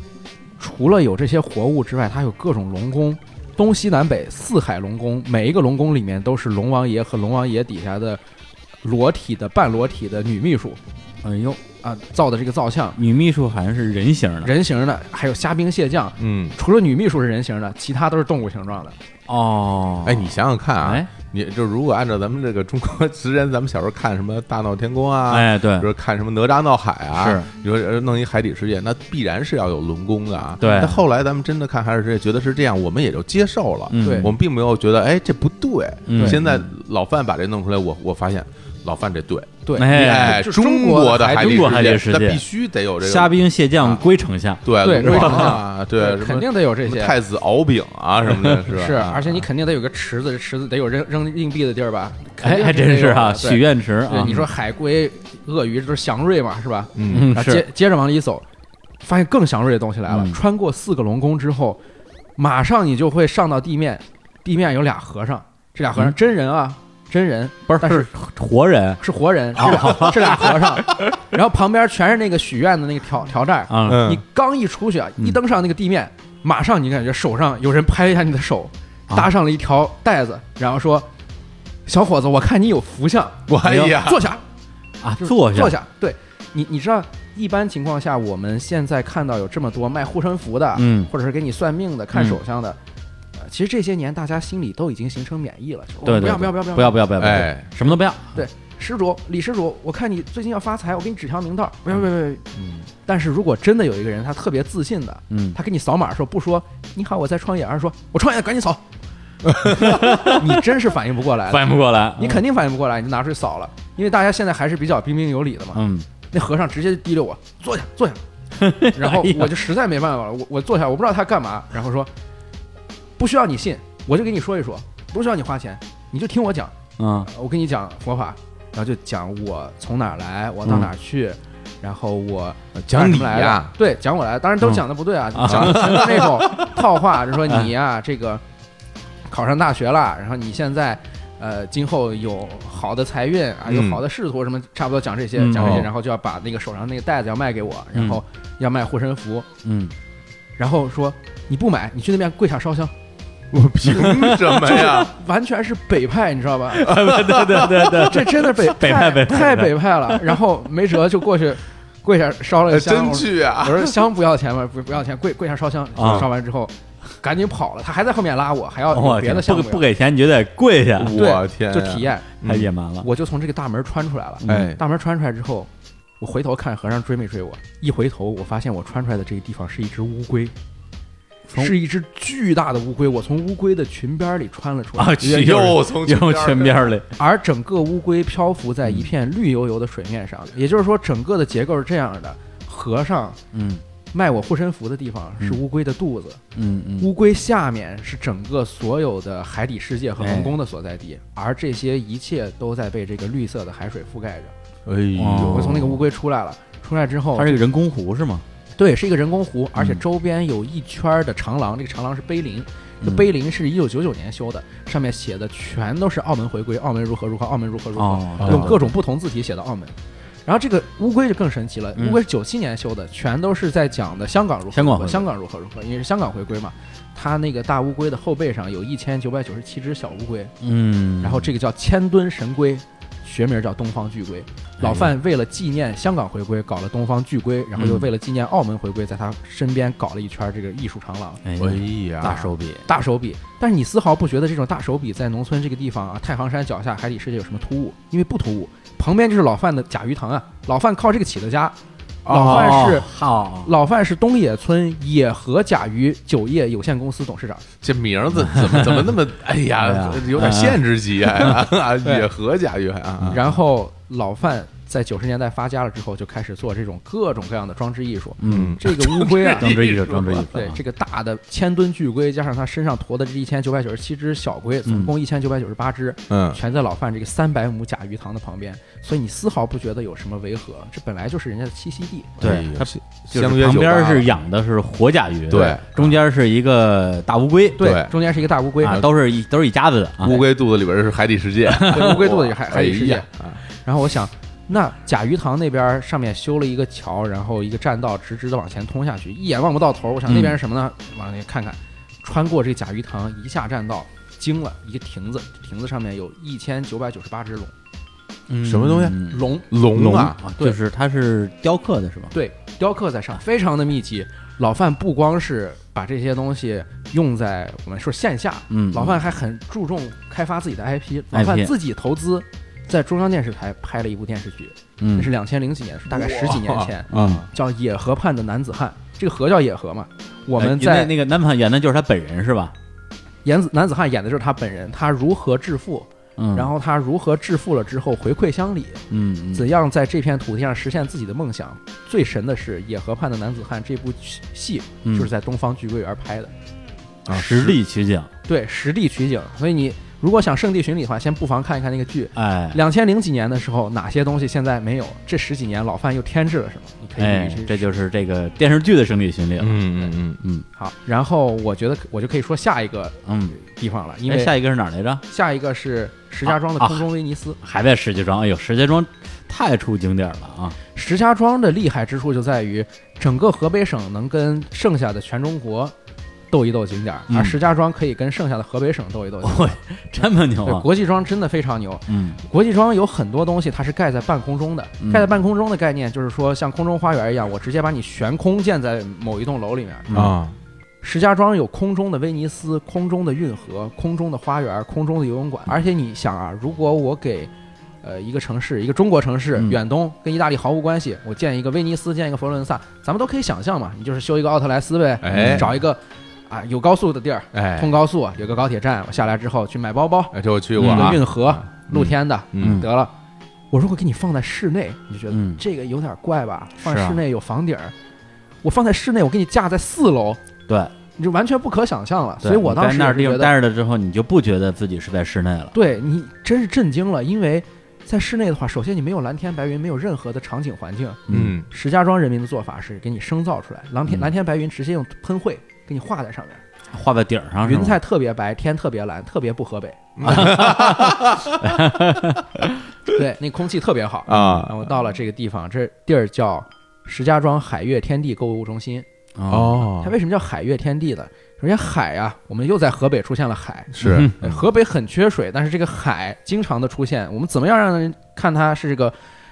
Speaker 3: 除了有这些活物之外，它有各种龙宫，东西南北四海龙宫，每一个龙宫里面都是龙王爷和龙王爷底下的裸体的半裸体的女秘书。
Speaker 1: 哎呦，
Speaker 3: 啊造的这个造像，
Speaker 1: 女秘书好像是人形的，
Speaker 3: 人形的，还有虾兵蟹将，
Speaker 5: 嗯，
Speaker 3: 除了女秘书是人形的，其他都是动物形状的。
Speaker 1: 哦，
Speaker 5: 哎，你想想看啊
Speaker 1: 哎，
Speaker 5: 你就如果按照咱们这个中国 之前咱们小时候看什么《大闹天宫》啊，
Speaker 1: 哎对
Speaker 5: 比如看什么《哪吒闹海》啊，
Speaker 1: 是
Speaker 5: 你说呃弄一海底世界，那必然是要有轮功的啊。
Speaker 1: 对
Speaker 5: 但后来咱们真的看海底世界，觉得是这样，我们也就接受了，
Speaker 1: 嗯
Speaker 3: 对
Speaker 5: 我们并没有觉得哎这不对。
Speaker 1: 嗯
Speaker 5: 现在老范把这弄出来，我我发现老范这对，
Speaker 3: 对，
Speaker 1: 哎，
Speaker 5: 哎，
Speaker 3: 就中国
Speaker 5: 国
Speaker 3: 的
Speaker 5: 的
Speaker 3: 海
Speaker 5: 海
Speaker 1: 中国海底
Speaker 5: 底
Speaker 1: 世
Speaker 5: 那
Speaker 1: 界
Speaker 5: 必须得有这
Speaker 1: 虾
Speaker 5: 个。
Speaker 1: 兵蟹将归丞相，
Speaker 5: 对
Speaker 3: 对对
Speaker 5: 龙王啊，对，什
Speaker 3: 肯
Speaker 5: 么
Speaker 3: 定得有这
Speaker 5: 什么
Speaker 3: 些。
Speaker 5: 太子敖丙啊什 么的，是吧？
Speaker 3: 是，
Speaker 5: 啊
Speaker 3: 而且你肯定得有个池子，这池子得有扔扔硬币的地儿吧？肯
Speaker 1: 哎，
Speaker 3: 定
Speaker 1: 还
Speaker 3: 得
Speaker 1: 真是
Speaker 3: 有
Speaker 1: 啊，
Speaker 3: 的
Speaker 1: 许。愿池
Speaker 3: 对对，
Speaker 1: 啊，
Speaker 3: 你说海龟、鳄鱼，这都是祥瑞嘛，是吧？
Speaker 5: 嗯，
Speaker 1: 嗯
Speaker 3: 然后啊接
Speaker 1: 是，
Speaker 3: 接着往里走，发现更祥瑞的东西来了。
Speaker 1: 嗯
Speaker 3: 穿过四个龙宫之后，马上你就会上到地面，地面有俩和尚，这俩和尚
Speaker 1: 嗯
Speaker 3: 真人啊，真人
Speaker 1: 不是
Speaker 3: 但是
Speaker 1: 是活人
Speaker 3: 是活人，这俩
Speaker 1: 哦
Speaker 3: 这俩 和尚，然后旁边全是那个许愿的那个条条带，
Speaker 1: 啊，
Speaker 5: 嗯
Speaker 3: 你刚一出去啊，
Speaker 1: 嗯
Speaker 3: 一登上那个地面，马上你感觉手上有人拍一下你的手，
Speaker 1: 啊
Speaker 3: 搭上了一条带子，然后说：“小伙子，我看你有福相，
Speaker 5: 我哎呀，
Speaker 3: 坐下，
Speaker 1: 啊，
Speaker 3: 就是
Speaker 1: 坐下
Speaker 3: 坐，下。”对你，你知道，一般情况下，我们现在看到有这么多卖护身符的，
Speaker 1: 嗯
Speaker 3: 或者是给你算命的、看
Speaker 1: 嗯
Speaker 3: 手相的。呃其实这些年，大家心里都已经形成免疫了。就是
Speaker 1: 对对
Speaker 3: 不要
Speaker 1: 对
Speaker 3: 不要不要不要
Speaker 1: 不要不要不要，不要
Speaker 5: 哎，
Speaker 1: 什么都不要，
Speaker 3: 施主，李施主，我看你最近要发财，我给你指条明道。不要不要不要！嗯但是如果真的有一个人，他特别自信的，
Speaker 1: 嗯，
Speaker 3: 他给你扫码的时候不说“你好，我在创业”，而是说“我创业，赶 紧扫”，你真是反应不过来的，
Speaker 1: 反应不过来，
Speaker 3: 你肯定反应不过来，你就拿出去扫了，因为大家现在还是比较彬彬有礼的嘛。
Speaker 1: 嗯，
Speaker 3: 那和尚直接就提溜我坐下， 坐下，然后
Speaker 1: 哎呀
Speaker 3: 我就实在没办法了，我我坐下，我不知道他干嘛，然后说不需要你信，我就给你说一说，不需要你花钱，你就听我讲，
Speaker 1: 嗯
Speaker 3: 呃我跟你讲佛法，然后就讲我从哪儿来，我到哪儿去。然后我
Speaker 5: 嗯呃讲
Speaker 3: 干
Speaker 5: 你
Speaker 3: 什么来
Speaker 5: 呀
Speaker 3: 的，，对，讲我来的，当然都
Speaker 1: 嗯
Speaker 3: 讲的不对啊，
Speaker 1: 啊
Speaker 3: 讲的全是那 种套话，就说
Speaker 5: 嗯
Speaker 3: 你呀、这个考上大学了，然后你现在呃，今后有好的财运啊，有
Speaker 5: 嗯
Speaker 3: 好的仕途什么，差不多讲这些，
Speaker 1: 嗯
Speaker 3: 讲这些，
Speaker 5: 哦
Speaker 3: 然后就要把那个手上那个袋子要卖给我，
Speaker 1: 嗯
Speaker 3: 然后要卖护身符，
Speaker 1: 嗯，
Speaker 3: 然后说你不买，你去那边跪下烧香，
Speaker 5: 我凭什么呀？
Speaker 3: 完全是北派，你知道 吧？
Speaker 1: 对对对对，
Speaker 3: 这真的北
Speaker 1: 北派北派
Speaker 3: 太
Speaker 1: 北派
Speaker 3: 北派了，然后没辙就过去跪下烧了个香，
Speaker 5: 真去啊！
Speaker 3: 我说香不要钱吗？不不要钱，跪跪下烧香，
Speaker 1: 啊
Speaker 3: 烧完之后赶紧跑了。他还在后面拉我，还要有
Speaker 1: 我
Speaker 3: 别
Speaker 1: 天
Speaker 3: 的项目
Speaker 1: 不不给钱你就得跪下，
Speaker 2: 嗯
Speaker 1: 哎
Speaker 3: 对
Speaker 5: 我天啊呀，
Speaker 3: 就体验。
Speaker 1: 太野蛮了，
Speaker 3: 我就从这个大门穿出来了。
Speaker 5: 哎，
Speaker 3: 大门穿出来之后，我回头看和尚追没追我。一回头，我发现我穿出来的这个地方是一只乌龟，
Speaker 1: 从
Speaker 3: 是一只巨大的乌龟。我从乌龟的裙边里穿了出来，
Speaker 1: 啊，去又
Speaker 5: 又从
Speaker 1: 又
Speaker 5: 前
Speaker 1: 前边儿里，
Speaker 3: 而整个乌龟漂浮在一片绿油油的水面上。也就是说，整个的结构是这样的：和尚
Speaker 1: 嗯
Speaker 3: 卖我护身符的地方是乌龟的肚子。
Speaker 1: 嗯嗯，
Speaker 3: 乌龟下面是整个所有的海底世界和龙宫的所在
Speaker 1: 嗯
Speaker 3: 地，而这些一切都在被这个绿色的海水覆盖着。
Speaker 5: 哎呦
Speaker 1: 哦
Speaker 3: 我从那个乌龟出来了，出来之后
Speaker 1: 它，是一个人工湖是吗？
Speaker 3: 对，是一个人工湖，
Speaker 1: 嗯
Speaker 3: 而且周边有一圈儿的长廊，这个长廊是碑林，这
Speaker 1: 嗯
Speaker 3: 碑林是一九九九年修的，上面写的全都是澳门回归，澳门如何如何，澳门如何如何，
Speaker 1: 哦，
Speaker 3: 用各种不同字体写的澳门。然后这个乌龟就更神奇了，
Speaker 1: 嗯
Speaker 3: 乌龟是九七年修的，全都是在讲的香港如何
Speaker 1: 香港回归
Speaker 3: 香港如何如何，因为是香港回归嘛。它那个大乌龟的后背上有一千九百九十七只小乌龟，
Speaker 1: 嗯，
Speaker 3: 然后这个叫千吨神龟，学名叫东方巨龟。
Speaker 1: 哎
Speaker 3: 老范为了纪念香港回归，搞了东方巨龟，然后又
Speaker 1: 嗯
Speaker 3: 为了纪念澳门回归，在他身边搞了一圈这个艺术长廊，
Speaker 1: 哎
Speaker 5: 哎
Speaker 1: 呀
Speaker 5: 呀，
Speaker 1: 大手笔，
Speaker 3: 大手笔。但是你丝毫不觉得这种大手笔在农村这个地方啊，太行山脚下海底世界有什么突兀？因为不突兀，旁边就是老范的甲鱼塘啊，老范靠这个起的家，哦老
Speaker 1: 哦
Speaker 3: 范是。
Speaker 1: 好，
Speaker 3: 老范是东野村野和甲鱼酒业有限公司董事长，
Speaker 5: 这名儿怎怎么怎么那么哎
Speaker 1: 哎
Speaker 5: 呀
Speaker 1: 呀，
Speaker 5: 有点限制级啊！啊野合甲鱼还啊，
Speaker 3: 然后老范在九十年代发家了之后，就开始做这种各种各样的装置艺术。
Speaker 1: 嗯，
Speaker 3: 这个乌龟啊，
Speaker 1: 装置艺术，装置艺术，
Speaker 3: 对
Speaker 1: 啊，
Speaker 3: 这个大的千吨巨龟，加上它身上驮的这一千九百九十七只小龟，
Speaker 1: 嗯
Speaker 3: 总共一千九百九十八只，
Speaker 5: 嗯，
Speaker 3: 全在老范这个三百亩甲鱼塘的旁边，所以你丝毫不觉得有什么违和，这本来就是人家的栖息地。
Speaker 1: 对
Speaker 5: 哎呦
Speaker 1: 它就是
Speaker 5: 相约
Speaker 1: 旁边
Speaker 5: 酒吧
Speaker 1: 是养的是活甲鱼，
Speaker 5: 对，
Speaker 1: 中间是一个大乌龟，
Speaker 5: 对
Speaker 3: 中间是一个大乌龟，
Speaker 1: 啊，都是一都是一家子的啊，
Speaker 5: 乌龟肚子里边是海底世界，
Speaker 3: 对乌龟肚子里海
Speaker 5: 哇
Speaker 3: 海底世界
Speaker 5: 哎呀啊
Speaker 3: 然后我想，那甲鱼塘那边上面修了一个桥，然后一个栈道直直的往前通下去，一眼望不到头。我想
Speaker 1: 嗯
Speaker 3: 那边是什么呢？往那看看，穿过这个甲鱼塘，一下栈道，惊了一个亭子，亭子上面有一千九百九十八只龙。
Speaker 5: 什么东西
Speaker 1: 嗯
Speaker 3: 龙
Speaker 5: 龙啊，
Speaker 1: 啊
Speaker 3: 对
Speaker 1: 就是它是雕刻的是吧？
Speaker 3: 对，雕刻在上，非常的密集。老范不光是把这些东西用在我们说线下，
Speaker 1: 嗯，
Speaker 3: 老范还很注重开发自己的 IP，老范自己投资在中央电视台拍了一部电视剧，那
Speaker 1: 嗯
Speaker 3: 是两千零几年，大概十几年前，
Speaker 1: 啊，
Speaker 3: 叫《野河畔的男子汉》。这个河叫野河嘛？我
Speaker 1: 哎
Speaker 3: 们
Speaker 1: 那
Speaker 3: 在
Speaker 1: 那个男朋友演的就是他本人是吧？
Speaker 3: 演子男子汉演的就是他本人，他如何致富，
Speaker 1: 嗯，
Speaker 3: 然
Speaker 1: 后
Speaker 3: 后他如何致富了之后回馈乡里，
Speaker 1: 嗯
Speaker 3: 怎样在这片土地上实现自己的梦想。最神的是《野河畔的男子汉》这部戏，
Speaker 1: 嗯
Speaker 3: 就是在东方巨龟园拍的，
Speaker 1: 啊实地取景，
Speaker 3: 对，实地取景。所以你如果想圣地巡礼的话，先不妨看一看那个剧。
Speaker 1: 哎
Speaker 3: 两千零几年的时候，哪些东西现在没有？这十几年老范又添置了什么？你可
Speaker 1: 哎
Speaker 3: 以去，
Speaker 1: 这就是这个电视剧的生理巡礼了。
Speaker 5: 嗯嗯
Speaker 3: 好。然后我觉得我就可以说下一个
Speaker 1: 嗯，
Speaker 3: 地方了，因
Speaker 1: 哎
Speaker 3: 为
Speaker 1: 下一个是哪儿来着？
Speaker 3: 下一个是石家庄的
Speaker 1: 啊啊
Speaker 3: 空中威尼斯。
Speaker 1: 还在石家庄。哎呦，石家庄太出景点了啊！
Speaker 3: 石家庄的厉害之处就在于，整个河北省能跟剩下的全中国斗一斗景点儿，
Speaker 1: 嗯
Speaker 3: 而石家庄可以跟剩下的河北省斗一斗景点儿。
Speaker 1: 喂，这么牛
Speaker 3: 对，
Speaker 1: 啊！
Speaker 3: 国际庄真的非常牛。
Speaker 1: 嗯
Speaker 3: 国际庄有很多东西它是盖在半空中的，
Speaker 1: 嗯
Speaker 3: 盖在半空中的概念就是说，像空中花园一样，我直接把你悬空建在某一栋楼里面。
Speaker 1: 嗯
Speaker 5: 嗯啊，
Speaker 3: 石家庄有空中的威尼斯、空中的运河、空中的花园、空中的游泳馆，而且你想啊，如果我给呃一个城市，一个中国城市，
Speaker 1: 嗯
Speaker 3: 远东跟意大利毫无关系，我建一个威尼斯，建一个佛罗伦萨，咱们都可以想象嘛，你就是修一个奥特莱斯呗，
Speaker 5: 哎
Speaker 3: 找一个啊、有高速的地儿，
Speaker 5: 哎
Speaker 3: 通，高速，有个高铁站，我下来之后去买包包，
Speaker 5: 哎，这我去过
Speaker 3: 有个，
Speaker 5: 啊
Speaker 3: 嗯运河，露天的，
Speaker 5: 嗯
Speaker 3: 得了。我如果给你放在室内，你就觉得
Speaker 1: 嗯
Speaker 3: 这个有点怪吧？放
Speaker 1: 是啊
Speaker 3: 室内有房顶儿，我放在室内，我给你架在四楼，
Speaker 1: 对，
Speaker 3: 你就完全不可想象了。
Speaker 1: 对
Speaker 3: 所以我
Speaker 1: 你
Speaker 3: 当
Speaker 1: 在
Speaker 3: 时
Speaker 1: 那儿地
Speaker 3: 也是觉
Speaker 1: 方
Speaker 3: 得，
Speaker 1: 待着了之后，你就不觉得自己是在室内了。
Speaker 3: 对你真是震惊了，因为在室内的话，首先你没有蓝天白云，没有任何的场景环境。
Speaker 1: 嗯
Speaker 5: 嗯
Speaker 3: 石家庄人民的做法是给你生造出来，蓝
Speaker 1: 嗯
Speaker 3: 天蓝天白云直接用喷绘给你画在上面，
Speaker 1: 画在顶儿啊上是吗，
Speaker 3: 云彩特别白，天特别蓝，特别不 河北。 对，那空气特别好。然
Speaker 5: 啊，
Speaker 3: 后到了这个地方，这地儿叫石家庄海悦天地购物中心。
Speaker 1: 哦，
Speaker 2: 啊
Speaker 5: 哦
Speaker 3: 它，嗯为什么叫海悦天地呢？首先海啊，我们又在河北出现了海。
Speaker 2: 嗯
Speaker 5: 是
Speaker 3: 呃河北很缺水，但是这个海经常的出现。我们怎么样让人看它是这个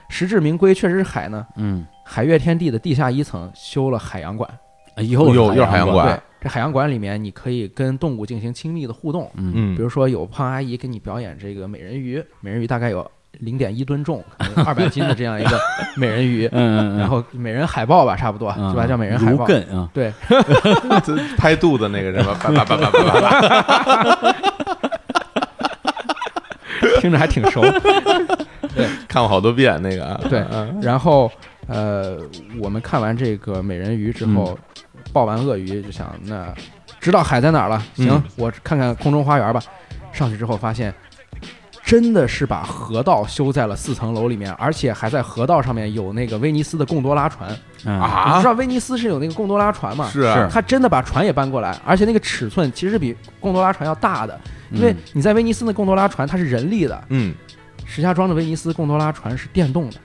Speaker 3: 实至名归，确实是海呢？
Speaker 1: 嗯，
Speaker 3: 海悦天地的地下一层修了海洋馆，
Speaker 1: 哎又
Speaker 5: 又
Speaker 1: 是
Speaker 5: 又是
Speaker 1: 海
Speaker 5: 海洋
Speaker 1: 馆，
Speaker 5: 馆
Speaker 3: 对，这海洋馆里面你可以跟动物进行亲密的互动，
Speaker 1: 嗯，
Speaker 5: 嗯
Speaker 3: 比如说有胖阿姨给你表演这个美人鱼，美人鱼大概有零点一吨重，二百斤的这样一个美人鱼
Speaker 1: 嗯嗯，
Speaker 3: 然后美人海豹吧，差不多
Speaker 1: 嗯
Speaker 3: 是吧？叫美人海
Speaker 1: 如
Speaker 3: 豹。
Speaker 1: 艮啊，
Speaker 3: 对，嗯
Speaker 5: 拍肚子那 个什么，叭叭叭叭叭叭，
Speaker 3: 听着还挺熟。
Speaker 5: 看过好多遍那个啊，
Speaker 3: 对
Speaker 5: 嗯
Speaker 3: 然后，呃，我们看完这个美人鱼之后，
Speaker 1: 嗯
Speaker 3: 抱完鳄鱼就想，那知道海在哪儿了，行，
Speaker 5: 嗯
Speaker 3: 我看看空中花园吧。上去之后发现，真的是把河道修在了四层楼里面，而且还在河道上面有那个威尼斯的贡多拉船。
Speaker 1: 嗯
Speaker 3: 你
Speaker 5: 啊
Speaker 3: 知，道威尼斯是有那个贡多拉船嘛？
Speaker 5: 是啊
Speaker 3: 他真的把船也搬过来，而且那个尺寸其实比贡多拉船要大的，因为
Speaker 1: 嗯
Speaker 3: 你在威尼斯的贡多拉船它是人力的，
Speaker 5: 嗯，
Speaker 3: 石家庄的威尼斯贡多拉船是电动的，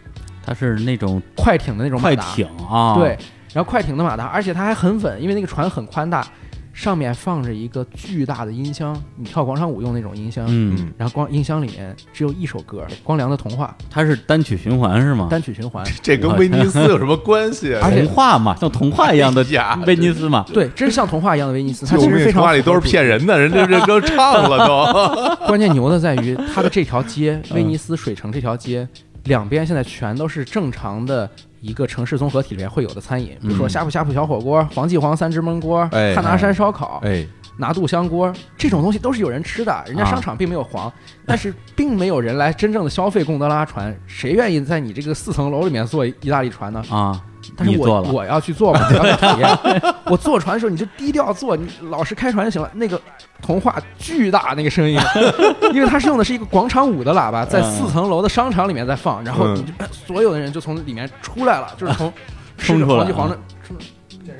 Speaker 1: 它是那种
Speaker 3: 快艇的那种马
Speaker 1: 快
Speaker 3: 达
Speaker 1: 艇啊，
Speaker 3: 对，，然后快艇的马达，而且它还很稳，因为那个船很宽大，上面放着一个巨大的音箱，你跳广场舞用那种音箱。
Speaker 1: 嗯，
Speaker 5: 嗯
Speaker 3: 然后光音箱里面只有一首歌《光良的童话
Speaker 1: 它是单曲循环是吗》？
Speaker 3: 单曲循环，
Speaker 1: 嗯
Speaker 5: 这跟威尼斯有什么关系啊？
Speaker 3: 而且
Speaker 1: 童话嘛，像童话一样的
Speaker 5: 哎呀
Speaker 1: 威尼斯嘛，
Speaker 3: 哎对，真是像童话一样的威尼斯。它
Speaker 5: 救
Speaker 3: 其
Speaker 5: 命
Speaker 3: 实非常
Speaker 5: 话里都是骗人的，人这这都唱了 都。
Speaker 3: 关键牛的在 于它的这条街，威
Speaker 5: 嗯
Speaker 3: 尼斯水城这条街，两边现在全都是正常的一个城市综合体里面会有的餐饮，比如说
Speaker 1: 嗯
Speaker 3: 呷哺呷哺小火锅、黄记煌三汁焖锅、
Speaker 5: 哎
Speaker 3: 汉拿山烧烤、
Speaker 5: 哎，
Speaker 3: 拿肚香锅这种东西都是有人吃的，
Speaker 5: 啊
Speaker 3: 人家商场并没有黄，但是并没有人来真正的消费贡德拉船，谁愿意在你这个四层楼里面坐意大利船呢？
Speaker 1: 啊，
Speaker 3: 但是
Speaker 1: 你
Speaker 3: 我
Speaker 1: 做了
Speaker 3: 我要去坐 嘛，我要去体验。 我坐船的时候你就低调坐，你老实开船就行了。那个童话巨大那个声 音，因为它是用的是一个广场舞的喇叭，在
Speaker 1: 嗯
Speaker 3: 四层楼的商场里面在放，然后
Speaker 5: 嗯
Speaker 3: 你就所有的人就从里面出来 了，就是从
Speaker 1: 冲出来
Speaker 3: 黄记黄的。嗯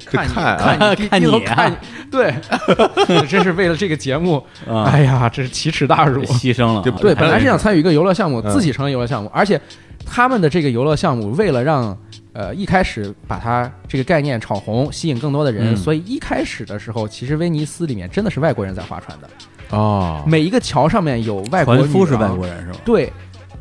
Speaker 3: 看你，
Speaker 5: 看
Speaker 3: 看
Speaker 1: 啊
Speaker 3: 你低，
Speaker 1: 看
Speaker 3: 低头
Speaker 1: 你啊
Speaker 3: 看你，对， 真是为了这个节目，
Speaker 1: 啊，
Speaker 3: 哎呀，这是奇耻大辱。
Speaker 1: 牺牲了啊，
Speaker 5: 就
Speaker 3: 对，本来是想参与一个游乐项目，
Speaker 5: 嗯
Speaker 3: 自己成了游乐项目，而且他们的这个游乐项目为了让呃一开始把它这个概念炒红，吸引更多的人，
Speaker 1: 嗯
Speaker 3: 所以一开始的时候，其实威尼斯里面真的是外国人在划船的，
Speaker 5: 哦，
Speaker 3: 每一个桥上面有外国
Speaker 1: 船
Speaker 3: 女啊
Speaker 1: 夫
Speaker 3: 郎
Speaker 1: 是外国人是吧？
Speaker 3: 对。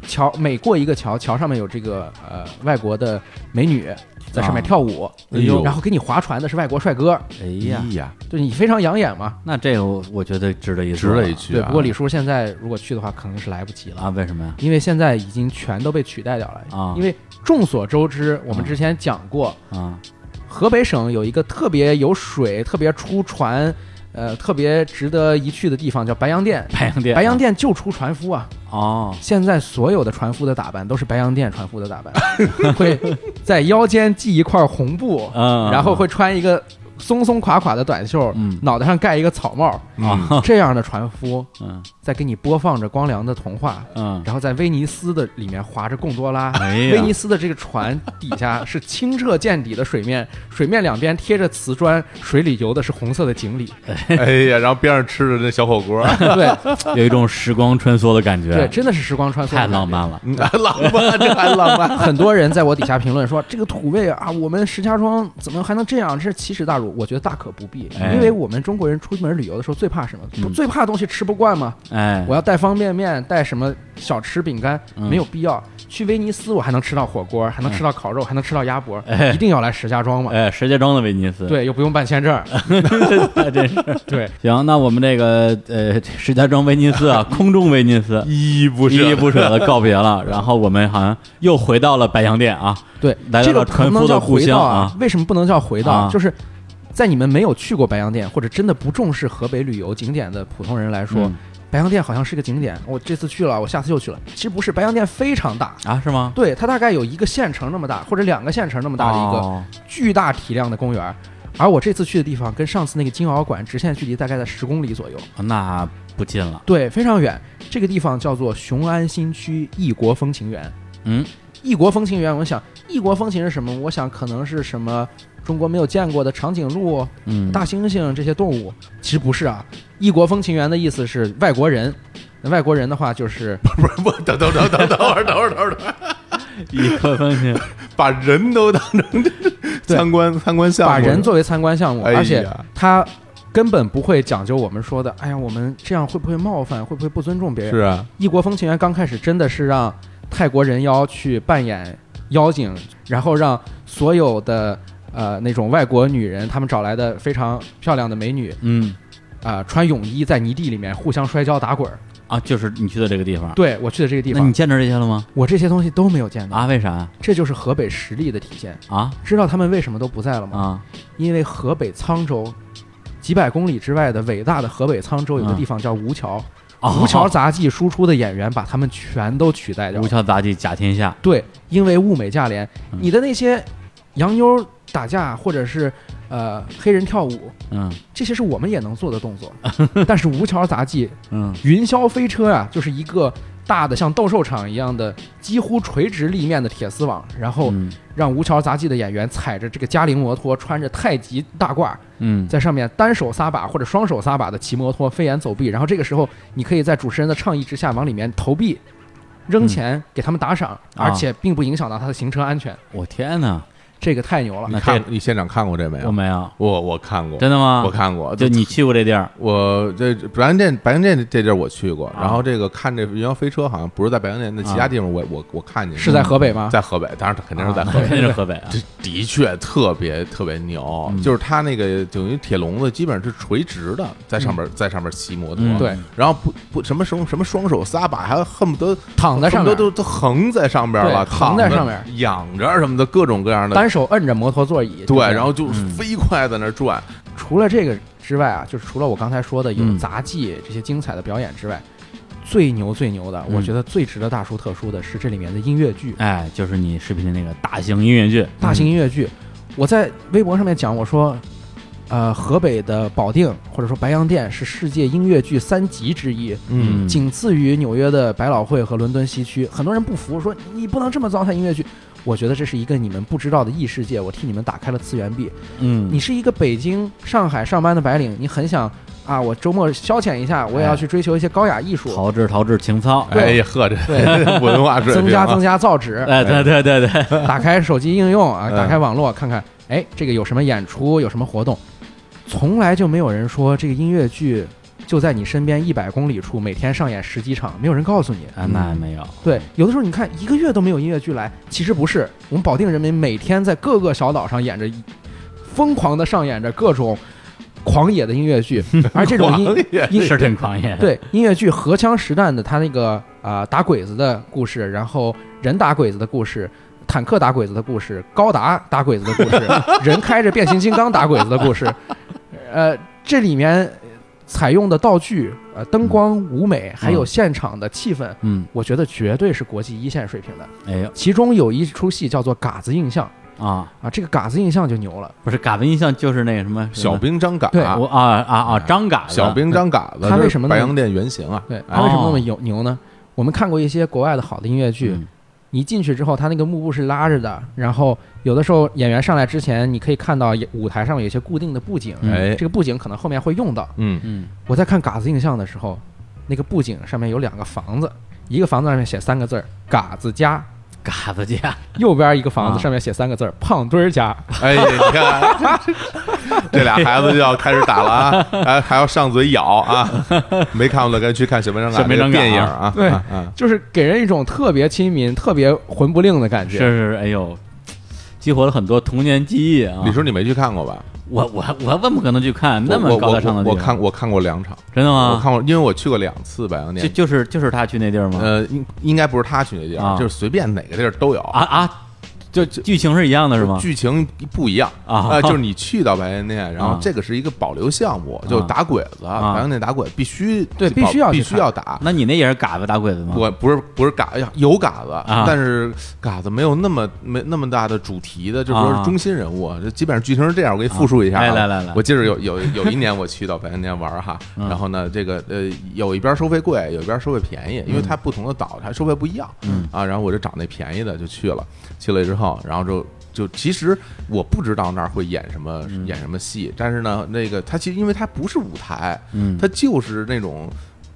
Speaker 3: 桥每过一个桥，桥上面有这个呃外国的美女在上面跳舞，
Speaker 5: 哎呦
Speaker 3: 然后给你划船的是外国帅哥，
Speaker 1: 哎呀，
Speaker 3: 嗯
Speaker 2: 哎呀，
Speaker 3: 对你非常养眼嘛。
Speaker 1: 那这个我我觉得值得一
Speaker 5: 值
Speaker 1: 说
Speaker 5: 得一
Speaker 1: 了
Speaker 5: 去
Speaker 3: 对，
Speaker 5: 啊。
Speaker 3: 不过李叔现在如果去的话，可能是来不及了。
Speaker 1: 啊？为什么呀？
Speaker 3: 因为现在已经全都被取代掉了
Speaker 1: 啊
Speaker 3: 因为众所周知，我们
Speaker 1: 啊
Speaker 3: 之前讲过，
Speaker 1: 啊，
Speaker 3: 河北省有一个特别有水、特别出船，呃，特别值得一去的地方，叫白洋淀。
Speaker 1: 白洋淀，
Speaker 3: 白洋淀就出船夫啊！
Speaker 1: 哦，
Speaker 3: 现在所有的船夫的打扮都是白洋淀船夫 的打扮，会在腰间系一块红布，
Speaker 1: 嗯，
Speaker 3: 然后会穿一个松松垮垮的短袖，
Speaker 1: 嗯
Speaker 3: 脑袋上盖一个草帽。
Speaker 1: 啊
Speaker 5: 嗯，
Speaker 3: 这样的船夫
Speaker 1: 嗯
Speaker 3: 在给你播放着光良的童话，
Speaker 1: 嗯，
Speaker 3: 然后在威尼斯的里面划着贡多拉。
Speaker 1: 哎呀，
Speaker 3: 威尼斯的这个船底下是清澈见底的水面，水面两边贴着瓷砖，水里游的是红色的 锦鲤。
Speaker 5: 哎呀，然后边上吃着那小 火锅，
Speaker 3: 对
Speaker 1: 有一种时光穿梭的感觉，
Speaker 3: 对，真的是时光穿梭，
Speaker 1: 太浪。漫了。
Speaker 5: 嗯浪漫，这还浪漫。
Speaker 3: 很多人在我底下评论说：“这个土味啊，我们石家庄怎么还能这样？这是奇耻大辱。”我觉得大可不必，
Speaker 1: 哎
Speaker 3: 因为我们中国人出门旅游的时候最怕什么？不
Speaker 1: 嗯
Speaker 3: 最怕东西吃不惯吗？
Speaker 1: 哎，
Speaker 3: 我要带方便面，带什么小吃、饼干，
Speaker 1: 嗯
Speaker 3: 没有必要。去威尼斯，我还能吃到火锅，还能吃到烤肉，还能吃到鸭脖，
Speaker 1: 哎
Speaker 3: 一定要来石家庄嘛？
Speaker 1: 哎，石家庄的威尼斯，，
Speaker 3: 对，又不用办签证。
Speaker 1: 真是
Speaker 3: 对。
Speaker 1: 行。那我们这个呃，石家庄威尼斯啊，空中威尼斯，
Speaker 5: 依依不舍，
Speaker 1: 依依不舍的告别了。然后我们好像又回到了白洋淀啊，
Speaker 3: 对，
Speaker 1: 来到
Speaker 3: 这
Speaker 1: 了
Speaker 3: 个
Speaker 1: 船
Speaker 3: 不
Speaker 1: 夫
Speaker 3: 能
Speaker 1: 的
Speaker 3: 叫
Speaker 1: 故
Speaker 3: 回
Speaker 1: 乡
Speaker 3: 到
Speaker 1: 啊！
Speaker 3: 为什么不能叫回到？
Speaker 1: 啊
Speaker 3: 就是在你们没有去过白洋淀，或者真的不重视河北旅游景点的普通人来说，
Speaker 1: 嗯
Speaker 3: 白洋淀好像是个景点。我这次去了，我下次又去了。其实不是，白洋淀非常大。
Speaker 1: 啊，是吗？
Speaker 3: 对，它大概有一个县城那么大，或者两个县城那么大的一个
Speaker 1: 哦
Speaker 3: 巨大体量的公园。而我这次去的地方跟上次那个金鳌馆直线距离大概在十公里左右，
Speaker 1: 那不近了。
Speaker 3: 对，非常远。这个地方叫做雄安新区异国风情园。
Speaker 1: 嗯，
Speaker 3: 异国风情园，我想异国风情是什么？我想可能是什么中国没有见过的长颈鹿、
Speaker 1: 嗯，
Speaker 3: 大猩猩这些动物。其实不是啊，异国风情园的意思是外国人。那外国人的话就是
Speaker 5: 不是不是，等等等等等会儿，等会儿等会儿等会儿，
Speaker 1: 一颗风景，
Speaker 5: 把人都当成
Speaker 3: 对
Speaker 5: 参观参观项目，
Speaker 3: 把人作为参观项目，
Speaker 1: 啊
Speaker 5: 哎呀
Speaker 3: 而且他根本不会讲究我们说的，哎呀，我们这样会不会冒犯，会不会不尊重别人？
Speaker 5: 是啊，
Speaker 3: 异国风情园刚开始真的是让泰国人妖去扮演妖精，然后让所有的呃那种外国女人，她们找来的非常漂亮的美女
Speaker 1: 嗯
Speaker 3: 啊、穿泳衣在泥地里面互相摔跤打滚儿。
Speaker 1: 啊，就是你去的这个地方。
Speaker 3: 对我去的这个地
Speaker 1: 那你
Speaker 3: 方，
Speaker 1: 见着这些了吗？
Speaker 3: 我这些东西都没有见到，
Speaker 1: 啊，为啥呀
Speaker 3: 这就是河北实力的体现。
Speaker 1: 啊
Speaker 3: 知道他们为什么都不在了吗？
Speaker 1: 啊？
Speaker 3: 因为河北沧州。几百公里之外的伟大的河北沧州有个地方叫吴桥，
Speaker 1: 哦
Speaker 3: 吴桥杂技输出的演员把他们全都取代掉
Speaker 1: 吴
Speaker 3: 了。
Speaker 1: 桥杂技甲天下，
Speaker 3: 对，因为物美价廉，
Speaker 1: 嗯
Speaker 3: 你的那些洋妞打架或者是呃黑人跳舞，
Speaker 1: 嗯
Speaker 3: 这些是我们也能做的动 作。但是吴桥杂技、
Speaker 1: 嗯
Speaker 3: 云霄飞车啊，就是一个大的像斗兽场一样的几乎垂直立面的铁丝网，然后
Speaker 1: 嗯
Speaker 3: 让吴桥杂技的演员踩着这个嘉陵摩托，穿着太极大褂，
Speaker 1: 嗯，
Speaker 3: 在上面单手撒把或者双手撒把的骑摩托飞檐走壁，然后这个时候你可以在主持人的倡议之下往里面投币，
Speaker 5: 嗯
Speaker 3: 扔钱给他们打赏，
Speaker 5: 啊
Speaker 3: 而且并不影响到他的行车安全，
Speaker 1: 我天哪，
Speaker 3: 这个太牛了
Speaker 1: 那。
Speaker 5: 看
Speaker 1: 这
Speaker 5: 你现场看过这没
Speaker 1: 我
Speaker 5: 有？
Speaker 1: 没有，
Speaker 5: 我我看过，
Speaker 1: 哎真的吗？
Speaker 5: 我看过，
Speaker 1: 就你去过这地儿
Speaker 5: 我这白洋淀，白洋淀这地儿我去
Speaker 1: 啊
Speaker 5: 过，然后这个看这云霄飞车好像不是在白洋淀，那其他地方我我我看见嗯
Speaker 3: 是在河北吗？
Speaker 5: 在河北，当然肯定是在河
Speaker 1: 肯定
Speaker 5: 北。
Speaker 1: 是河北啊。
Speaker 5: 这的确特别特别牛，
Speaker 1: 嗯
Speaker 5: 就是它那个等于铁笼子基本上是垂直的，在上面在上面骑摩托，
Speaker 1: 嗯
Speaker 3: 对，
Speaker 5: 然后不不什么什么什么双手撒把，还恨不得
Speaker 3: 躺在上
Speaker 5: 恨不得
Speaker 3: 面，
Speaker 5: 都都横在上边了，
Speaker 3: 对横在上面
Speaker 5: 躺着仰着什么的各种各样的，
Speaker 3: 单手摁着摩托座椅。
Speaker 5: 对
Speaker 3: 就这，样
Speaker 5: 然后就
Speaker 1: 嗯
Speaker 5: 飞快在那儿转，
Speaker 3: 除了这个之外啊，就是除了我刚才说的有
Speaker 1: 嗯
Speaker 3: 杂技这些精彩的表演之外，最牛最牛的，
Speaker 1: 嗯
Speaker 3: 我觉得最值得大书特书的是这里面的音乐剧。
Speaker 1: 哎，就是你视频的那个大型音乐剧，
Speaker 3: 大型音乐剧。我在微博上面讲，我说，呃，河北的保定或者说白洋淀是世界音乐剧三极之一，
Speaker 1: 嗯，
Speaker 3: 仅次于纽约的百老汇和伦敦西区。很多人不服，说你不能这么糟蹋音乐剧。我觉得这是一个你们不知道的异世界，我替你们打开了次元壁。
Speaker 1: 嗯，
Speaker 3: 你是一个北京、上海上班的白领，你很想啊，我周末消遣一下，我也要去追求一些高雅艺术，
Speaker 1: 陶制陶制情操，
Speaker 5: 哎呀呵，这 文化水平
Speaker 3: 增加
Speaker 5: 啊
Speaker 3: 增加造纸，
Speaker 1: 哎，对对对对，
Speaker 3: 打开手机应用啊，
Speaker 5: 嗯
Speaker 3: 打开网络看看，哎，这个有什么演出，有什么活动，从来就没有人说这个音乐剧就在你身边一百公里处，每天上演十几场，没有人告诉你。
Speaker 1: 啊，那还没有，
Speaker 3: 对，有的时候你看一个月都没有音乐剧来，其实不是，我们保定人民每天在各个小岛上演着，疯狂的上演着各种狂野的音乐剧，而这种音音
Speaker 1: 是挺狂 野的。
Speaker 3: 对音乐剧荷枪实弹的，他那个啊、打鬼子的故事，然后人打鬼子的故事。坦克打鬼子的故事，高达打鬼子的故事，人开着变形金刚打鬼子的故事，呃，这里面采用的道具、呃灯光、舞美，还有
Speaker 1: 嗯
Speaker 3: 现场的气氛，
Speaker 1: 嗯，
Speaker 3: 我觉得绝对是国际一线水平的。
Speaker 1: 哎呦
Speaker 3: 其中有一出戏叫做《嘎子印象》
Speaker 1: 啊，
Speaker 3: 啊，这个嘎子印象就牛了。
Speaker 1: 不是嘎子印象就是那个什么
Speaker 2: 小兵张嘎，
Speaker 3: 对嗯
Speaker 1: 啊我啊啊啊张嘎子
Speaker 2: 小兵张嘎子，
Speaker 3: 他为什么
Speaker 2: 白洋淀原型啊？
Speaker 3: 对，
Speaker 2: 哎
Speaker 3: 它为什么那么牛牛呢？我们看过一些国外的好的音乐剧，
Speaker 1: 嗯
Speaker 3: 你进去之后，它那个幕布是拉着的，然后有的时候演员上来之前，你可以看到舞台上有一些固定的布景，
Speaker 1: 嗯
Speaker 2: 哎，
Speaker 3: 这个布景可能后面会用到。
Speaker 2: 嗯，
Speaker 1: 嗯
Speaker 3: 我在看嘎子印象的时候，那个布景上面有两个房子，一个房子上面写三个字儿“嘎子家
Speaker 1: 嘎子家，”，
Speaker 3: 右边一个房
Speaker 1: 啊
Speaker 3: 子上面写三个字儿“胖墩儿家
Speaker 1: 嗯
Speaker 2: 哎，你 看，这俩孩子就要开始打了啊，还还要上嘴咬啊，没看过的该去看《小兵张嘎
Speaker 1: 小》兵
Speaker 2: 这
Speaker 1: 张
Speaker 2: 个
Speaker 1: 嘎啊
Speaker 2: 电影啊，
Speaker 3: 对
Speaker 2: 啊啊”，
Speaker 3: 就是给人一种特别亲民、特别魂不吝的感
Speaker 1: 是
Speaker 3: 觉。
Speaker 1: 是，是哎呦，激活了很多童年记忆啊！
Speaker 2: 李叔你没去看过吧？
Speaker 1: 我我我怎么可能去看那
Speaker 2: 我
Speaker 1: 么
Speaker 2: 我
Speaker 1: 高大上的啊地
Speaker 2: 我
Speaker 1: 方？
Speaker 2: 我看我看过两场，
Speaker 1: 真的
Speaker 2: 我
Speaker 1: 吗？
Speaker 2: 看过，因为我去过两次白洋
Speaker 1: 就
Speaker 2: 淀。
Speaker 1: 就是就是他去那地儿吗？
Speaker 2: 呃，应应该不是他去那地
Speaker 1: 啊
Speaker 2: 儿，就是随便哪个地儿都有
Speaker 1: 啊，啊，就剧情是一样的是吗？
Speaker 2: 剧情不一样
Speaker 1: 啊
Speaker 2: 呃就是你去到白洋淀，然后
Speaker 1: 啊
Speaker 2: 这个是一个保留项目，就打鬼子，
Speaker 1: 啊
Speaker 2: 白洋淀打鬼必须
Speaker 3: 对必须要去
Speaker 2: 必
Speaker 3: 看
Speaker 2: 须要打。
Speaker 1: 那你那也是嘎子打鬼子吗？
Speaker 2: 啊我不是不是嘎，哎呀有嘎子，
Speaker 1: 啊
Speaker 2: 但是嘎子没有那么没那么大的主题的，就是说
Speaker 1: 啊
Speaker 2: 是中心人物。这基本上剧情是这样，我给你复述一下、啊
Speaker 1: 啊来来来来
Speaker 2: 我记着有有有一年我去到白洋淀玩儿哈，
Speaker 1: 嗯
Speaker 2: 然后呢，这个呃有一边收费贵，有一边收费便宜，因为它不同的岛它收费不一样。
Speaker 1: 嗯
Speaker 2: 啊，然后我就找那便宜的就去了，去了之后，然后就。就其实我不知道那儿会演什么、
Speaker 1: 嗯
Speaker 2: 演什么戏，但是呢，那个它其实因为它不是舞台，
Speaker 1: 嗯，
Speaker 2: 它就是那种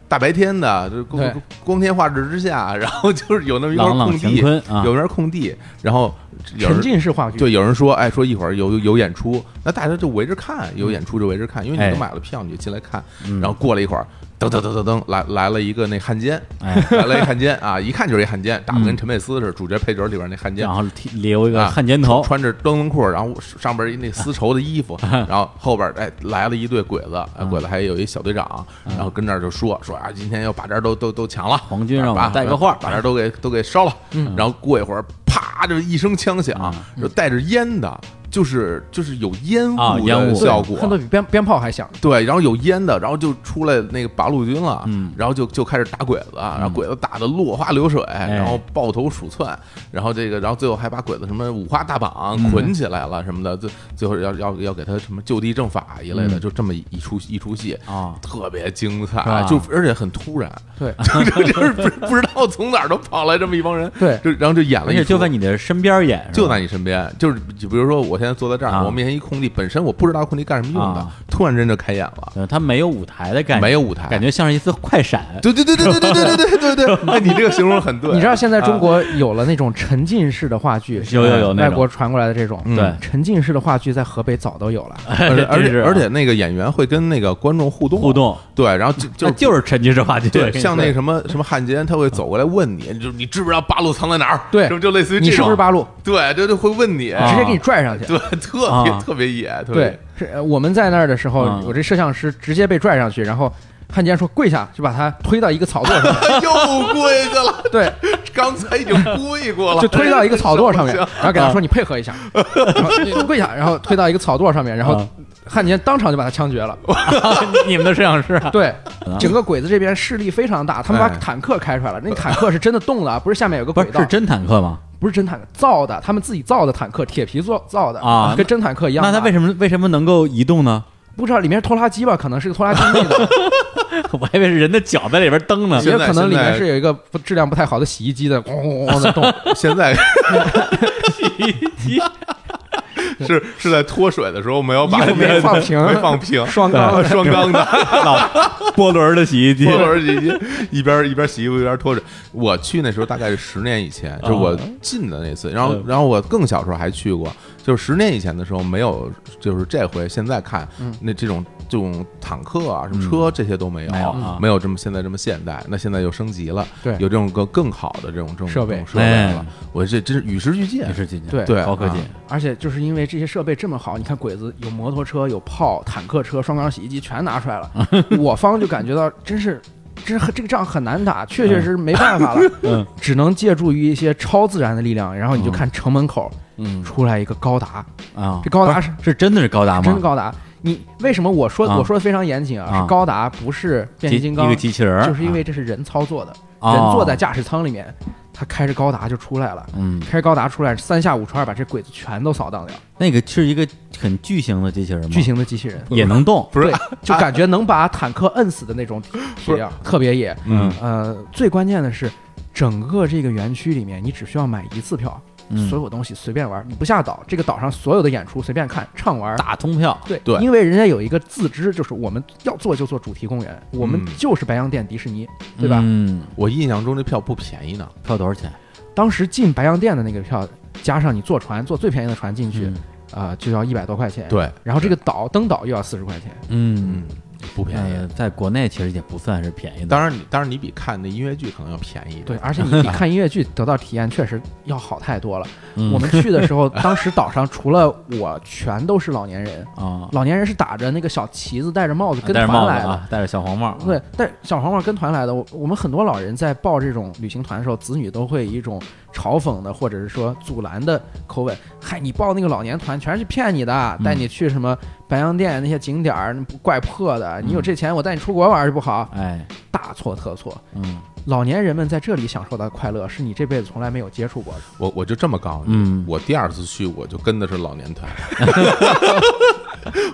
Speaker 2: 大白天的，就是
Speaker 3: 对
Speaker 2: 光光天化日之下，然后就是有那么一块
Speaker 1: 朗朗
Speaker 2: 空
Speaker 1: 乾
Speaker 2: 地，
Speaker 1: 坤啊，
Speaker 2: 有那空地，然后有
Speaker 3: 沉
Speaker 2: 人
Speaker 3: 浸式话剧，
Speaker 2: 对有人说，哎，说一会儿有有演出，那大家就围着看，有演出就围着看，因为
Speaker 1: 哎
Speaker 2: 你都买了票，你就进来看。
Speaker 1: 嗯
Speaker 2: 然后过了一会儿，噔噔噔噔噔，来来了一个那汉奸，
Speaker 1: 哎， 嗯
Speaker 2: 来了一汉奸啊，一看就是一汉奸，打得跟陈佩斯似的，主角配角里边那汉奸
Speaker 1: 然。后剃留一个
Speaker 2: 啊
Speaker 1: 汉奸头，
Speaker 2: 穿着灯笼裤，然后上边一那丝绸的衣服，
Speaker 1: 啊
Speaker 2: 然后后边哎来了一队鬼子，哎鬼子还有一小队
Speaker 1: 啊
Speaker 2: 长，然后跟那儿就说说啊，今天要把这儿都都都抢了，啊
Speaker 1: 皇军让我
Speaker 2: 把
Speaker 1: 带个话儿嗯
Speaker 2: 把这儿都给都给烧了。然后过一会儿，啪，就一声枪
Speaker 1: 啊
Speaker 2: 响，就带着烟的，就是就是有烟
Speaker 1: 啊
Speaker 2: 雾
Speaker 1: 烟雾
Speaker 2: 的效
Speaker 3: 恨
Speaker 2: 果
Speaker 3: 不。得比鞭鞭炮还响。
Speaker 2: 对，然后有烟的，然后就出来那个八路军了，
Speaker 1: 嗯
Speaker 2: 然后就就开始打鬼子，啊然后鬼子打的落花流水，
Speaker 1: 哎
Speaker 2: 然后抱头鼠窜，然后这个，然后最后还把鬼子什么五花大绑
Speaker 1: 嗯
Speaker 2: 捆起来了什么的，最最后要要要给他什么就地正法一类的，
Speaker 1: 嗯
Speaker 2: 就这么一出一出戏。
Speaker 1: 啊，
Speaker 2: 特别精彩，
Speaker 1: 吧
Speaker 2: 就而且很突 然，
Speaker 3: 对
Speaker 2: 就就是不不知道从哪儿都跑来这么一帮人，
Speaker 3: 对
Speaker 2: 就然后就演了
Speaker 1: 而
Speaker 2: 一
Speaker 1: 且
Speaker 2: 出，
Speaker 1: 就在你的身边演，是
Speaker 2: 就
Speaker 1: 吧
Speaker 2: 在你身边，就是比比如说我现在坐在这儿，
Speaker 1: 啊
Speaker 2: 我面前一空地，本身我不知道空地干什么用的
Speaker 1: 啊，
Speaker 2: 突然间就开演了，
Speaker 1: 对，它呃没有舞台的感觉，
Speaker 2: 没有舞台，
Speaker 1: 感觉像是一次快闪，
Speaker 2: 对对对对对对对对对对 对，哎，你这个形容很对。
Speaker 3: 你知道现在中国有了那种沉浸式的话剧， 呃
Speaker 1: 有有有那
Speaker 3: 外
Speaker 1: 种
Speaker 3: 国传过来的这种，
Speaker 2: 嗯
Speaker 1: 对
Speaker 3: 沉浸式的话剧在河北早都有 了。
Speaker 2: 而 且而
Speaker 1: 真是
Speaker 2: 且
Speaker 1: 啊
Speaker 2: 而且那个演员会跟那个观众互动
Speaker 1: 互，动，
Speaker 2: 对，然后就
Speaker 1: 那
Speaker 3: 啊
Speaker 2: 就
Speaker 1: 就是沉浸式话剧，
Speaker 2: 对，像那什么什么汉奸，他会走过来问你，就你知不知道八路藏在哪儿？
Speaker 3: 对
Speaker 2: 就就类似于
Speaker 3: 你
Speaker 2: 这
Speaker 3: 是不是
Speaker 2: 种，
Speaker 3: 八路？
Speaker 2: 对，就就会问你，
Speaker 1: 啊
Speaker 3: 直接给你拽上去。
Speaker 2: 对，特
Speaker 1: 啊
Speaker 2: 别特别野，特别
Speaker 3: 对，是呃我们在那儿的时候，
Speaker 1: 嗯
Speaker 3: 我这摄像师直接被拽上去，然后汉奸说跪下，就把他推到一个草垛 上，
Speaker 2: 又跪下了，
Speaker 3: 对，
Speaker 2: 刚才已经跪过了，
Speaker 3: 就推到一个草垛 上面，然后给他
Speaker 1: 啊
Speaker 3: 说你配合一下， 然后你跪下，然后推到一个草垛上面，然后
Speaker 1: 啊
Speaker 3: 汉奸当场就把他枪决了。
Speaker 1: 对， 你们的摄像师啊，
Speaker 3: 对
Speaker 1: 嗯，
Speaker 3: 整个鬼子这边势力非常大，他们把
Speaker 2: 哎
Speaker 3: 坦克开出来了，那坦克是真的动的啊，不是下面有个
Speaker 1: 不
Speaker 3: 轨
Speaker 1: 是
Speaker 3: 道
Speaker 1: 是，真坦克吗？
Speaker 3: 不是真坦克造的，他们自己造的坦克，铁皮做造的
Speaker 1: 啊
Speaker 3: 跟真坦克一样
Speaker 1: 那
Speaker 3: 大。
Speaker 1: 它为什么为什么能够移动呢？
Speaker 3: 不知道里面是拖拉机吧？可能是个拖拉机内的，
Speaker 1: 我还以为是人的脚在里边蹬呢
Speaker 2: 现
Speaker 3: 也
Speaker 2: 在
Speaker 3: 可能里
Speaker 2: 现
Speaker 3: 面
Speaker 2: 在
Speaker 3: 是有一个不质量不太好 的洗衣机在咣咣咣的动。
Speaker 2: 现在是是在脱水的时候没有把
Speaker 3: 衣服没
Speaker 2: 那
Speaker 3: 放平
Speaker 2: 没放平，
Speaker 3: 双缸
Speaker 2: 啊 双缸的，
Speaker 1: 老波轮的洗衣机
Speaker 2: 脱水洗衣机，一边一边洗衣服一边脱水。我去那时候大概是十年以前，就是我进的那次。然后
Speaker 1: 嗯，
Speaker 2: 然后我更小时候还去过，就是十年以前的时候没有，就是这回现在看那这种这种坦克啊、什么车这些都没有
Speaker 1: 没有啊，
Speaker 2: 没有这么现在这么现代。那现在又升级了，
Speaker 6: 对
Speaker 2: 有这种更更好的这种这种
Speaker 6: 设备
Speaker 2: 这种设备了。我这真是与时俱进
Speaker 1: 也，是今年
Speaker 3: 对
Speaker 2: 对
Speaker 1: 高科技
Speaker 2: 啊
Speaker 3: 而且就是因为这些设备这么好，你看鬼子有摩托车、有炮、坦克车、双缸洗衣机全拿出 来了，我方就感觉到真是。真是这个仗很难打，确确实实没办法了，
Speaker 1: 嗯
Speaker 3: 只能借助于一些超自然的力量。然后你就看城门口
Speaker 1: 嗯
Speaker 3: 出来一个高达，
Speaker 1: 啊
Speaker 3: 这高达是
Speaker 1: 是真的是高达吗？
Speaker 3: 真高达。你为什么我说
Speaker 1: 啊
Speaker 3: 我说的非常严谨
Speaker 1: 啊
Speaker 3: 啊？是高达，不是变形金刚
Speaker 1: 一个，机器人儿，
Speaker 3: 就是因为这是人操作的，
Speaker 1: 啊
Speaker 3: 人坐在驾驶舱里面，他开着高达就出来了。
Speaker 1: 嗯，
Speaker 3: 开着高达出来，三下五除二把这鬼子全都扫荡掉，
Speaker 1: 那个是一个很巨型的机器人吗？
Speaker 3: 巨型的机 器人，
Speaker 1: 也能动，
Speaker 2: 不是
Speaker 3: 对，就感觉能把坦克摁死的 那种体量，特别野。
Speaker 1: 嗯
Speaker 3: 呃，最关键的是，整个这个园区里面，你只需要买一次票，
Speaker 1: 嗯
Speaker 3: 所有东西随便玩，你不下岛，这个岛上所有的演出随便看、畅玩。
Speaker 1: 打通票，
Speaker 3: 对
Speaker 2: 对
Speaker 3: 因为人家有一个自知，就是我们要做就做主题公园，我们
Speaker 2: 嗯
Speaker 3: 就是白洋淀迪士尼，对吧？
Speaker 1: 嗯，
Speaker 2: 我印象中这票不便宜呢，
Speaker 1: 票多少钱？
Speaker 3: 当时进白洋淀的那个票，加上你坐船，坐最便宜的船进去，
Speaker 1: 嗯
Speaker 3: 啊、就要一百多块钱。，
Speaker 2: 对，
Speaker 3: 然后这个岛登岛又要四十块钱。
Speaker 1: 嗯
Speaker 2: 嗯，，不便宜
Speaker 1: 呃。在国内其实也不算是便宜的，
Speaker 2: 当然你，当然你比看那音乐剧可能要便宜一点。
Speaker 3: 对，而且你比看音乐剧得到体验确实要好太多了。
Speaker 1: 嗯
Speaker 3: 我们去的时候， 当时岛上除了我，全都是老年人。
Speaker 1: 啊，
Speaker 3: 老年人是打着那个小旗子，戴着帽子跟
Speaker 1: 戴着
Speaker 3: 团
Speaker 1: 帽子
Speaker 3: 来的。
Speaker 1: 啊，戴着小黄帽，
Speaker 3: 对，但小黄帽跟团来的，我我们很多老人在报这种旅行团的时候，子女都会以一种嘲讽的或者是说阻拦的口吻，嗨，你报那个老年团全是骗你
Speaker 1: 嗯
Speaker 3: 的，带你去什么白洋淀那些景点儿，怪破的，你有这钱我带你出国玩儿去不好，
Speaker 1: 嗯哎，
Speaker 3: 大错特错。
Speaker 1: 嗯
Speaker 3: 老年人们在这里享受到的快乐，是你这辈子从来没有接触过的。
Speaker 2: 我我就这么告诉你，
Speaker 1: 嗯
Speaker 2: 我第二次去我就跟的是老 年团，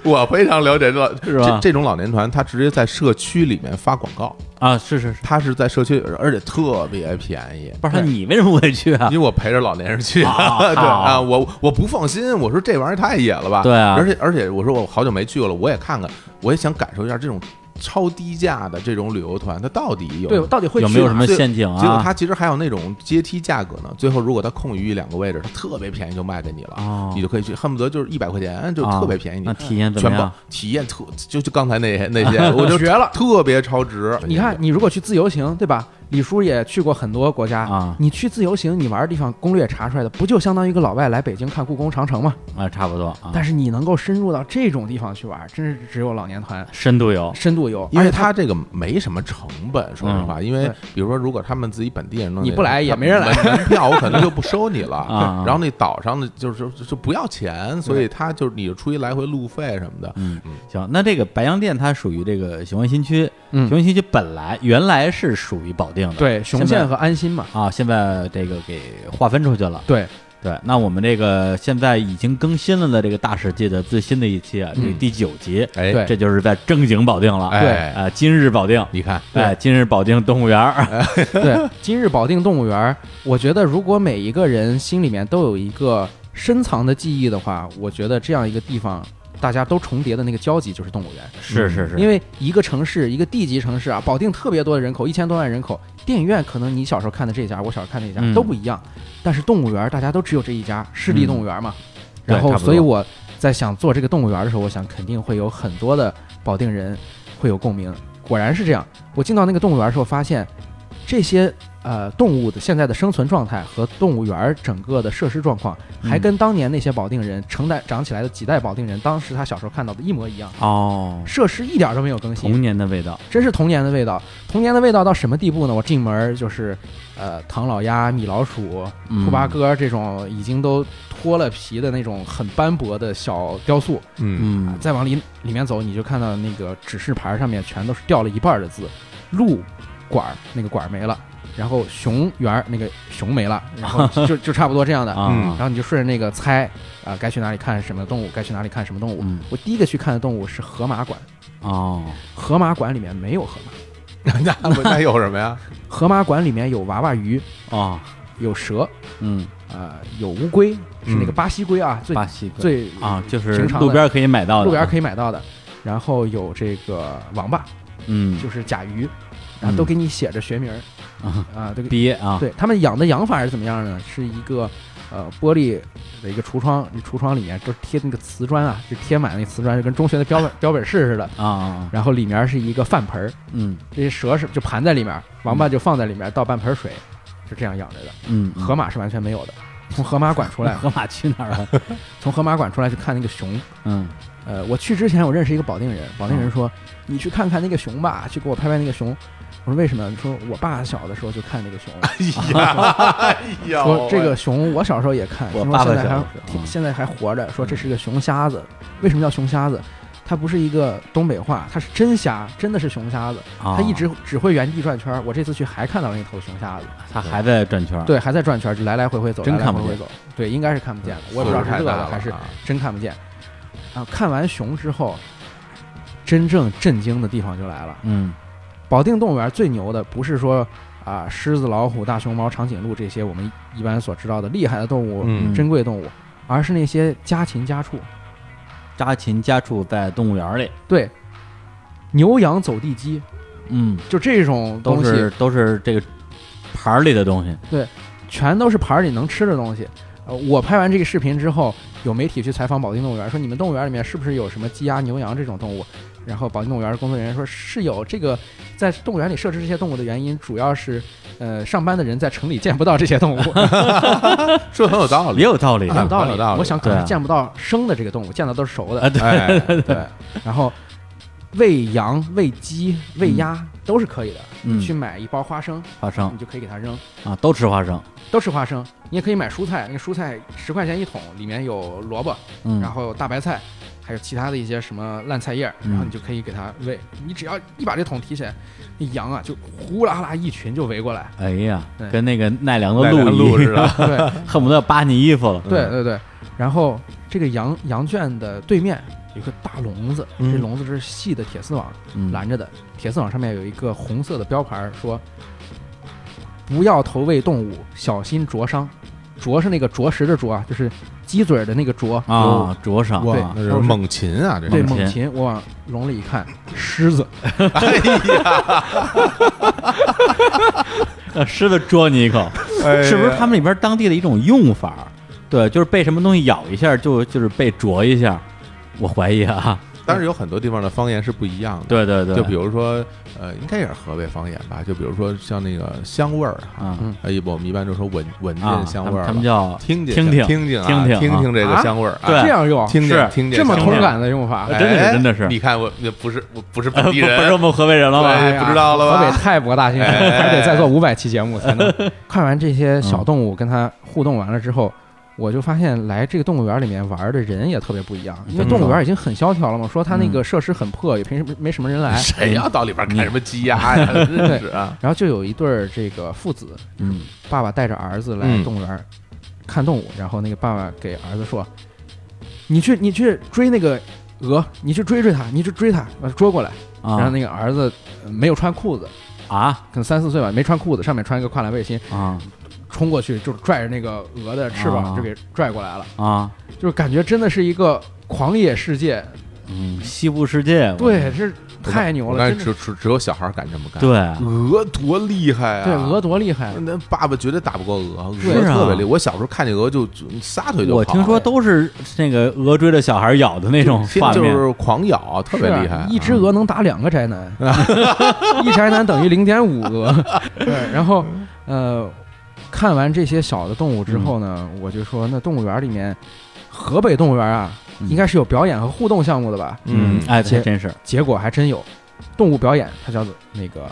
Speaker 2: 我非常了解这老
Speaker 1: 是吧
Speaker 2: 这这种老年团，他直接在社区里面发广告，
Speaker 1: 啊，是是是，
Speaker 2: 他是在社区，而且特别便宜。
Speaker 1: 不是你为什么不会去啊
Speaker 2: 因？为我陪着老年人 去，
Speaker 1: 啊
Speaker 2: 对
Speaker 1: 好
Speaker 2: 啊，我我不放心，我说这玩意儿太野了吧，
Speaker 1: 对啊
Speaker 2: 而且而且我说我好久没去过了，我也看看，我也想感受一下这种超低价的这种旅游团，它到底有
Speaker 3: 对，我到底会
Speaker 1: 有
Speaker 3: 去
Speaker 1: 没有什
Speaker 3: 哪
Speaker 1: 么
Speaker 2: 最
Speaker 1: 陷阱啊？
Speaker 2: 结果它其实还有那种阶梯价格呢。最后如果它空余一两个位置，它特别便宜就卖给你了，
Speaker 1: 哦
Speaker 2: 你就可以去，恨不得就是一百块钱就
Speaker 3: 哦
Speaker 1: 啊
Speaker 2: 特别便宜，
Speaker 1: 那
Speaker 2: 你
Speaker 1: 体验怎
Speaker 2: 全
Speaker 1: 么
Speaker 2: 包
Speaker 1: 样？
Speaker 2: 体验特就就刚才那些 那些，我就
Speaker 3: 绝了
Speaker 2: 特别超值。
Speaker 3: 你看，你如果去自由行，对吧？李叔也去过很多国家
Speaker 1: 啊
Speaker 3: 你去自由行，你玩的地方攻略查出来的，不就相当于一个老外来北京看故宫长城吗？
Speaker 1: 啊，差不多啊，
Speaker 3: 但是你能够深入到这种地方去玩，真是只有老年团
Speaker 1: 深度游，
Speaker 3: 深度游，
Speaker 2: 因
Speaker 3: 而
Speaker 2: 为
Speaker 3: 且
Speaker 2: 它这个没什么成本，说实话，因为
Speaker 3: 哎嗯对
Speaker 2: 比如说，如果他们自己本地人弄那个，
Speaker 3: 你不来也
Speaker 2: 他们
Speaker 3: 没人来
Speaker 2: 门门票我可能就不收你 了。
Speaker 1: 啊
Speaker 2: 然后那岛上的就是就就不要钱，所以他就是你就出一来回路费什么的，
Speaker 1: 嗯，行，那这个白洋淀它属于这个雄安新区，
Speaker 3: 嗯
Speaker 1: 雄安新区本来原来是属于保定的，
Speaker 3: 对雄县和安新嘛，
Speaker 1: 啊，现在这个给划分出去了。
Speaker 3: 对，
Speaker 1: 对，那我们这个现在已经更新了的这个大世界的最新的一期啊，这
Speaker 3: 嗯
Speaker 1: 第九集，
Speaker 2: 哎
Speaker 3: 对
Speaker 1: 这就是在正经保定了，
Speaker 2: 哎
Speaker 1: 啊，今日保定，
Speaker 2: 你看，
Speaker 1: 哎，今日保定动物园
Speaker 3: 哎
Speaker 1: 儿，
Speaker 3: 对，今日保定动物园，我觉得如果每一个人心里面都有一个深藏的记忆的话，我觉得这样一个地方，大家都重叠的那个交集就是动物园。
Speaker 1: 是是是，
Speaker 3: 嗯因
Speaker 1: 为
Speaker 3: 为一个城市，一个地级城市啊，保定特别多的人口，一千多万人口，电影院可能你小时候看的这家，我小时候看那家、
Speaker 1: 嗯
Speaker 3: 都不一样，但是动物园大家都只有这一家，市立动物园嘛。
Speaker 1: 嗯对
Speaker 3: 然
Speaker 1: 差
Speaker 3: 后，
Speaker 1: 不多
Speaker 3: 所以我在想做这个动物园的时候，我想肯定会有很多的保定人会有共鸣。果然是这样，我进到那个动物园的时候，发现这些呃动物的现在的生存状态和动物园整个的设施状况，还
Speaker 1: 嗯
Speaker 3: 跟当年那些保定人成代长起来的几代保定人当时他小时候看到的一模一样。
Speaker 1: 哦，
Speaker 3: 设施一点儿都没有更新，
Speaker 1: 童年的味道，
Speaker 3: 真是童年的味道。童年的味道到什么地步呢？我进门儿就是，呃，唐老鸭、米老鼠、
Speaker 1: 嗯
Speaker 3: 兔八，哥这种已经都脱了皮的那种很斑驳的小雕塑，
Speaker 2: 嗯，
Speaker 1: 嗯，
Speaker 3: 再往里里面走，你就看到那个指示牌上面全都是掉了一半儿的字，鹿馆儿那个馆儿没了，然后熊园儿那个熊没了，然后就 就就差不多这样的。
Speaker 1: 啊
Speaker 3: 然，后你就顺着那个猜，啊、该去哪里看什么动物，该去哪里看什么动物。
Speaker 1: 嗯，
Speaker 3: 我第一个去看的动物是河马馆，
Speaker 1: 哦，
Speaker 3: 河马馆里面没有河马。
Speaker 2: 那那有什么呀？
Speaker 3: 河马馆里面有娃娃鱼，
Speaker 1: 哦，
Speaker 3: 有蛇，
Speaker 1: 嗯，
Speaker 3: 呃有乌龟，是那个
Speaker 1: 嗯
Speaker 3: 巴西龟啊，最
Speaker 1: 巴西龟
Speaker 3: 最
Speaker 1: 啊，就是
Speaker 3: 平常的
Speaker 1: 路边可以买到的，
Speaker 3: 路边可以买到的。然后有这个王八，
Speaker 1: 嗯，
Speaker 3: 就是甲鱼，啊，
Speaker 1: 嗯
Speaker 3: 都给你写着学名儿
Speaker 1: 啊
Speaker 3: 啊，都给
Speaker 1: 鳖啊，
Speaker 3: 对他们养的养法是怎么样呢？是一个呃玻璃的一个橱窗，那橱窗里面都贴那个瓷砖啊，就贴满了那瓷砖，就跟中学 的标本标本室似的。
Speaker 1: 啊啊，
Speaker 3: 然后里面是一个饭盆儿，
Speaker 1: 嗯
Speaker 3: 这些蛇是就盘在里面，王八就放在里面倒半盆水，是这样养着的。
Speaker 1: 嗯，
Speaker 3: 河马是完全没有的，从河马馆出 来，
Speaker 1: 河马去哪儿了？
Speaker 3: 从河马馆出来去看那个熊。
Speaker 1: 嗯
Speaker 3: 呃，我去之前我认识一个保定人，保定人说、你去看看那个熊吧，去给我拍拍那个熊。我说为什么？你说我爸小的时候就看那 个熊了。
Speaker 2: 哎呀
Speaker 3: 说这个熊，我小时候也看，
Speaker 1: 我
Speaker 3: 听
Speaker 1: 爸
Speaker 3: 说
Speaker 1: 爸
Speaker 3: 现在
Speaker 1: 小时
Speaker 3: 还
Speaker 1: 候
Speaker 3: 挺
Speaker 1: 嗯
Speaker 3: 现在还活着。说这是个熊瞎子，为什么叫熊瞎子？它不是一个东北话，它是真瞎，真的是熊瞎子。
Speaker 1: 啊，
Speaker 3: 它一直只会原地转圈儿。我这次去还看到了那头熊瞎子，
Speaker 1: 他还在转圈儿，
Speaker 3: 对，还在转圈儿，就来来回回走，
Speaker 1: 啊真
Speaker 3: 来来
Speaker 1: 看不
Speaker 3: 回回
Speaker 1: 见嗯
Speaker 3: 走。对，应该是看不见的，我也不
Speaker 2: 岁
Speaker 3: 知
Speaker 2: 数
Speaker 3: 道是
Speaker 2: 太
Speaker 3: 饿
Speaker 2: 大
Speaker 3: 了
Speaker 2: 了
Speaker 3: 还是
Speaker 2: 啊
Speaker 3: 真看不见。啊，看完熊之后，真正震惊的地方就来了。
Speaker 1: 嗯，
Speaker 3: 保定动物园最牛的不是说啊狮子、老虎、大熊猫、长颈鹿这些我们一般所知道的厉害的动物、
Speaker 1: 嗯
Speaker 3: 珍贵动物，而是那些家禽家畜。
Speaker 1: 家禽家畜在动物园里，
Speaker 3: 对，牛羊走地鸡，
Speaker 1: 嗯，
Speaker 3: 就这种
Speaker 1: 都
Speaker 3: 东
Speaker 1: 是
Speaker 3: 西，
Speaker 1: 都是这个盘儿里的东西，
Speaker 3: 全都是盘儿里能吃的东西。呃，我拍完这个视频之后，有媒体去采访保定动物园，说你们动物园里面是不是有什么鸡鸭牛羊这种动物？然后保定动物园工作人员说是有这个，在动物园里设置这些动物的原因，主要是，呃，上班的人在城里见不到这些动物，
Speaker 2: 说得很有道
Speaker 1: 也
Speaker 2: 理，
Speaker 1: 有道理
Speaker 3: 很有
Speaker 1: 的，
Speaker 3: 道
Speaker 2: 很有
Speaker 3: 理。
Speaker 2: 道理
Speaker 3: 我想可能
Speaker 1: 对啊
Speaker 3: 是见不到生的这个动物，见到都是熟
Speaker 1: 啊
Speaker 3: 的。
Speaker 1: 对
Speaker 2: 哎，
Speaker 3: 对，然后喂羊、喂鸡、喂鸭、都是可以的。
Speaker 1: 嗯
Speaker 3: 你去买一包花生，
Speaker 1: 花生
Speaker 3: 你就可以给它扔，
Speaker 1: 啊，都吃花生，
Speaker 3: 都吃花生。你也可以买蔬菜，那个蔬菜十块钱一桶，里面有萝卜，
Speaker 1: 嗯，
Speaker 3: 然后大白菜，还有其他的一些什么烂菜叶儿，
Speaker 1: 嗯
Speaker 3: 然后你就可以给它喂。你只要一把这桶提起来，那羊啊就呼啦啦一群就围 过来。
Speaker 1: 哎呀
Speaker 3: 对，
Speaker 1: 跟那个奈良的
Speaker 2: 奈良
Speaker 1: 鹿
Speaker 2: 鹿
Speaker 1: 一
Speaker 2: 似
Speaker 1: 样，
Speaker 2: 的，
Speaker 3: 对
Speaker 1: 恨不得扒你衣服了，
Speaker 3: 对对对，然后这个羊羊圈的对面有个大笼子，
Speaker 1: 嗯
Speaker 3: 这笼子是细的铁丝网
Speaker 1: 嗯，
Speaker 3: 拦着的，铁丝网上面有一个红色的标牌儿，说不要投喂动物，小心灼伤。灼是那个啄食的啄啊，就是鸡嘴儿的那个啄。
Speaker 1: 啊，灼伤，
Speaker 2: 哇
Speaker 1: 啊
Speaker 2: 那是猛禽啊，这
Speaker 3: 对，
Speaker 1: 猛
Speaker 3: 猛
Speaker 1: 禽
Speaker 3: 禽，我往笼里一看，狮子，
Speaker 1: 让啊狮子啄你一口，
Speaker 2: 哎
Speaker 1: 是不是他们里边当地的一种用法儿？对，就是被什么东西咬一下，就就是被啄一下，我怀疑啊。
Speaker 2: 但是有很多地方的方言是不一样的。
Speaker 1: 对对对，
Speaker 2: 就比如说，呃，应该也是河北方言吧？就比如说像那个香味儿啊，
Speaker 1: 啊
Speaker 2: 哎，我们一般就说闻闻
Speaker 1: 啊，
Speaker 2: 见
Speaker 1: 他
Speaker 2: 香味
Speaker 1: 们
Speaker 2: 儿
Speaker 1: 他们
Speaker 2: 了，
Speaker 1: 叫
Speaker 2: 听见
Speaker 1: 听
Speaker 2: 听
Speaker 1: 听
Speaker 2: 听啊
Speaker 1: 听听
Speaker 2: 听
Speaker 1: 啊
Speaker 2: 这个
Speaker 3: 啊
Speaker 2: 香味儿啊，
Speaker 1: 对
Speaker 3: 这样用，
Speaker 2: 听见
Speaker 1: 是
Speaker 2: 听见
Speaker 3: 这么
Speaker 2: 香
Speaker 1: 同
Speaker 2: 味儿
Speaker 3: 通感的用法，
Speaker 1: 哎真的是
Speaker 2: 哎
Speaker 1: 真的是
Speaker 2: 你看我那不是我不是
Speaker 1: 不
Speaker 2: 本地
Speaker 1: 不
Speaker 2: 人
Speaker 1: 是，我们河北人了吧？
Speaker 2: 哎
Speaker 3: 呀
Speaker 2: 不知道了吧
Speaker 3: 河北太 博大精深，
Speaker 2: 哎
Speaker 3: 还得再做五百期节目 才能看完这些小
Speaker 1: 嗯
Speaker 3: 动物，跟它互动完了之后。我就发现来这个动物园里面玩的人也特别不一样，因为
Speaker 1: 嗯
Speaker 3: 动物园已经很萧条了嘛。说它那
Speaker 1: 嗯
Speaker 3: 个设施很破，也平时没什么人来。
Speaker 2: 谁要到里边看什么鸡鸭 呀？真是啊！
Speaker 3: 然后就有一对儿这个父子，
Speaker 1: 嗯，
Speaker 3: 爸爸带着儿子来
Speaker 2: 嗯
Speaker 3: 动物园看动物，然后那个爸爸给儿子说：“你去，你去追那个鹅，你去追追它，你去追它，把它捉过来。”然后
Speaker 1: 啊
Speaker 3: 那个儿子呃没有穿裤子，
Speaker 1: 啊
Speaker 3: 可能三四岁吧，没穿裤子，上面穿一个跨栏背心，
Speaker 1: 啊
Speaker 3: 冲过去就是拽着那个鹅的翅膀
Speaker 1: 啊
Speaker 3: 就给拽过来了，
Speaker 1: 啊，
Speaker 3: 就是感觉真的是一个狂野世界，
Speaker 1: 嗯，西部世界，我
Speaker 3: 对，是太牛
Speaker 2: 我
Speaker 3: 了，
Speaker 2: 感
Speaker 3: 真
Speaker 2: 觉
Speaker 3: 的
Speaker 2: 只只只有小孩敢这么干。
Speaker 1: 对，
Speaker 2: 鹅多厉害啊！
Speaker 3: 对鹅多厉害，
Speaker 2: 那爸爸绝对打不过鹅，鹅
Speaker 1: 对
Speaker 2: 特
Speaker 3: 啊
Speaker 2: 别厉害。我小时候看见鹅就就撒腿就跑。
Speaker 1: 我听说都是那个鹅追着小孩咬的那种
Speaker 2: 就
Speaker 1: 画
Speaker 2: 就
Speaker 1: 面，
Speaker 2: 是狂咬，特别
Speaker 3: 是啊
Speaker 2: 厉害。
Speaker 3: 一只鹅能打两个宅男，一宅男等于零点五鹅，对，然后呃，看完这些小的动物之后呢，我就说那动物园里面，河北动物园啊，
Speaker 1: 嗯
Speaker 3: 应该是有表演和互动项目的吧？
Speaker 1: 嗯，哎，
Speaker 3: 且
Speaker 1: 这真是，
Speaker 3: 结果还真有动物表演，它叫做那个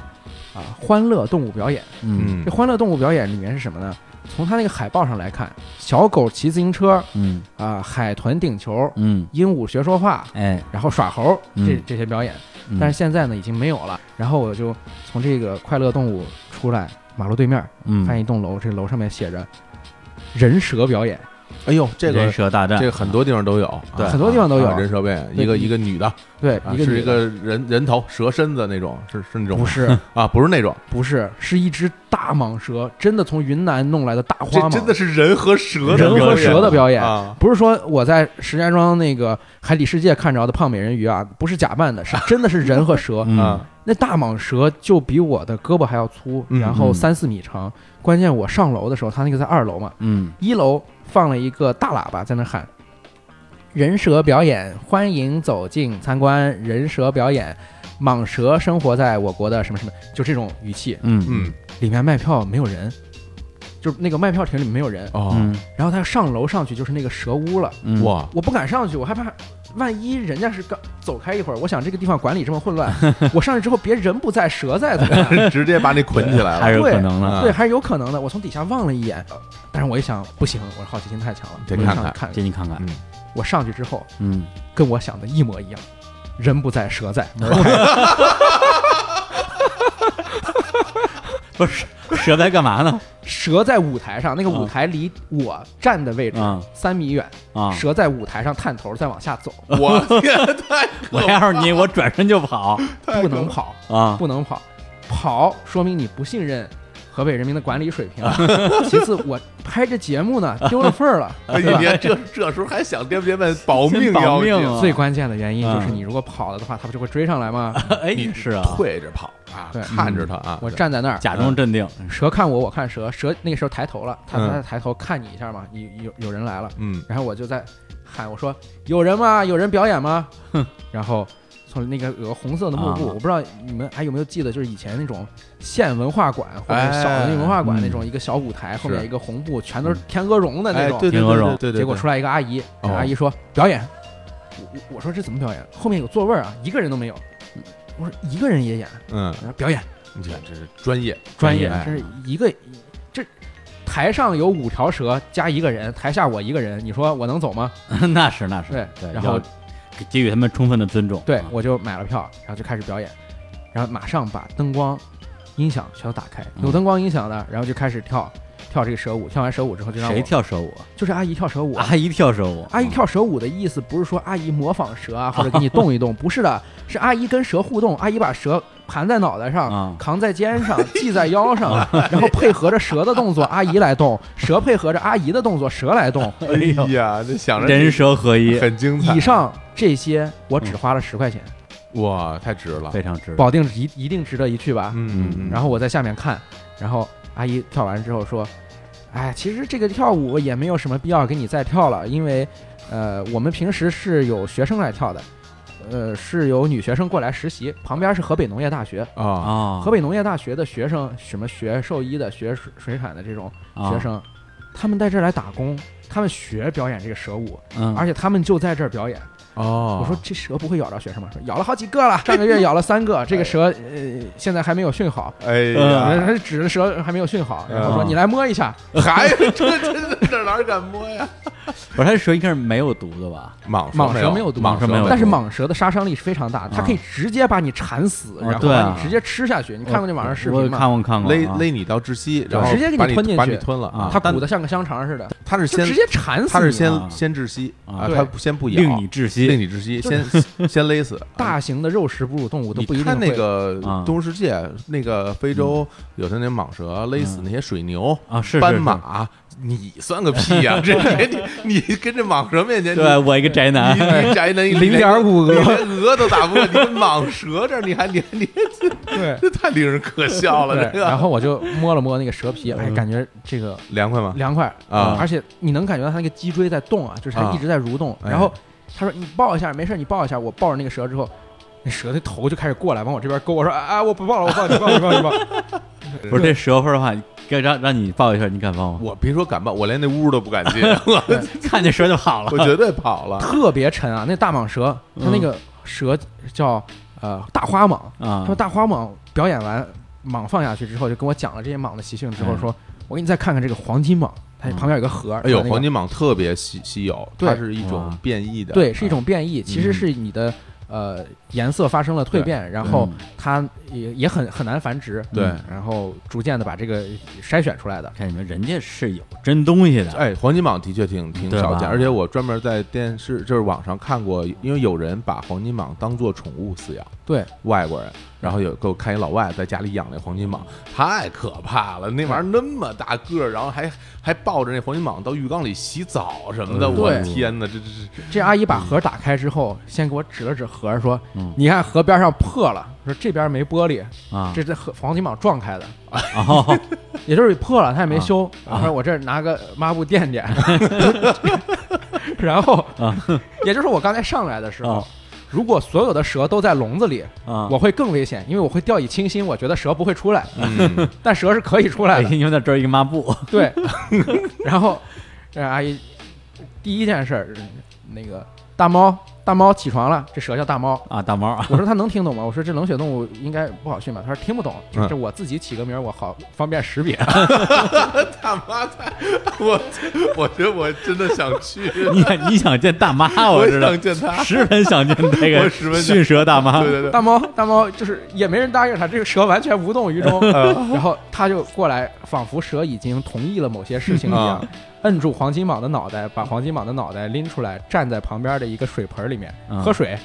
Speaker 3: 啊欢乐动物表演。
Speaker 1: 嗯
Speaker 3: 这欢乐动物表演里面是什么呢？从它那个海报上来看，小狗骑自行车
Speaker 1: 嗯
Speaker 3: 啊，海豚顶球，
Speaker 1: 嗯，
Speaker 3: 鹦鹉学说话，
Speaker 1: 哎，
Speaker 3: 然后耍猴，这
Speaker 1: 嗯
Speaker 3: 这些表演。
Speaker 1: 嗯
Speaker 3: 但是现在呢，已经没有了。然后我就从这个快乐动物出来，马路对面
Speaker 1: 嗯
Speaker 2: 哎
Speaker 3: 看一栋楼，这楼上面写着人蛇表演。啊
Speaker 2: 哎呦，这
Speaker 1: 人
Speaker 2: 个
Speaker 1: 蛇大战
Speaker 2: 这个很多地方都有，
Speaker 1: 对
Speaker 2: 啊
Speaker 3: 很多地方都有
Speaker 2: 啊人蛇变，
Speaker 3: 对
Speaker 2: 一个一个女的，
Speaker 3: 对
Speaker 2: 啊，
Speaker 3: 一个
Speaker 2: 是
Speaker 3: 女
Speaker 2: 一
Speaker 3: 的
Speaker 2: 个人人头蛇身子那种，是是那种
Speaker 3: 不是
Speaker 2: 啊，不是那种，
Speaker 3: 不是是一只大蟒蛇，真的从云南弄来的大花蟒，
Speaker 2: 是人和蛇
Speaker 3: 人和蛇的表演。
Speaker 2: 啊，
Speaker 3: 不是说我在石家庄那个海底世界看着的胖美人鱼啊，不是假扮 的，是真的是人和 蛇。
Speaker 1: 嗯
Speaker 2: 啊
Speaker 3: 那大蟒蛇就比我的胳膊还要粗，
Speaker 2: 嗯
Speaker 3: 然后
Speaker 1: 嗯
Speaker 3: 三四米长。关键我上楼的时候，它那个在二楼嘛，
Speaker 1: 嗯
Speaker 3: 一楼放了一个大喇叭在那喊：“人蛇表演，欢迎走进参观人蛇表演。”蟒蛇生活在我国的什么什么，就这种语气。
Speaker 1: 嗯
Speaker 2: 嗯
Speaker 3: 里面卖票没有人，就是那个卖票亭里面没有人。
Speaker 2: 哦
Speaker 1: 嗯
Speaker 3: 然后他上楼上去就是那个蛇屋了，
Speaker 1: 嗯
Speaker 2: 哇，
Speaker 3: 我不敢上去，我害怕，万一人家是刚走开一会儿，我想这个地方管理这么混乱， 我上去之后别人不在蛇在怎么 办？
Speaker 2: 直接把你捆起来了，
Speaker 1: 还是有
Speaker 3: 对
Speaker 1: 可能的，
Speaker 2: 啊
Speaker 3: 对，还是有可能的。我从底下望了一眼，但是我一想不行，我好奇心太强了，
Speaker 2: 得
Speaker 3: 我就
Speaker 2: 看
Speaker 3: 上
Speaker 2: 看
Speaker 3: 看
Speaker 1: 进去看看，
Speaker 3: 我上去之后，
Speaker 1: 嗯，
Speaker 3: 跟我想的一模一样，人不在蛇在，
Speaker 1: 不是蛇在干嘛呢？
Speaker 3: 蛇在舞台上，那个舞
Speaker 1: 啊
Speaker 3: 台离我站的位置
Speaker 1: 啊
Speaker 3: 三米远，
Speaker 1: 啊！
Speaker 3: 蛇在舞台上探头再往下走，
Speaker 2: 我天，太
Speaker 1: 我要是你，我转身就 跑
Speaker 3: 不能跑，
Speaker 1: 啊！
Speaker 3: 不能跑，跑说明你不信任河北人民的管理水平。
Speaker 1: 啊
Speaker 3: 其次，我拍这节目呢，丢了份儿
Speaker 1: 啊
Speaker 3: 了。
Speaker 2: 哎
Speaker 3: 对
Speaker 2: 你
Speaker 3: 吧
Speaker 2: 看这这时候还想别别问保
Speaker 1: 先
Speaker 2: 命
Speaker 1: 保
Speaker 2: 要
Speaker 1: 命
Speaker 2: 紧，
Speaker 1: 啊！
Speaker 3: 最关键的原因就是，
Speaker 1: 嗯
Speaker 3: 你如果跑了的话，他不就会追上来吗？
Speaker 1: 哎是啊，
Speaker 2: 退着跑啊，
Speaker 3: 对嗯
Speaker 2: 看着他啊，
Speaker 3: 我站在那儿，
Speaker 1: 假装镇定，
Speaker 3: 蛇看我，我看蛇，蛇那个时候抬头了，他
Speaker 2: 嗯
Speaker 3: 他抬头看你一下嘛，你有有人来了，
Speaker 2: 嗯
Speaker 3: 然后我就在喊我说有人吗？有人表演吗？然后。从那个有个红色的幕布，
Speaker 1: 啊
Speaker 3: 我不知道你们还有没有记得，就是以前那种县文化馆或者小的那文化馆
Speaker 1: 哎
Speaker 3: 那种一个小舞台，后面
Speaker 2: 嗯是
Speaker 3: 一个红布，全都是天鹅绒的那
Speaker 2: 哎
Speaker 3: 种。
Speaker 2: 对对
Speaker 1: 天鹅
Speaker 2: 对
Speaker 1: 绒
Speaker 2: 对对对，
Speaker 3: 结果
Speaker 2: 对
Speaker 3: 出来一个阿姨，
Speaker 2: 哦
Speaker 3: 阿姨说表演，我我我说这怎么表演？后面有座位啊，一个人都没有。我说一个人也演，
Speaker 2: 嗯，
Speaker 3: 然后表演
Speaker 2: 你看这是专业，
Speaker 3: 专业，
Speaker 2: 哎
Speaker 3: 这是一个这台上有五条蛇加一个人，台下我一个人，你说我能走吗？
Speaker 1: 嗯那是那是
Speaker 3: 对
Speaker 1: 对，
Speaker 3: 然后
Speaker 1: 要给给予他们充分的尊重，
Speaker 3: 对
Speaker 1: 啊
Speaker 3: 我就买了票，然后就开始表演，然后马上把灯光、音响全都打开，
Speaker 1: 嗯
Speaker 3: 有灯光音响的，然后就开始跳跳这个蛇舞，跳完蛇舞之后就让我
Speaker 1: 谁跳蛇舞？啊
Speaker 3: 就是阿姨跳蛇舞，啊
Speaker 1: 阿姨跳蛇舞，啊
Speaker 3: 阿姨跳蛇舞的意思不是说阿姨模仿蛇啊，或者给你动一动，不是的， 是阿姨跟蛇互动，阿姨把蛇盘在脑袋
Speaker 1: 啊
Speaker 3: 上，扛在肩 上，系在腰上，然后配合着蛇的 动作，阿姨来动，蛇配合着阿姨的动作，蛇来 动。
Speaker 1: 哎呦，
Speaker 2: 呀，这想着
Speaker 1: 人蛇合一，
Speaker 2: 很精彩，
Speaker 3: 以上这些我只花了十块钱，
Speaker 2: 哇，太值了，
Speaker 1: 非常值。
Speaker 3: 保定一一定值得一去吧。
Speaker 2: 嗯
Speaker 3: 然后我在下面看，然后阿姨跳完之后说：“哎，其实这个跳舞也没有什么必要给你再跳了，因为，呃，我们平时是有学生来跳的，呃，是有女学生过来实习，旁边是河北农业大学，
Speaker 2: 啊，
Speaker 1: 啊，
Speaker 3: 河北农业大学的学生，什么学兽医的、学水水产的这种
Speaker 1: 啊
Speaker 3: 学，生，他们在这儿来打工，他们学表演这个蛇舞，
Speaker 1: 嗯，啊
Speaker 3: 而且他们就在这儿表演。
Speaker 2: 哦，
Speaker 3: 我说这蛇不会咬着学生吗？说咬了好几个了，上个月咬了三个，这个蛇呃现在还没有训好。”
Speaker 2: 哎
Speaker 1: 啊
Speaker 3: 呃，
Speaker 2: 呀，
Speaker 3: 他指着蛇还没有训好，然后说
Speaker 1: 啊
Speaker 3: 你来摸一下，
Speaker 2: 还哎这这这哪敢摸呀？
Speaker 1: 不是，他蛇应该是没有毒的吧？
Speaker 2: 蟒
Speaker 3: 蟒蛇没有毒，
Speaker 2: 蟒蛇没有毒，
Speaker 3: 但是蟒蛇的杀伤力是非常大的，它
Speaker 1: 啊
Speaker 3: 可以直接把你缠死，
Speaker 1: 啊
Speaker 3: 然后
Speaker 1: 对啊
Speaker 3: 把你直接吃下去。你看过那网上视
Speaker 1: 我
Speaker 3: 频
Speaker 1: 看
Speaker 3: 吗？
Speaker 1: 过看过，
Speaker 2: 勒
Speaker 1: 啊
Speaker 2: 勒你到窒息，然后
Speaker 3: 直接给你
Speaker 2: 把你
Speaker 3: 吞进去
Speaker 2: 把你吞了
Speaker 1: 啊
Speaker 2: 啊！
Speaker 3: 它
Speaker 2: 但
Speaker 3: 鼓得像个香肠似的，
Speaker 2: 它是
Speaker 3: 就
Speaker 2: 先
Speaker 3: 直接缠死
Speaker 2: 它
Speaker 3: 你
Speaker 2: 是
Speaker 3: 了。
Speaker 1: 啊
Speaker 2: 先先窒息啊，
Speaker 3: 对
Speaker 2: 它不先不咬，
Speaker 1: 令你窒
Speaker 2: 令
Speaker 1: 息，
Speaker 2: 你窒息，
Speaker 3: 就
Speaker 2: 先先勒 死。
Speaker 3: 大型的肉食哺乳动嗯物都
Speaker 2: 你
Speaker 3: 不一定
Speaker 2: 看
Speaker 3: 会嗯
Speaker 2: 那个
Speaker 1: 啊
Speaker 2: 《动物世界》，那个非洲有的那蟒蛇勒
Speaker 3: 嗯
Speaker 2: 死那些水牛、
Speaker 1: 啊是是
Speaker 2: 斑
Speaker 1: 是
Speaker 2: 马，你算个屁 呀！这你你跟这蟒蛇面前，你
Speaker 1: 对我一个宅男
Speaker 2: 你，你宅男
Speaker 3: 零点五
Speaker 2: 你
Speaker 3: 个，
Speaker 2: 连鹅都打不过，你跟蟒蛇这儿你还连连
Speaker 3: 对
Speaker 2: 这太令人可笑了，这
Speaker 3: 对。然
Speaker 2: 个
Speaker 3: 后我就摸了摸那个蛇皮，哎，感觉这个
Speaker 2: 凉快吗？
Speaker 3: 凉快
Speaker 2: 啊
Speaker 3: 而且你能感觉到它那个脊椎在动啊，就是它
Speaker 2: 啊
Speaker 3: 一直在蠕动。
Speaker 2: 哎
Speaker 3: 然后他说你抱一下，没事，你抱一下。我抱着那个蛇之后，那蛇的头就开始过来往我这边勾，我说啊啊，我不抱了，我抱你，抱你，抱你，抱 你。
Speaker 1: 不是这蛇会儿的话，该让让你抱一下，你敢抱吗？
Speaker 2: 我别说敢抱，我连那屋都不敢进， 我
Speaker 1: 看见蛇就跑
Speaker 2: 我
Speaker 1: 了，
Speaker 2: 绝对跑了。
Speaker 3: 特别沉啊，那大蟒蛇，
Speaker 2: 嗯
Speaker 3: 它那个蛇叫呃大花蟒，他
Speaker 1: 啊
Speaker 3: 说大花蟒表演完蟒放下去之后，就跟我讲了这些蟒的习性之后
Speaker 1: 嗯
Speaker 3: 说，我给你再看看这个黄金蟒，它旁边有个盒，
Speaker 2: 哎哎呦，
Speaker 3: 那个
Speaker 2: 黄金蟒特别稀稀有，
Speaker 3: 对
Speaker 2: 它是一种
Speaker 1: 哇
Speaker 2: 变异的，
Speaker 1: 嗯
Speaker 3: 对，是一种变异，其实是你的。呃颜色发生了蜕变，然后
Speaker 1: 嗯
Speaker 3: 它也也很很难繁殖，
Speaker 2: 对
Speaker 3: 嗯然后逐渐的把这个筛选出来的。
Speaker 1: 看你们人家是有真东西的，
Speaker 2: 哎，黄金蟒的确挺挺
Speaker 1: 对
Speaker 2: 少见，
Speaker 1: 吧
Speaker 2: 而且我专门在电视就是网上看过，因为有人把黄金蟒当做宠物饲养，
Speaker 3: 对，
Speaker 2: 外国人，然后有给我看一老外在家里养那黄金蟒，太可怕了，那玩意儿那么大个儿，然后还还抱着那黄金蟒到浴缸里洗澡什么的，
Speaker 1: 嗯
Speaker 2: 我的
Speaker 1: 对
Speaker 2: 天哪，这这这
Speaker 3: 这阿姨
Speaker 1: 嗯
Speaker 3: 把盒打开之后，先给我指了指盒，说：“你看盒边上破了，说这边没玻璃，
Speaker 1: 啊，
Speaker 3: 这这盒黄金蟒撞开的，
Speaker 1: 哦，
Speaker 3: 也就是破了，他
Speaker 1: 啊
Speaker 3: 也没修。然后我这儿拿个抹布垫 垫，然后，也就是我刚才上来的时候
Speaker 1: 啊，
Speaker 3: 如果所有的蛇都在笼子里，
Speaker 1: 啊，
Speaker 3: 哦我会更危险，因为我会掉以轻心，我觉得蛇不会出来，
Speaker 2: 嗯，
Speaker 3: 但蛇是可以出来
Speaker 1: 哎
Speaker 3: 的。
Speaker 1: 你们在这儿一个抹布，
Speaker 3: 对， 然后这阿姨第一件事儿，那个大猫大猫起床了，这蛇叫大猫。
Speaker 1: 啊，大猫 啊，
Speaker 3: 我说它能听懂吗？我说这冷血动物应该不好训吧？他说听不懂，
Speaker 2: 嗯
Speaker 3: 这我自己起个名儿，我好方便识别。
Speaker 2: 大妈太，我我觉得我真的想去，
Speaker 1: 你想你想见大妈，我
Speaker 2: 我
Speaker 1: 知道，啊
Speaker 2: 想见他，
Speaker 1: 十分想见这
Speaker 2: 我
Speaker 1: 个
Speaker 2: 十分想
Speaker 1: 驯蛇大妈
Speaker 2: 对，对对，
Speaker 3: 大猫大猫就是也没人答应它，这个蛇完全无动于 衷。
Speaker 1: 嗯
Speaker 3: 然后它就过来，仿佛蛇已经同意了某些事情一样
Speaker 2: 啊，
Speaker 1: 嗯
Speaker 3: 摁住黄金蟒的脑袋，把黄金蟒的脑袋拎出来，站在旁边的一个水盆里面
Speaker 1: 嗯
Speaker 3: 喝水，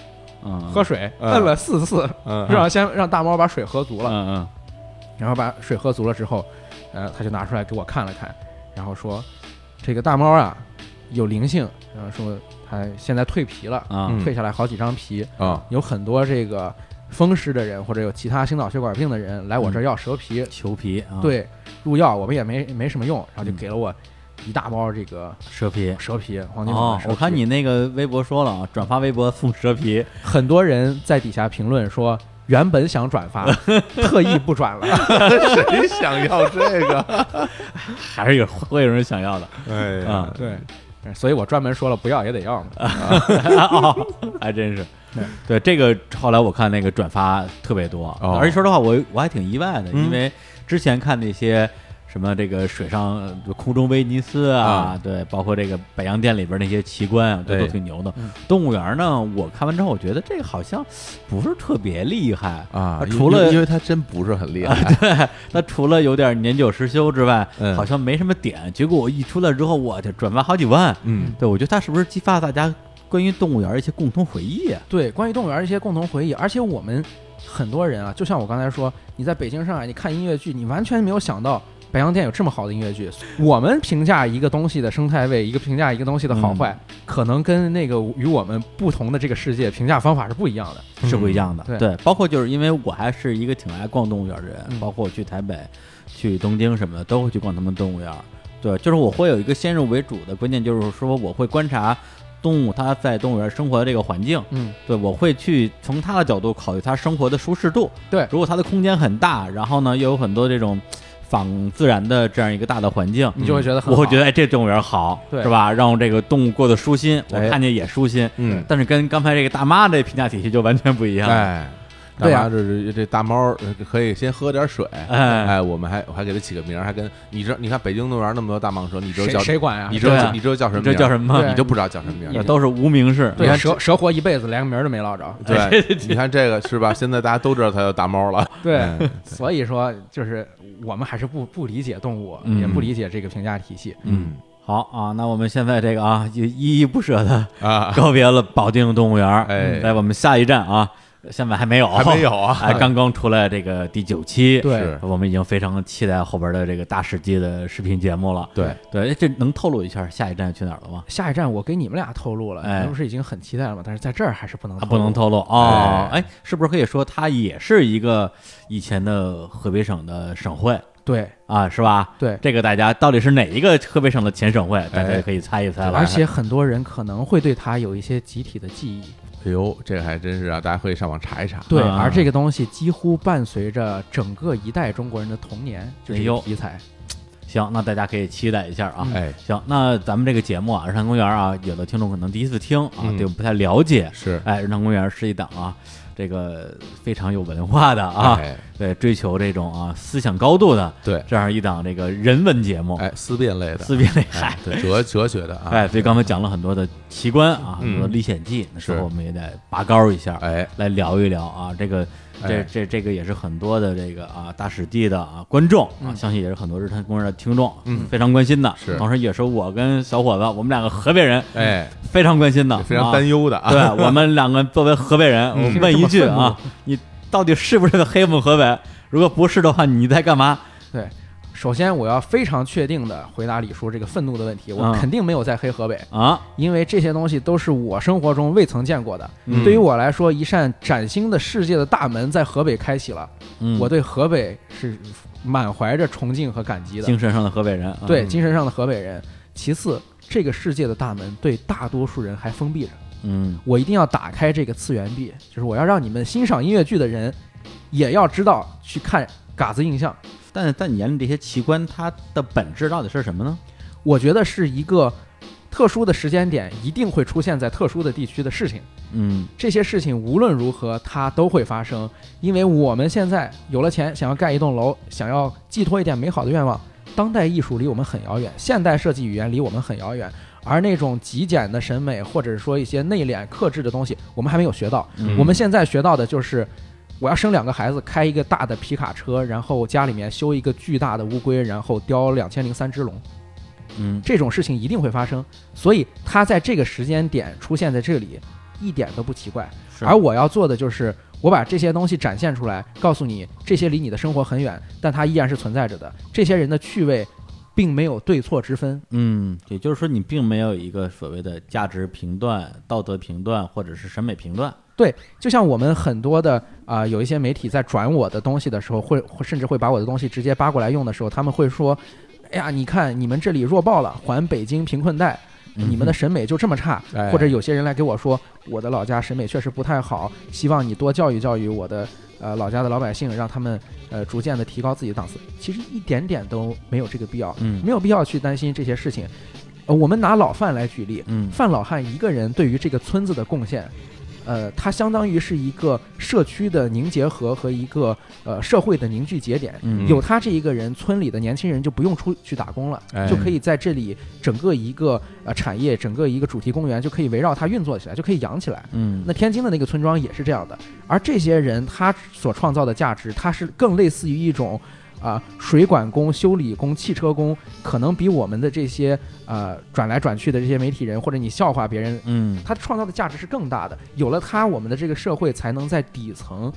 Speaker 1: 嗯，
Speaker 3: 喝水，
Speaker 2: 嗯
Speaker 3: 摁了四次，
Speaker 2: 嗯，
Speaker 3: 让先让大猫把水喝足了，
Speaker 1: 嗯嗯
Speaker 3: 然后把水喝足了之后，呃，他就拿出来给我看了看，然后说，这个大猫啊有灵性，然后说它现在蜕皮了，
Speaker 1: 啊
Speaker 2: 嗯
Speaker 3: 蜕下来好几张皮，
Speaker 2: 啊，
Speaker 3: 有很多这个风湿的人或者有其他心脑血管病的人来我这儿要蛇皮，
Speaker 1: 裘皮嗯啊，，
Speaker 3: 对，入药我们也没没什么用，然后就
Speaker 1: 嗯
Speaker 3: 给了我一大包这个
Speaker 1: 蛇皮。
Speaker 3: 蛇皮，黄金蟒
Speaker 1: 哦
Speaker 3: 的蛇，皮。
Speaker 1: 我看你那个微博说了啊，转发微博送蛇皮，
Speaker 3: 很多人在底下评论说。原本想 转发，特意不转了。！
Speaker 2: 嗯 谁想要这
Speaker 1: 哎
Speaker 2: 个？
Speaker 1: 还是有会有人想要的
Speaker 2: 哎呀，
Speaker 1: 啊
Speaker 3: 对，所以我专门说了不要也得要嘛。
Speaker 1: 哦，还真是。对这个，后来我看那个转发特别多，
Speaker 2: 哦
Speaker 1: 而且说实话，我我还挺意外的，
Speaker 2: 嗯
Speaker 1: 因为之前看那些什么这个水上呃空中威尼斯啊，对，包括这个北洋店里边那些奇观啊，都
Speaker 2: 对嗯
Speaker 1: 都挺牛的。动物园呢，我看完之后，我觉得这个好像不是特别厉害。
Speaker 2: 啊，因
Speaker 1: 除了
Speaker 2: 因为他真不是很厉害，
Speaker 1: 那除了有点年久失修之外，
Speaker 2: 嗯
Speaker 1: 好像没什么点。结果我一出来之后，我去转发好几万。
Speaker 2: 嗯，
Speaker 1: 对，我觉得它是不是激发了大家关于动物园一些共同回忆啊？
Speaker 3: 对，关于动物园一些共同回忆，而且我们很多人啊，就像我刚才说，你在北京、上海，你看音乐剧，你完全没有想到白洋淀有这么好的音乐剧。我们评价一个东西的生态位，一个评价一个东西的
Speaker 1: 嗯
Speaker 3: 好坏，可能跟那个与我们不同的这个世界评价方法是不一样的。
Speaker 1: 是不一样的。
Speaker 3: 嗯对
Speaker 1: 对，包括就是因为我还是一个挺爱逛动物园的人，
Speaker 3: 嗯
Speaker 1: 包括我去台北、去东京什么的，都会去逛他们动物园。对，就是我会有一个先入为主的观念，就是说我会观察动物它在动物园生活的这个环境。
Speaker 3: 嗯，
Speaker 1: 对，我会去从它的角度考虑它生活的舒适度。
Speaker 3: 对
Speaker 1: 如果它的空间很大，然后呢又有很多这种仿自然的这样一个大的环境，
Speaker 3: 你就嗯会觉得很
Speaker 1: 我会觉
Speaker 3: 得
Speaker 1: 得哎，这动物园好，
Speaker 3: 对
Speaker 1: 是吧？让这个动物过得舒心，我
Speaker 2: 哎
Speaker 1: 看见也舒心。
Speaker 2: 嗯
Speaker 1: 但是跟刚才这个大妈这评价体系就完全不一样。
Speaker 2: 哎，大
Speaker 3: 对
Speaker 2: 妈
Speaker 3: 啊
Speaker 2: 这是这大猫呃可以先喝点水，
Speaker 1: 哎
Speaker 2: 哎，我们还我还给它起个名儿，还跟你知道，你看北京动物园那么多大蟒蛇，你知道
Speaker 3: 谁
Speaker 2: 叫
Speaker 3: 谁管啊
Speaker 2: 你？知道
Speaker 1: 对
Speaker 2: 叫
Speaker 1: 啊
Speaker 2: 你知道叫什么？
Speaker 1: 这叫什？么？
Speaker 3: 对
Speaker 2: 你就不知道叫什么名
Speaker 1: 也
Speaker 2: 儿？
Speaker 1: 都是无名氏。
Speaker 3: 对，啊蛇蛇活一辈子，连个名儿都没落着。
Speaker 2: 对， 你看这个是吧？现在大家都知道它叫大猫 了。
Speaker 3: 对，
Speaker 1: 嗯
Speaker 2: 哎
Speaker 3: 所以说就是我们还是不不理解动物，
Speaker 1: 嗯
Speaker 3: 也不理解这个评价体系。
Speaker 1: 嗯，好啊，那我们现在这个啊，就依依不舍的
Speaker 2: 啊，
Speaker 1: 告别了保定动物园儿。嗯
Speaker 2: 哎
Speaker 1: 来，我们下一站啊，现在还没有，
Speaker 2: 还没有啊？
Speaker 1: 哎，刚刚出来这个第九期，
Speaker 3: 对
Speaker 2: 是
Speaker 1: 我们已经非常期待后边的这个大世界的视频节目了。
Speaker 2: 对，
Speaker 1: 对，哎这能透露一下下一站去哪儿了吗？
Speaker 3: 下一站我给你们俩透露了，
Speaker 1: 哎
Speaker 3: 你们不是已经很期待了吗？但是在这儿还是不能
Speaker 1: 啊，不能
Speaker 3: 透
Speaker 1: 透露哦。哎，是不是可以说它也是一个以前的河北省的省会
Speaker 3: 露。对
Speaker 1: 啊，是吧？
Speaker 3: 对，
Speaker 1: 这个大家到底是哪一个河北省的前省会，大家
Speaker 2: 哎
Speaker 1: 可以猜一猜了。
Speaker 3: 而且很多人可能会对它有一些集体的记忆。
Speaker 2: 哎呦，这个还真是啊！大家可以上网查一查。
Speaker 3: 对，
Speaker 1: 啊
Speaker 3: 而这个东西几乎伴随着整个一代中国人的童年，就是
Speaker 1: 哎
Speaker 3: 一
Speaker 1: 呦
Speaker 3: 个题材。
Speaker 1: 行，那大家可以期待一下啊。
Speaker 5: 嗯
Speaker 2: 哎，
Speaker 1: 行，那咱们这个节目啊，日坛公园啊，有的听众可能第一次听啊，
Speaker 2: 嗯
Speaker 1: 对我们不太了解。
Speaker 2: 是
Speaker 1: 哎，日坛公园是一档啊，这个非常有文化的啊，
Speaker 5: 哎
Speaker 1: 对，追求这种啊思想高度的
Speaker 5: 对，
Speaker 1: 这样一档这个人文节
Speaker 2: 哦
Speaker 1: 目，
Speaker 5: 哎，思辨类的，
Speaker 1: 思辨类嗨
Speaker 5: 哎，。对，哲哲学的啊，
Speaker 1: 哎，所以刚才讲了很多的奇观啊，很多的
Speaker 5: 嗯
Speaker 1: 历险记，那时候
Speaker 5: 是
Speaker 1: 我们也得拔高一下，
Speaker 5: 哎，
Speaker 1: 来聊一聊啊，这个这
Speaker 5: 哎
Speaker 1: 这这个也是很多的这个啊大史地的啊观众啊，相信也是很多日坛公园的听众，
Speaker 5: 嗯
Speaker 1: 非常关心的。
Speaker 5: 是
Speaker 1: 同时也是我跟小伙子，我们两个河北人，
Speaker 5: 哎，
Speaker 1: 非常关心的，
Speaker 5: 非常
Speaker 1: 啊
Speaker 5: 担忧的啊，
Speaker 1: 对我们两个作为河北人，
Speaker 5: 嗯
Speaker 1: 我问一句啊，你到底是不是黑我们河北？如果不是的话，你在干嘛？
Speaker 3: 首先，我要非常确定的回答李叔这个愤怒的问题，我
Speaker 1: 嗯
Speaker 3: 肯定没有在黑河北，
Speaker 1: 啊，
Speaker 3: 因为这些东西都是我生活中未曾见过的。
Speaker 1: 嗯
Speaker 3: 对于我来说，一扇崭新的世界的大门在河北开启了，
Speaker 1: 嗯
Speaker 3: 我对河北是满怀着崇敬和感激的。
Speaker 1: 精神上的河北人，啊
Speaker 3: 对，精神上的河北人。其次，这个世界的大门对大多数人还封闭着，
Speaker 1: 嗯
Speaker 3: 我一定要打开这个次元壁，就是我要让你们欣赏音乐剧的人，也要知道去看嘎子印象。
Speaker 1: 但但你眼里这些奇观，它的本质到底是什么呢？
Speaker 3: 我觉得是一个特殊的时间点一定会出现在特殊的地区的事情。
Speaker 1: 嗯
Speaker 3: 这些事情无论如何它都会发生，因为我们现在有了钱，想要盖一栋楼，想要寄托一点美好的愿望，当代艺术离我们很遥远，现代设计语言离我们很遥远，而那种极简的审美或者是说一些内敛克制的东西，我们还没有学到。
Speaker 1: 嗯
Speaker 3: 我们现在学到的就是。我要生两个孩子，开一个大的皮卡车，然后家里面修一个巨大的乌龟，然后雕两千零三只龙。
Speaker 1: 嗯
Speaker 3: 这种事情一定会发生，所以他在这个时间点出现在这里一点都不奇怪。
Speaker 1: 是
Speaker 3: 而我要做的就是，我把这些东西展现出来，告诉你这些离你的生活很远，但它依然是存在着的。这些人的趣味，并没有对错之分。
Speaker 1: 嗯，也就是说，你并没有一个所谓的价值评断、道德评断或者是审美评断。
Speaker 3: 就像我们很多的啊、有一些媒体在转我的东西的时候，会会甚至会把我的东西直接扒过来用的时候，他们会说：“哎呀，你看你们这里弱爆了，还北京贫困带。”你
Speaker 1: 嗯
Speaker 3: 们的审美就这么差，
Speaker 5: 哎
Speaker 3: 或者有些人来给我说，我的老家审美确实不太好，希望你多教育教育我的呃老家的老百姓，让他们呃逐渐的提高自己的档次。其实一点点都没有这个必要，
Speaker 1: 嗯
Speaker 3: 没有必要去担心这些事情。呃，我们拿老范来举例，
Speaker 1: 嗯
Speaker 3: 范老汉一个人对于这个村子的贡献，呃，他相当于是一个社区的凝结核和一个呃社会的凝聚节点。
Speaker 1: 嗯
Speaker 3: 有他这一个人，村里的年轻人就不用出去打工了，
Speaker 5: 哎
Speaker 3: 就可以在这里整个一个呃产业，整个一个主题公园就可以围绕它运作起来，就可以养起来。
Speaker 1: 嗯
Speaker 3: 那天津的那个村庄也是这样的，而这些人他所创造的价值，它是更类似于一种啊、水管工、修理工、汽车工，可能比我们的这些呃转来转去的这些媒体人，或者你笑话别人，
Speaker 1: 嗯
Speaker 3: 他创造的价值是更大的。有了他，我们的这个社会才能在底层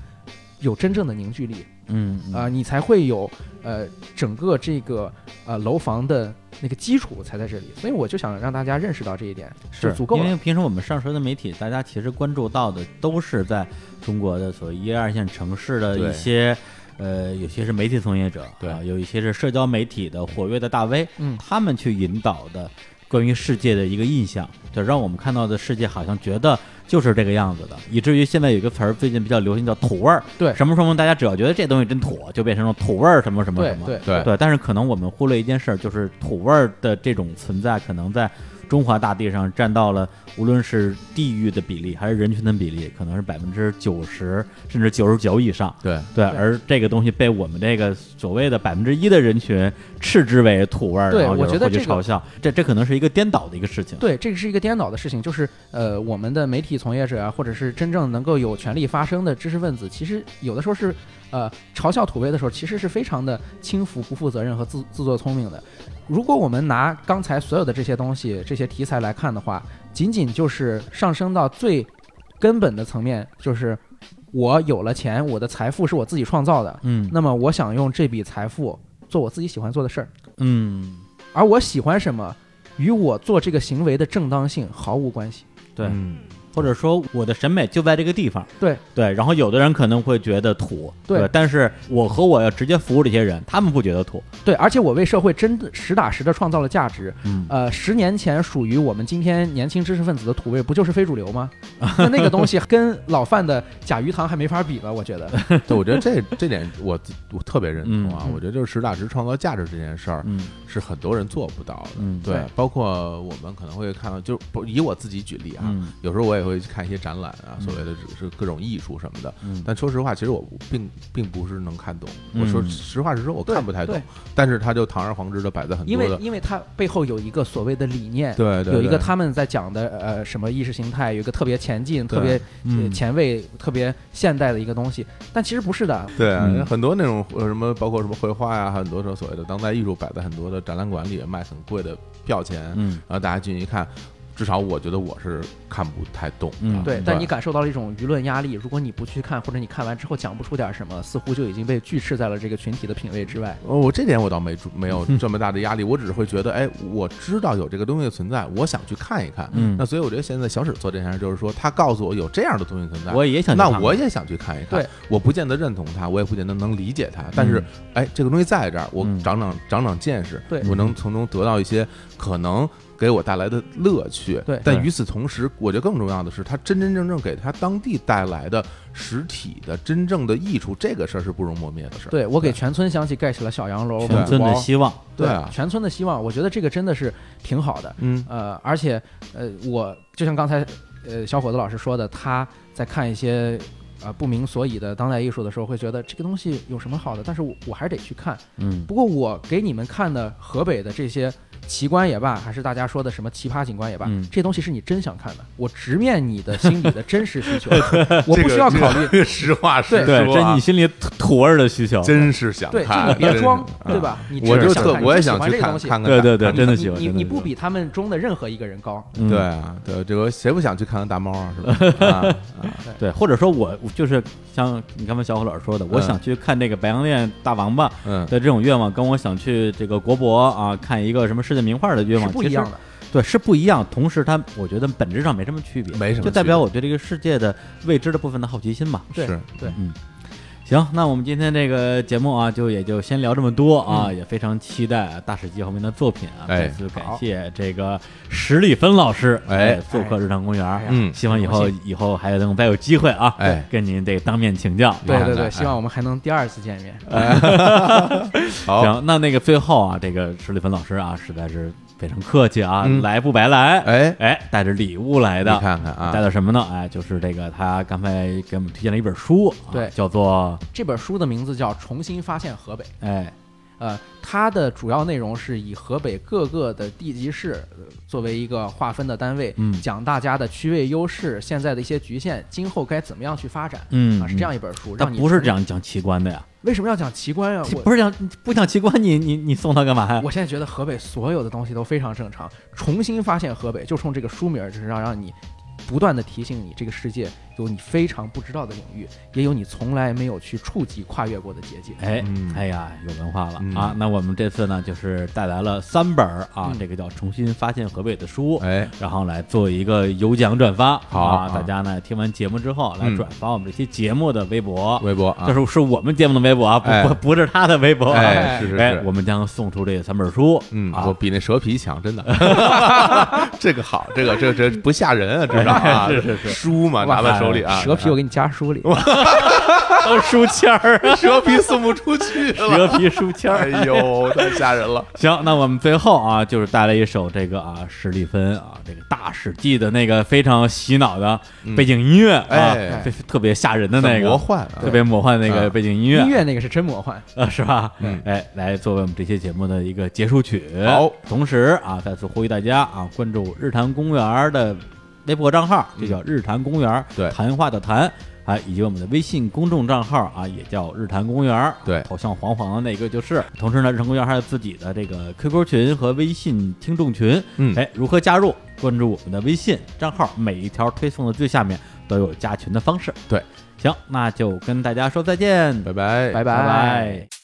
Speaker 3: 有真正的凝聚力
Speaker 1: 嗯
Speaker 3: 啊、呃你才会有呃整个这个呃楼房的那个基础才在这里。所以我就想让大家认识到这一点，就是足够
Speaker 1: 因
Speaker 3: 了。
Speaker 1: 为平时我们上学的媒体，大家其实关注到的都是在中国的所谓一二线城市的
Speaker 5: 对
Speaker 1: 一些，呃，有些是媒体从业者，
Speaker 5: 对
Speaker 1: 啊，有一些是社交媒体的活跃的大 V，
Speaker 3: 嗯
Speaker 1: 他们去引导的关于世界的一个印象，就让我们看到的世界好像觉得就是这个样子的，以至于现在有一个词儿最近比较流行叫土味儿，
Speaker 3: 对
Speaker 1: 什么什么，大家只要觉得这东西真土，就变成了土味儿什么什么
Speaker 3: 对
Speaker 1: 什么，
Speaker 3: 对
Speaker 5: 对
Speaker 1: 对，但是可能我们忽略一件事儿，就是土味儿的这种存在，可能在中华大地上占到了无论是地域的比例还是人群的比例，可能是百分之九十甚至九十九以上。
Speaker 5: 对
Speaker 1: 对，
Speaker 3: 对
Speaker 1: 而这个东西被我们这个所谓的百分之一的人群斥之为土味儿，
Speaker 3: 对
Speaker 1: 然后有
Speaker 3: 我觉
Speaker 1: 人
Speaker 3: 得
Speaker 1: 会去
Speaker 3: 这个
Speaker 1: 嘲笑，这这可能是一个颠倒的一个事情。
Speaker 3: 对，这个是一个颠倒的事情，就是呃，我们的媒体从业者啊，或者是真正能够有权利发声的知识分子，其实有的时候是呃嘲笑土味的时候，其实是非常的轻浮、不负责任和自自作聪明的。如果我们拿刚才所有的这些东西、这些题材来看的话，仅仅就是上升到最根本的层面，就是我有了钱，我的财富是我自己创造的，
Speaker 1: 嗯
Speaker 3: 那么我想用这笔财富做我自己喜欢做的事儿。
Speaker 1: 嗯，
Speaker 3: 而我喜欢什么，与我做这个行为的正当性毫无关系。
Speaker 1: 对，
Speaker 5: 嗯
Speaker 1: 或者说我的审美就在这个地方。
Speaker 3: 对
Speaker 1: 对，然后有的人可能会觉得土，
Speaker 3: 对
Speaker 1: 但是我和我要直接服务这些人，他们不觉得土。
Speaker 3: 对，而且我为社会真的实打实的创造了价值。
Speaker 1: 嗯
Speaker 3: 呃，十年前属于我们今天年轻知识分子的土味，不就是非主流吗？那那个东西跟老范的假鱼塘还没法比吧？我 觉得。
Speaker 5: 对，我觉得这这点我我特别认同啊
Speaker 1: 嗯，
Speaker 5: 我觉得就是实打实创造价值这件事儿
Speaker 1: 嗯
Speaker 5: 是很多人做不到的。
Speaker 1: 嗯，
Speaker 5: 对
Speaker 3: 对，
Speaker 5: 包括我们可能会看到，就不以我自己举例啊，
Speaker 1: 嗯
Speaker 5: 有时候我也
Speaker 2: 也会去看一些展览啊，所谓的是各种艺术什么的。
Speaker 1: 嗯
Speaker 2: 但说实话，其实我并并不是能看懂。
Speaker 1: 嗯
Speaker 2: 我说实话实说，我看不太懂
Speaker 3: 对。
Speaker 2: 但是他就堂而皇之的摆在很
Speaker 3: 因
Speaker 2: 多
Speaker 3: 为
Speaker 2: 的，
Speaker 3: 因为它背后有一个所谓的理念，
Speaker 2: 对对，
Speaker 3: 有一
Speaker 2: 对
Speaker 3: 个他们在讲的呃什么意识形态，有一个特别前进、
Speaker 2: 对
Speaker 3: 特别
Speaker 1: 嗯
Speaker 3: 呃前卫、特别现代的一个东西，但其实不是的。
Speaker 2: 对啊，
Speaker 1: 嗯
Speaker 2: 很多那种呃什么，包括什么绘画呀、很多时候所谓的当代艺术摆在很多的展览馆里也卖很贵的票钱，
Speaker 1: 嗯
Speaker 2: 然后大家进去一看，至少我觉得我是看不太懂的。
Speaker 1: 嗯
Speaker 3: 对，但你感受到了一种舆论压力，如果你不去看，或者你看完之后讲不出点什么，似乎就已经被拒斥在了这个群体的品味之外。
Speaker 2: 哦，我这点我倒没注没 有这么大的压力，我只是会觉得，哎，我知道有这个东西存在，我想去看一看。
Speaker 1: 嗯
Speaker 2: 那所以我觉得现在小史做这件事，就是说他告诉我有这样的东西存在，
Speaker 1: 我也想去
Speaker 2: 那
Speaker 1: 看看
Speaker 2: 我也想去看一看。
Speaker 3: 对，
Speaker 2: 我不见得认同他，我也不见得能理解他，但是、哎，这个东西在这儿，我
Speaker 1: 嗯
Speaker 2: 长长长长见识，
Speaker 3: 对
Speaker 2: 我能从中得到一些可能。给我带来的乐趣，
Speaker 3: 对
Speaker 2: 但
Speaker 1: 对
Speaker 2: 与此同时，我觉得更重要的是，它真真正正给他当地带来的实体的真正的益处，这个事儿是不容磨灭的事儿。
Speaker 3: 对我给
Speaker 2: 对
Speaker 3: 全村想起盖起了小洋楼，
Speaker 1: 全村的
Speaker 3: 王
Speaker 1: 希望，
Speaker 2: 对啊
Speaker 3: 全村的希望，我觉得这个真的是挺好的。
Speaker 2: 嗯，
Speaker 3: 呃，而且呃，我就像刚才呃小伙子老师说的，他在看一些呃不明所以的当代艺术的时候，会觉得这个东西有什么好的？但是我我还是得去看。
Speaker 1: 嗯
Speaker 3: 不过我给你们看的河北的这些奇观也罢，还是大家说的什么奇葩景观也罢，
Speaker 1: 嗯
Speaker 3: 这东西是你真想看的，我直面你的心里的真实 需求，我不需要考虑。
Speaker 2: 实话实
Speaker 3: 对
Speaker 1: 对，
Speaker 2: 说
Speaker 1: 这
Speaker 2: 啊
Speaker 1: 你，心里土土味儿的需求，
Speaker 2: 真是想
Speaker 3: 对，
Speaker 2: 看
Speaker 3: 就你，别
Speaker 2: 真
Speaker 3: 装
Speaker 2: 是，
Speaker 3: 对？吧？你
Speaker 2: 啊我
Speaker 3: 真
Speaker 2: 就
Speaker 3: 的想
Speaker 2: 特
Speaker 3: 看，
Speaker 2: 我也
Speaker 3: 你就喜
Speaker 2: 想
Speaker 3: 欢
Speaker 2: 去
Speaker 3: 这个
Speaker 2: 看
Speaker 3: 东西。
Speaker 2: 看看，
Speaker 1: 对对对，
Speaker 2: 看
Speaker 1: 真的
Speaker 3: 你
Speaker 1: 喜欢，
Speaker 3: 你
Speaker 1: 真的
Speaker 3: 你
Speaker 1: 喜
Speaker 3: 不
Speaker 1: 欢
Speaker 3: 比他们中的任何一个人高，
Speaker 1: 嗯
Speaker 2: 对啊，对这个谁不想去看看大猫啊？是 吧？啊
Speaker 1: 对，或者说我就是像你刚才小伙老师说的，我
Speaker 2: 嗯
Speaker 1: 想去看这个白洋淀大王八
Speaker 2: 嗯，
Speaker 1: 的这种愿望，跟我想去这个国博啊看一个什么世界名画的愿
Speaker 3: 是
Speaker 1: 望
Speaker 3: 不一样的。。
Speaker 1: 其实对，是不一样。同时它，我觉得本质上没什么区别，
Speaker 2: 没什么
Speaker 1: 就代
Speaker 2: 区别
Speaker 1: 表我对这个世界的未知的部分的好奇心嘛。
Speaker 3: 对
Speaker 2: 是
Speaker 3: 对，
Speaker 1: 嗯行，那我们今天这个节目啊，就也就先聊这么多啊，也非常期待啊大使季后面的作品啊。
Speaker 2: 嗯哎
Speaker 1: 再次感
Speaker 3: 好
Speaker 1: 谢这个史里芬老师
Speaker 2: 哎
Speaker 1: 做客日常公园儿，
Speaker 3: 哎呀
Speaker 2: 嗯
Speaker 1: 希望以后
Speaker 3: 荣
Speaker 1: 以后还能再有机会啊，
Speaker 2: 哎
Speaker 1: 跟您这个当面请教。啊
Speaker 3: 对
Speaker 2: 看
Speaker 3: 对
Speaker 2: 看
Speaker 3: 对，
Speaker 2: 哎
Speaker 3: 希望我们还能第二次见面。
Speaker 2: 好，
Speaker 1: 行，那那个最后啊，这个史里芬老师啊，实在是非常客气啊，
Speaker 2: 嗯
Speaker 1: 来不白来，
Speaker 2: 哎
Speaker 1: 哎，带着礼物来
Speaker 2: 你
Speaker 1: 的，
Speaker 2: 看看
Speaker 1: 带
Speaker 2: 啊，
Speaker 1: 了什么呢？哎，就是这个他刚才给我们推荐了一本书，啊
Speaker 3: 对
Speaker 1: 叫做
Speaker 3: 这本书的名字叫《重新发现河北》，
Speaker 1: 哎，
Speaker 3: 呃，它的主要内容是以河北各个的地级市呃作为一个划分的单位，
Speaker 1: 嗯
Speaker 3: 讲大家的区位优势、现在的一些局限，今后该怎么样去发展。
Speaker 1: 嗯，
Speaker 3: 啊，是这样一本书，
Speaker 1: 他
Speaker 3: 让你
Speaker 1: 不是
Speaker 3: 重
Speaker 1: 这。样讲奇观的呀，
Speaker 3: 为什么要讲奇观
Speaker 2: 呃
Speaker 3: 啊？我
Speaker 1: 不是讲不讲奇观，你你你送他干嘛呀？
Speaker 3: 我现在觉得河北所有的东西都非常正常。重新发现河北，就冲这个书名儿，就是让让你不断的提醒你，这个世界有你非常不知道的领域，也有你从来没有去触及、跨越过的结界。
Speaker 1: 哎
Speaker 2: 嗯，
Speaker 1: 哎呀，有文化了、
Speaker 2: 嗯
Speaker 1: 啊！那我们这次呢，就是带来了三本儿啊，
Speaker 3: 嗯
Speaker 1: 这个叫《重新发现河北》的书，
Speaker 2: 哎，
Speaker 1: 然后来做一个有奖转发。
Speaker 2: 好
Speaker 1: 啊，
Speaker 2: 啊
Speaker 1: 大家呢听完节目之后来
Speaker 2: 嗯
Speaker 1: 转发我们这期节目的微博，
Speaker 2: 微博啊
Speaker 1: 这，是是我们节目的微博啊，不、
Speaker 2: 哎
Speaker 1: 不不是他的微博、啊。
Speaker 2: 哎，是是
Speaker 1: 哎
Speaker 2: 是
Speaker 1: 我。们将送出这三本书，
Speaker 2: 嗯，
Speaker 1: 啊
Speaker 2: 我，比那蛇皮强， 真的，这个好，这个这个这不吓人啊，至少 啊，
Speaker 1: 是是是
Speaker 2: 书嘛，拿在手里啊，
Speaker 3: 哎蛇皮我给你夹书里，
Speaker 1: 都书签儿， 啊
Speaker 2: 蛇皮送不出去了，
Speaker 1: 蛇皮书签
Speaker 2: 哎
Speaker 1: 儿。
Speaker 2: 呦，太吓人了，
Speaker 1: 行，那我们最后啊，就是带来一首这个啊，史蒂芬啊，这个大史记的那个非常洗脑的背景音乐啊，
Speaker 2: 哎
Speaker 1: 非特别吓人的那
Speaker 2: 很
Speaker 1: 个
Speaker 2: 魔幻啊，
Speaker 1: 特别魔幻的那个
Speaker 2: 啊
Speaker 1: 背景音乐，
Speaker 3: 音乐那个是真魔幻。
Speaker 1: 呃，是吧？
Speaker 2: 嗯
Speaker 1: 哎，来作为我们这期节目的一个结束曲。
Speaker 2: 好，
Speaker 1: 同时啊，再次呼吁大家啊，关注日坛公园的微博账号，就叫日坛公园，
Speaker 2: 嗯对
Speaker 1: 谈话的谈。啊，以及我们的微信公众账号啊，也叫日坛公园，
Speaker 2: 对
Speaker 1: 头像黄黄的那个就是。同时呢，日坛公园还有自己的这个 QQ 群和微信听众群，
Speaker 2: 嗯
Speaker 1: 哎，如何加入？关注我们的微信账号，每一条推送的最下面都有加群的方式。
Speaker 2: 对，
Speaker 1: 行，那就跟大家说再见，
Speaker 2: 拜拜，
Speaker 3: 拜
Speaker 1: 拜
Speaker 3: 拜
Speaker 1: 拜